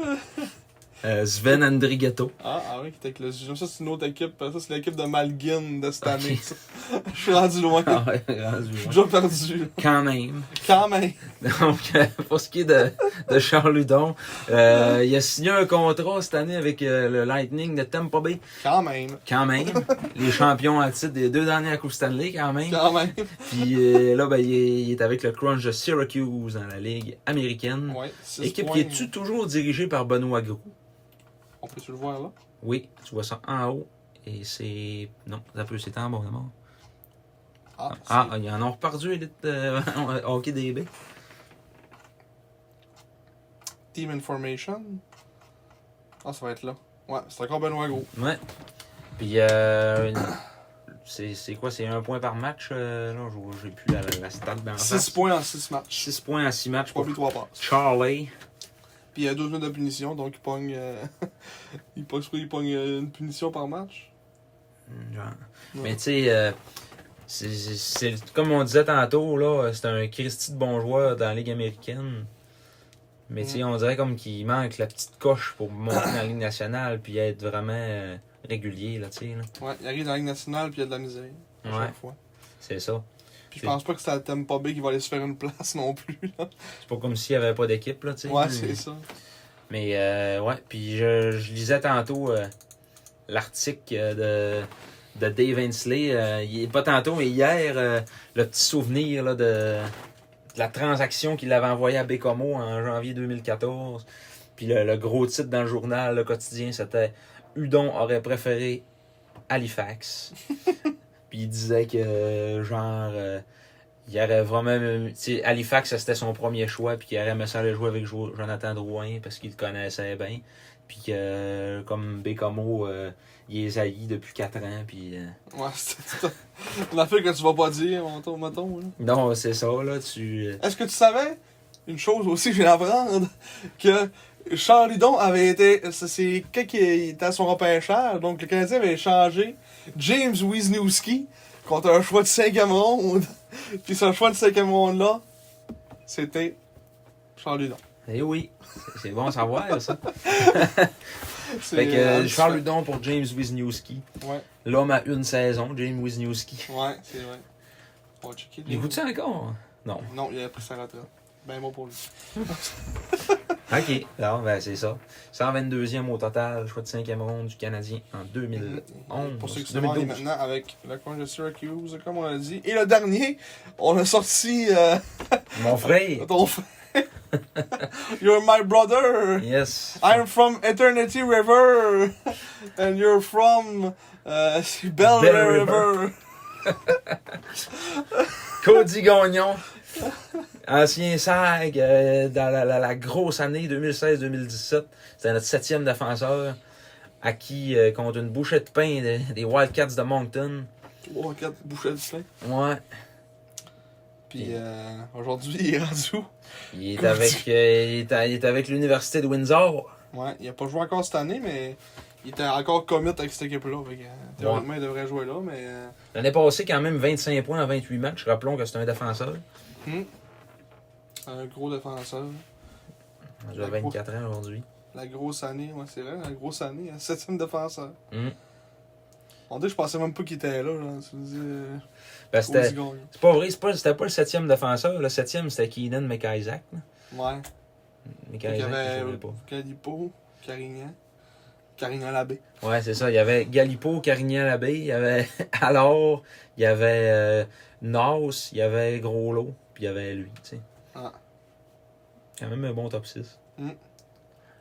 S2: même. Euh, Sven Andrigetto.
S1: Ah, ah parlais qui était avec le Zizou. Ça, c'est une autre équipe. Ça, c'est l'équipe de Malguin de cette année. ça. Je suis rendu loin.
S2: Ah ouais, rendu
S1: Je suis
S2: loin.
S1: déjà perdu.
S2: Quand même.
S1: Quand même.
S2: Donc, euh, pour ce qui est de, de Charles Hudon, euh, il a signé un contrat cette année avec euh, le Lightning de Tampa Bay.
S1: Quand même.
S2: Quand même. Les champions à titre des deux dernières Coupes Stanley, quand même.
S1: Quand même.
S2: Puis euh, là, ben, il, est, il est avec le Crunch de Syracuse dans la Ligue américaine.
S1: Ouais. six
S2: Équipe
S1: points.
S2: qui est-tu toujours dirigée par Benoît Gros?
S1: On peut-tu le voir là?
S2: Oui, tu vois ça en haut. Et c'est. Non, ça peut, c'est en bas d'abord.
S1: Ah,
S2: Ah, ils en ont repardu, Elite euh, Hockey DB.
S1: c'est Team Information. Ah, ça va être là. Ouais, c'est encore Benoît Gros.
S2: Ouais. Puis, euh, une- c'est c'est quoi C'est un point par match euh, Non, je- j'ai plus la, la, la stat dans
S1: 6 points en 6 matchs.
S2: 6 points à 6 matchs
S1: 3
S2: pour
S1: buts, 3 passes.
S2: Charlie.
S1: Puis il y a 12 minutes de punition, donc il pogne. euh, il pogne, je crois qu'il pogne euh, une punition par match.
S2: Genre.
S1: Ouais.
S2: Mais tu sais, euh, c'est- c'est c'est- comme on disait tantôt, là, c'est un Christy de bon joueur dans la Ligue américaine. Mais tu sais, on dirait comme qu'il manque la petite coche pour monter dans la Ligue nationale puis être vraiment euh, régulier, là, tu sais. là.
S1: Ouais, il arrive dans la Ligue nationale, puis il y a de la misère. À
S2: Ouais,
S1: chaque fois.
S2: c'est ça.
S1: Puis je
S2: C'est-
S1: pense pas que c'est à Tampa Bay qui va aller se faire une place non plus. Là.
S2: C'est pas comme s'il n'y avait pas d'équipe, là, tu sais.
S1: Ouais, c'est ça.
S2: Mais euh, ouais, puis je, je lisais tantôt euh, l'article euh, de, de Dave Hensley. euh, il est pas tantôt, mais hier, euh, le petit souvenir là, de, de la transaction qu'il avait envoyée à Bécomo en janvier 2014. Puis le, le gros titre dans le journal, le quotidien, c'était Udon aurait préféré Halifax. puis il disait que, euh, genre, euh, il aurait vraiment. Tu sais, Halifax, ça, c'était son premier choix, puis qu'il aurait aimé ça aller jouer avec Jo- Jonathan Drouin parce qu'il le connaissait bien. Puis que, euh, comme Bécomo, euh, il est haï depuis 4 ans, puis. euh,
S1: Ouais, c'est c'est- c'est l'affaire que tu vas pas dire, mettons. mettons là.
S2: Non, c'est ça, là, tu. euh,
S1: Est-ce que tu savais une chose aussi que je viens d'apprendre? Que Charlidon avait été. c'est- C'est quand il était à son repêchage, donc le Canadien avait échangé James Wisniewski contre un choix de 5e ronde. Puis ce choix de 5e ronde-là, c'était Charlidon.
S2: Eh oui, c'est bon à savoir, ça.
S1: C'est
S2: Fait que euh,
S1: euh,
S2: Charles Hudon pour James Wisniewski.
S1: Ouais,
S2: L'homme à une saison, James Wisniewski.
S1: ouais, c'est vrai. On va checker.
S2: Il goûte ça encore? Non.
S1: Non, il avait pris sa retraite. Ben bon pour lui.
S2: OK. Non, ben c'est ça. 122e au total, choix de 5e ronde du Canadien en 2000.
S1: Mhm. Pour ceux qui se
S2: 2012.
S1: demandent maintenant avec le coin de Syracuse, comme on l'a dit. Et le dernier, on a sorti euh,
S2: Mon frère!
S1: ton frère. you're my brother.
S2: Yes.
S1: I'm from Eternity River. And you're from euh, c'est Bel
S2: Bel
S1: Air
S2: River.
S1: River.
S2: Cody Gagnon, ancien SAG, euh, dans la, la- la grosse année 2016-2017. C'était notre septième défenseur, acquis euh, contre une bouchée de pain de- des Wildcats de Moncton.
S1: 3 4 bouchées de pain.
S2: Ouais.
S1: Puis euh, aujourd'hui, il est rendu où?
S2: Il est
S1: Cody.
S2: avec, euh, il est à- il est avec l'Université de Windsor.
S1: Ouais, il a pas joué encore cette année, mais il était encore commit avec cette équipe-là. Fait que, euh, Théoriquement, il devrait jouer là, mais. euh,
S2: L'année passée, quand même, 25 points en 28 matchs. Rappelons que c'est un défenseur.
S1: un gros défenseur.
S2: Il a 24 ans aujourd'hui.
S1: La grosse année, ouais, c'est vrai, la grosse année, hein, septième défenseur.
S2: Mm.
S1: On dit, je pensais même pas qu'il était là, genre, tu me dis. euh,
S2: Ben,
S1: Cody
S2: c'était
S1: Gagnon.
S2: c'est pas vrai, c'est pas- c'était pas le septième défenseur. Le septième, c'était Keenan McIsaac. là.
S1: Ouais. Il y
S2: McIsaac, il
S1: avait
S2: jouait pas.
S1: Calipo, Carignan, Carignan Labbé.
S2: Ouais, c'est ça. Il y avait Galipo, Carignan Labbé, il y avait Alors, il y avait euh, Nas, il y avait Groslo, puis il y avait lui, tu sais.
S1: Ah.
S2: Quand même un bon top 6.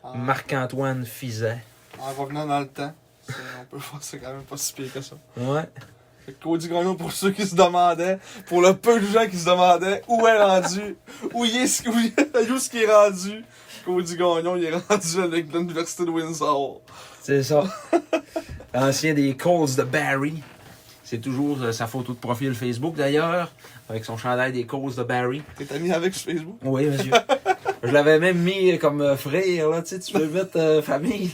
S1: En,
S2: Marc-Antoine Fizet.
S1: en revenant dans le temps. c'est- On peut voir, c'est quand même pas si pire que ça.
S2: Ouais.
S1: Fait que Cody Gagnon, pour ceux qui se demandaient, pour le peu de gens qui se demandaient où est rendu, où il est, où, il est- où est-ce qu'il est rendu, Cody Gagnon, il est rendu avec l'Université de Windsor.
S2: C'est ça. L'ancien des Colts de Barry. C'est toujours euh, sa photo de profil Facebook d'ailleurs, avec son chandail des Colts de Barry.
S1: T'es ami avec sur Facebook?
S2: Oui, monsieur. Je l'avais même mis comme euh, frère, là, tu sais, tu veux mettre euh, famille.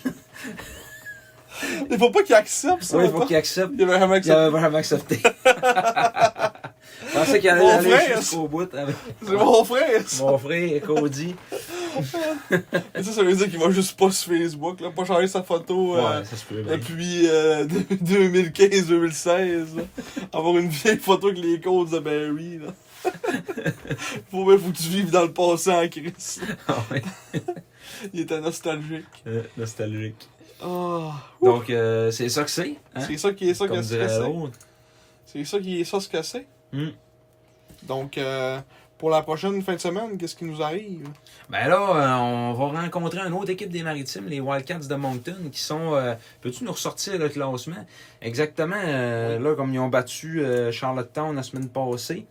S1: Il faut pas qu'il accepte ça.
S2: Oui, il
S1: mettons.
S2: faut qu'il accepte.
S1: Il avait vraiment
S2: Il
S1: accepté.
S2: avait vraiment accepté. Je pensais qu'il allait
S1: Mon
S2: aller
S1: frère,
S2: jusqu'au bout avec
S1: C'est mon frère, ça.
S2: mon frère Cody.
S1: Et ça, ça veut dire qu'il va juste pas sur Facebook, là, pas changer sa photo euh,
S2: Ouais, ça se peut. bien.
S1: depuis euh, 2015-2016. là. Avoir une vieille photo avec les codes de Barry. Là. faut, bien- faut que tu vives dans le passé en Christ.
S2: Ah ouais,
S1: Il était nostalgique.
S2: euh, nostalgique.
S1: Ah, ouh.
S2: Donc, euh, c'est ça que c'est. hein,
S1: c'est ça qui est ça que
S2: Comme
S1: ce que
S2: dirait
S1: c'est.
S2: l'autre.
S1: C'est ça qui est ça ce que c'est.
S2: Hmm.
S1: Donc, euh, pour la prochaine fin de semaine, qu'est-ce qui nous arrive?
S2: Ben là, euh, on va rencontrer une autre équipe des Maritimes, les Wildcats de Moncton, qui sont. euh, Peux-tu nous ressortir le classement Exactement, euh, là, comme ils ont battu euh, Charlottetown la semaine passée.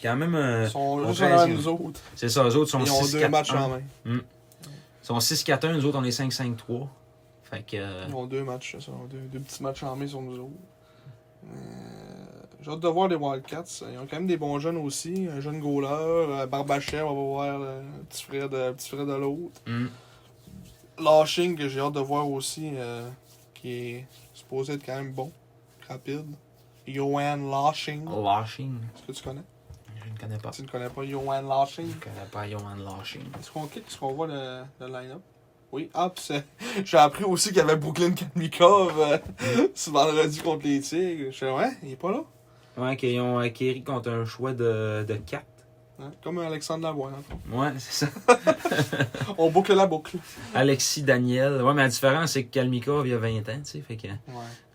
S2: Quand même, euh,
S1: Ils sont
S2: on
S1: juste
S2: treizième.
S1: en avant de nous autres.
S2: c'est ça, eux autres sont hein.
S1: Ils ont deux matchs en
S2: 6-4-1.
S1: main.
S2: Ils sont 6-4-1, nous autres, on est 5-5-3. Fait que. euh,
S1: Ils ont deux matchs, ça. Deux, deux petits matchs en main sur nous autres. Euh, J'ai hâte de voir les Wildcats. Ils ont quand même des bons jeunes aussi. Un jeune goaler, euh, Barbachet, on va voir euh, le petit frère de, le petit frère de l'autre.
S2: hmm.
S1: Lashing, que j'ai hâte de voir aussi, euh, qui est supposé être quand même bon, rapide. Johan Lashing,
S2: Oh. Lashing.
S1: est-ce que tu connais?
S2: Je ne connais pas.
S1: Tu ne connais pas Johan
S2: Je
S1: Lashing?
S2: ne connais pas Johan Lashing.
S1: Est-ce qu'on clique, est-ce qu'on voit le, le line-up? Oui, ah, pis c'est- j'ai appris aussi qu'il y avait Brooklyn Kalmikov euh, ce vendredi contre les Tigres. Je suis ouais, il est pas là.
S2: Ouais, qu'ils ont acquéri contre un choix de, de 4.
S1: Hein, Comme Alexandre Lavoie. en fait.
S2: Ouais, c'est ça.
S1: On boucle la boucle.
S2: Alexis Daniel. Ouais, mais la différence, c'est que Kalmikov, il y a 20 ans, tu sais. Fait que
S1: Ouais.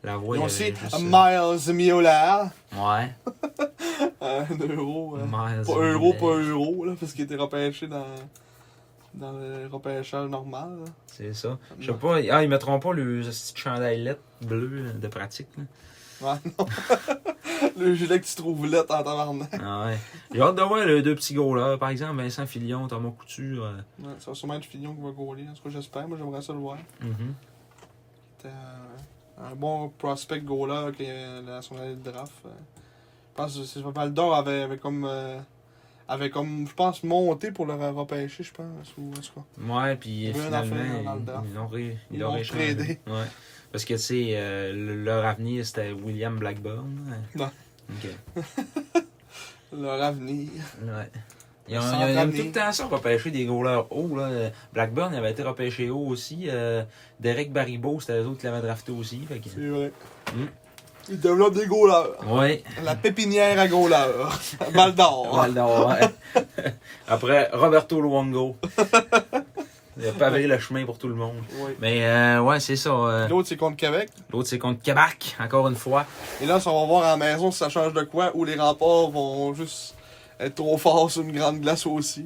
S2: la voix.
S1: Ils
S2: il
S1: ont
S2: y
S1: aussi
S2: avait juste, euh,
S1: Miles Miola.
S2: Ouais.
S1: Euh, un euro. euh,
S2: Miles
S1: pas euro,
S2: Miller.
S1: pas euro, là, parce qu'il était repêché dans, dans le repêchage normal. là.
S2: C'est ça. Je sais pas. Ah, ils mettront pas le petit chandailette bleu euh, de pratique, là.
S1: Ouais, non. le gilet que tu trouves là, t'en tabarnak.
S2: Ah ouais. J'ai hâte de voir les deux petits gars là. Par exemple, Vincent Filion, Thomas Couture. euh,
S1: Ouais, ça va sûrement être Fillon qui va gauler. En tout cas, j'espère. Moi, j'aimerais ça le voir.
S2: mhm.
S1: C'était un, un bon prospect goaler avec les- la son année de draft. Euh, Je pense que c'est Val d'Or avait, avait comme. euh, avait comme, je pense, monté pour le repêcher, je pense. Ou en tout cas.
S2: Ouais, puis
S1: Il y a eu une affaire dans
S2: finalement,
S1: le draft.
S2: ils- ils l'ont ré-
S1: Ils
S2: ils l'ont
S1: l'ont
S2: réchangé.
S1: tradé.
S2: Ouais. Parce que, tu sais, euh, le- leur avenir, c'était William Blackburn.
S1: Non.
S2: OK.
S1: Leur avenir.
S2: Ouais. Ils ont,
S1: Sans
S2: ils ont- ils aiment
S1: ramener.
S2: tout le temps ça, repêcher des goalers hauts. Là. Blackburn avait été repêché haut aussi. Euh, Derek Baribeau, c'était eux autres qui l'avaient drafté aussi. Fait que...
S1: C'est vrai.
S2: Mm.
S1: Ils développent des goalers.
S2: Ouais.
S1: La pépinière à goalers. Val d'Or.
S2: Val d'Or, ouais. Après, Roberto Luongo. Il a pavé le chemin pour tout le monde.
S1: Ouais.
S2: Mais euh, ouais, c'est ça. euh,
S1: L'autre, c'est contre Québec.
S2: L'autre, c'est contre Québec, encore une fois.
S1: Et là, ça, on va voir à la maison si ça change de quoi ou les remparts vont juste être trop forts sur une grande glace aussi.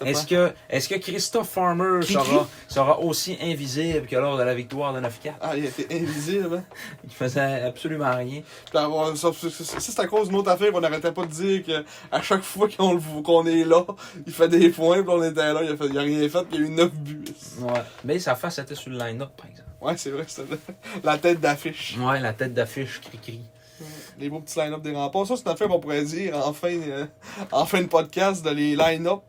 S1: Ça
S2: Est-ce que, est que Christophe Farmer
S1: Qui,
S2: sera, sera aussi invisible que lors de la victoire de 9-4?
S1: Ah, il était invisible. hein.
S2: Il faisait absolument rien.
S1: Puis avoir- Ça, ça- ça- ça, c'est à cause d'une autre affaire qu'on n'arrêtait pas de dire que à chaque fois qu'on le voit- qu'on est là, il fait des points, puis on était là, il a, fait- il a rien fait, puis il y a eu 9 buts.
S2: Ouais. Mais sa face était sur le line-up, par exemple.
S1: Ouais, c'est vrai, c'était la tête d'affiche.
S2: Ouais, la tête d'affiche cri-cri.
S1: Les beaux petits line-up des remparts. Ça, c'est une affaire qu'on pourrait dire en fin, euh, en fin de podcast, de les line-up,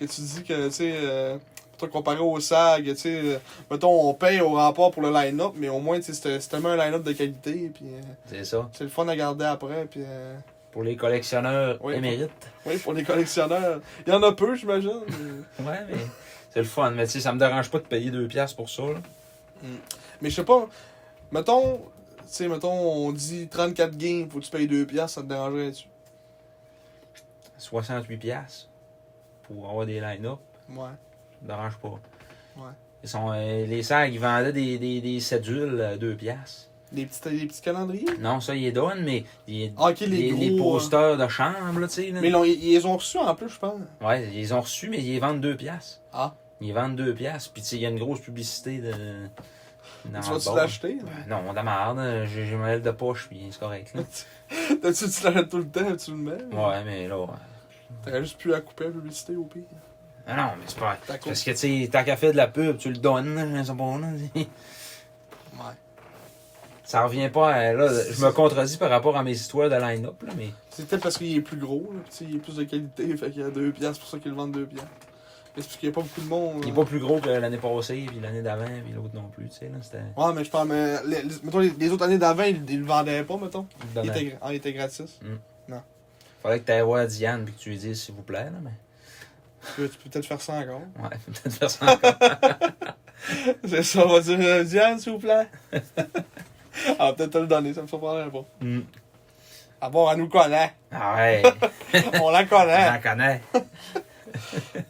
S1: que tu dis que, tu sais, euh, pour te comparer au SAG, tu sais, euh, mettons, on paye au rempart pour le line-up, mais au moins, tu sais, c'était- c'était même un line-up de qualité, puis euh,
S2: C'est ça.
S1: c'est le fun à garder après, puis... euh,
S2: Pour les collectionneurs
S1: Oui.
S2: émérites.
S1: Oui, pour les collectionneurs. Il y en a peu, j'imagine. mais-
S2: Ouais, mais c'est le fun. Mais tu sais, ça me dérange pas de payer deux piastres pour ça. là.
S1: Mais je sais pas. Mettons, tu sais, mettons, on dit 34 games, faut que tu payes 2 piastres, ça te dérangerait-tu?
S2: 68 piastres pour avoir des line-up.
S1: Ouais.
S2: Ça me dérange pas.
S1: Ouais.
S2: Ils sont, euh, les sacs, ils vendaient des, des, des cédules euh, deux piastres.
S1: Des petits, des petits calendriers?
S2: Non, ça, ils les donnent, mais ils-
S1: Ah, ok, les
S2: les,
S1: gros,
S2: les posters de chambre, là, tu sais. là.
S1: Mais ils l'ont- ils ils les ont reçus en plus, je pense.
S2: Ouais, ils les ont reçus, mais ils les vendent deux piastres.
S1: Ah.
S2: Ils les vendent deux piastres, puis tu sais, il y a une grosse publicité de. dans
S1: tu
S2: le
S1: vas-tu
S2: bar.
S1: l'acheter? là?
S2: Ben, Non, on demande, j'ai j'ai ma lèvre de poche, puis c'est correct. Là.
S1: T'as-tu- tu l'achètes tout le temps, tu le mets?
S2: Ouais, mais là. ouais.
S1: T'aurais juste pu la couper la publicité au pire.
S2: Ah non, mais c'est pas.
S1: T'as coupé.
S2: Parce que, tu sais, tant qu'à faire de la pub, tu le donnes, là, c'est bon, là.
S1: Ouais.
S2: Ça revient pas à. Là, je me contredis par rapport à mes histoires de line-up, là, mais.
S1: C'était parce qu'il est plus gros, là, pis tu sais, il est plus de qualité, fait qu'il y a 2 piastres, c'est pour ça qu'ils le vendent 2 piastres. Mais c'est parce qu'il y a pas beaucoup de monde.
S2: Il est
S1: là.
S2: pas plus gros que l'année passée, puis l'année d'avant, puis l'autre non plus, tu sais, là. C'était.
S1: Ouais, mais je parle, mais les, les- mettons, les, les autres années d'avant, ils, ils le vendaient pas, mettons.
S2: Il
S1: Il
S2: donnait-
S1: était, gra- ah, il était gratis.
S2: Fallait que t'ailles voir Diane, puis que tu lui dises, s'il vous plaît, là, mais.
S1: Tu peux, tu peux peut-être faire ça encore.
S2: Ouais, peut-être faire ça encore.
S1: C'est ça, on va dire euh, Diane, s'il vous plaît. ah, peut-être te le donner, ça me surprendrait pas.
S2: Mm.
S1: Ah bon, elle nous connaît.
S2: Ah ouais,
S1: On la
S2: on
S1: connaît.
S2: en connaît.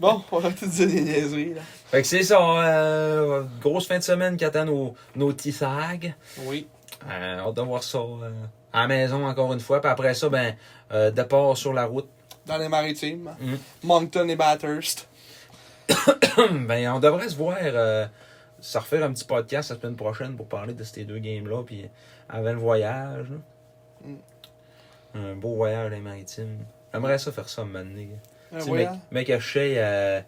S1: Bon, on va peut-être dire des niaiseries, là.
S2: Fait que c'est ça, euh, grosse fin de semaine qui attend nos, nos petits sags.
S1: Oui.
S2: Euh, hâte de voir ça euh, à la maison encore une fois. Puis après ça, ben, euh, départ sur la route.
S1: Dans les maritimes.
S2: Mm.
S1: Moncton et Bathurst.
S2: ben, on devrait se voir, euh, se refaire un petit podcast la semaine prochaine pour parler de ces deux games-là. Puis avant le voyage. là. Un beau voyage les maritimes. J'aimerais ça faire ça un moment donné.
S1: Un
S2: Tu sais, mec,
S1: voyage.
S2: mec caché, euh,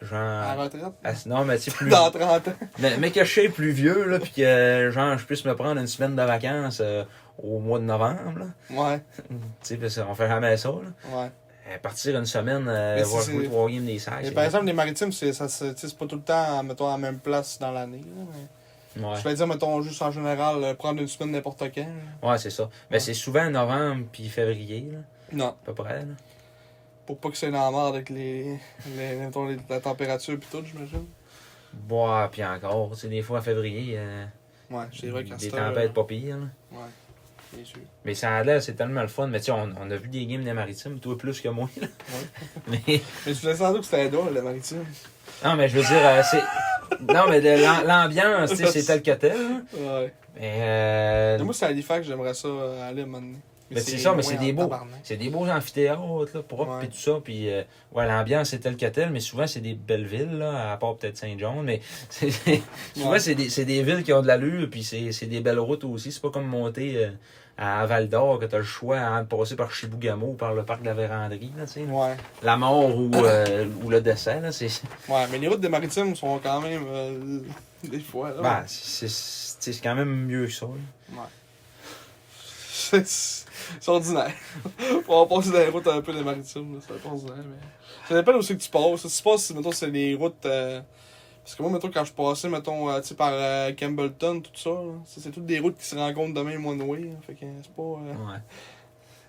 S2: genre.
S1: Euh, hein. À la retraite.
S2: à- non, mais tu sais, plus.
S1: Dans 30 ans.
S2: Mais, mais que je sois plus vieux, là, puis que genre, je puisse me prendre une semaine de vacances euh, au mois de novembre, là.
S1: Ouais,
S2: Tu sais, parce qu'on fait jamais ça, là.
S1: ouais.
S2: Euh, Partir une semaine, euh,
S1: Mais si
S2: voir
S1: c'est-
S2: jouer trois games des sacs.
S1: Et par exemple, les maritimes, c'est ça se- tu sais, c'est pas tout le temps, mettons, à la même place dans l'année. là, mais-
S2: Ouais,
S1: Je vais dire, mettons, juste en général, euh, prendre une semaine n'importe quand. là.
S2: Ouais, c'est ça. Mais
S1: Ouais.
S2: c'est souvent novembre puis février, là,
S1: Non,
S2: à peu près, là.
S1: pour pas que c'est dans la merde avec les, les, mettons, les- la température pis tout, j'imagine.
S2: Boire, puis encore, tu sais, des fois en février, euh,
S1: Ouais, c'est vrai qu'à
S2: des
S1: cette heure,
S2: tempêtes pas pires, là.
S1: là, Ouais, c'est sûr.
S2: Mais ça a l'air, c'est tellement le fun. Mais tu sais, on, on a vu des games des maritimes, toi plus que moi, là. Mais,
S1: Mais je voulais sans doute que c'était drôle, le maritime.
S2: non, mais je veux dire, euh, c'est... Non, mais de l'am- l'ambiance, tu sais, c'est tel que tel, là.
S1: Ouais.
S2: Mais, euh,
S1: Mais Moi, c'est à Halifax, j'aimerais ça euh, aller m'amener.
S2: Mais c'est ça, mais
S1: loin
S2: c'est
S1: en
S2: des beaux.
S1: tabarnak.
S2: C'est des beaux amphithéâtres, là, propres,
S1: Ouais.
S2: puis tout ça. Puis, euh, ouais, l'ambiance est telle que telle, mais souvent, c'est des belles villes, là, à part peut-être Saint-John. Mais c'est- souvent,
S1: Ouais.
S2: c'est des, c'est des villes qui ont de l'allure, puis c'est c'est des belles routes aussi. C'est pas comme monter euh, à Val d'Or, que t'as le choix hein, de passer par Chibougamau ou par le parc de la Véranderie, là, tu sais.
S1: Ouais.
S2: La mort ou, euh, ou le dessert, là, c'est.
S1: Ouais, mais les routes des maritimes sont quand même. euh, des fois, là.
S2: Ben, c'est- c'est c'est quand même mieux que ça, là.
S1: Ouais. C'est c'est ordinaire. on passer dans les routes un peu des maritimes, là, c'est pas ordinaire, mais. Ça dépend aussi que tu passes. Si tu passes, mettons, c'est les routes. euh, Parce que moi, mettons, quand je passais, mettons, euh, tu sais, par euh, Campbellton, tout ça, là, c'est c'est toutes des routes qui se rencontrent demain one way. hein, Fait que euh, c'est pas. euh,
S2: Ouais.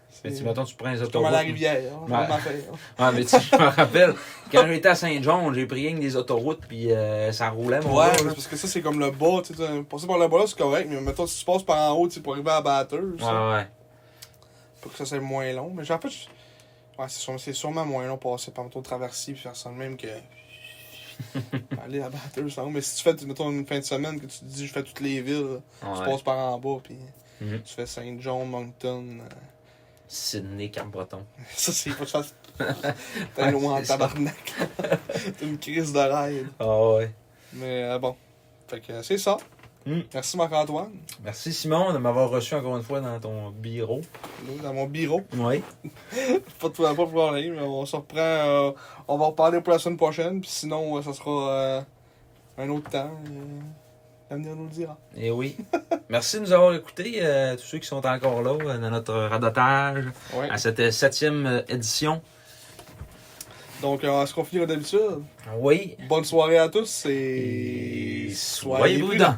S1: c'est-
S2: Mais tu, mettons, tu prends les
S1: c'est comme à la
S2: autoroutes.
S1: rivière. hein,
S2: Ouais.
S1: comme à faire, hein.
S2: Ah, mais tu sais, je me rappelle, quand j'étais à Saint-John, j'ai pris rien que des autoroutes, puis euh, ça roulait, mon
S1: Ouais,
S2: gars,
S1: mais
S2: là.
S1: c'est parce que ça, c'est comme le bas. tu sais, t'as- Passer par le bas, là, c'est correct, mais mettons, si tu passes par en haut, tu sais, pour arriver à la batteuse. ça,
S2: Ah, Ouais, ouais.
S1: pour que ça soit moins long. Mais j'ai un peu. de- Ouais, c'est sûrement, c'est sûrement moins long passer par mettons traverser puis faire ça de même que. Aller à Bathurst en haut. Mais si tu fais, mettons, une fin de semaine que tu te dis, je fais toutes les villes, tu
S2: ouais.
S1: passes par en bas, puis
S2: Mhm.
S1: tu fais Saint-John, Moncton. euh,
S2: Sydney, Cap-Breton.
S1: Ça, c'est pas de facile. T'es loin en
S2: c'est ça.
S1: tabarnak. T'as une crise de ride.
S2: Ah ouais.
S1: Mais euh, bon. Fait que euh, c'est ça.
S2: Mhm.
S1: Merci, Marc-Antoine.
S2: Merci, Simon, de m'avoir reçu encore une fois dans ton bureau.
S1: Là, Dans mon bureau.
S2: Oui.
S1: Pas de, pas de problème, mais on se reprend. euh, on va en reparler pour la semaine prochaine, puis sinon, euh, ça sera euh, un autre temps. euh, L'avenir nous le dira.
S2: Et Eh oui. Merci de nous avoir écoutés, euh, tous ceux qui sont encore là, euh, dans notre radotage,
S1: Ouais.
S2: à cette euh, septième euh, édition.
S1: Donc, euh, est-ce qu'on finit comme d'habitude?
S2: Oui.
S1: Bonne soirée à tous et.
S2: Soyez prudents.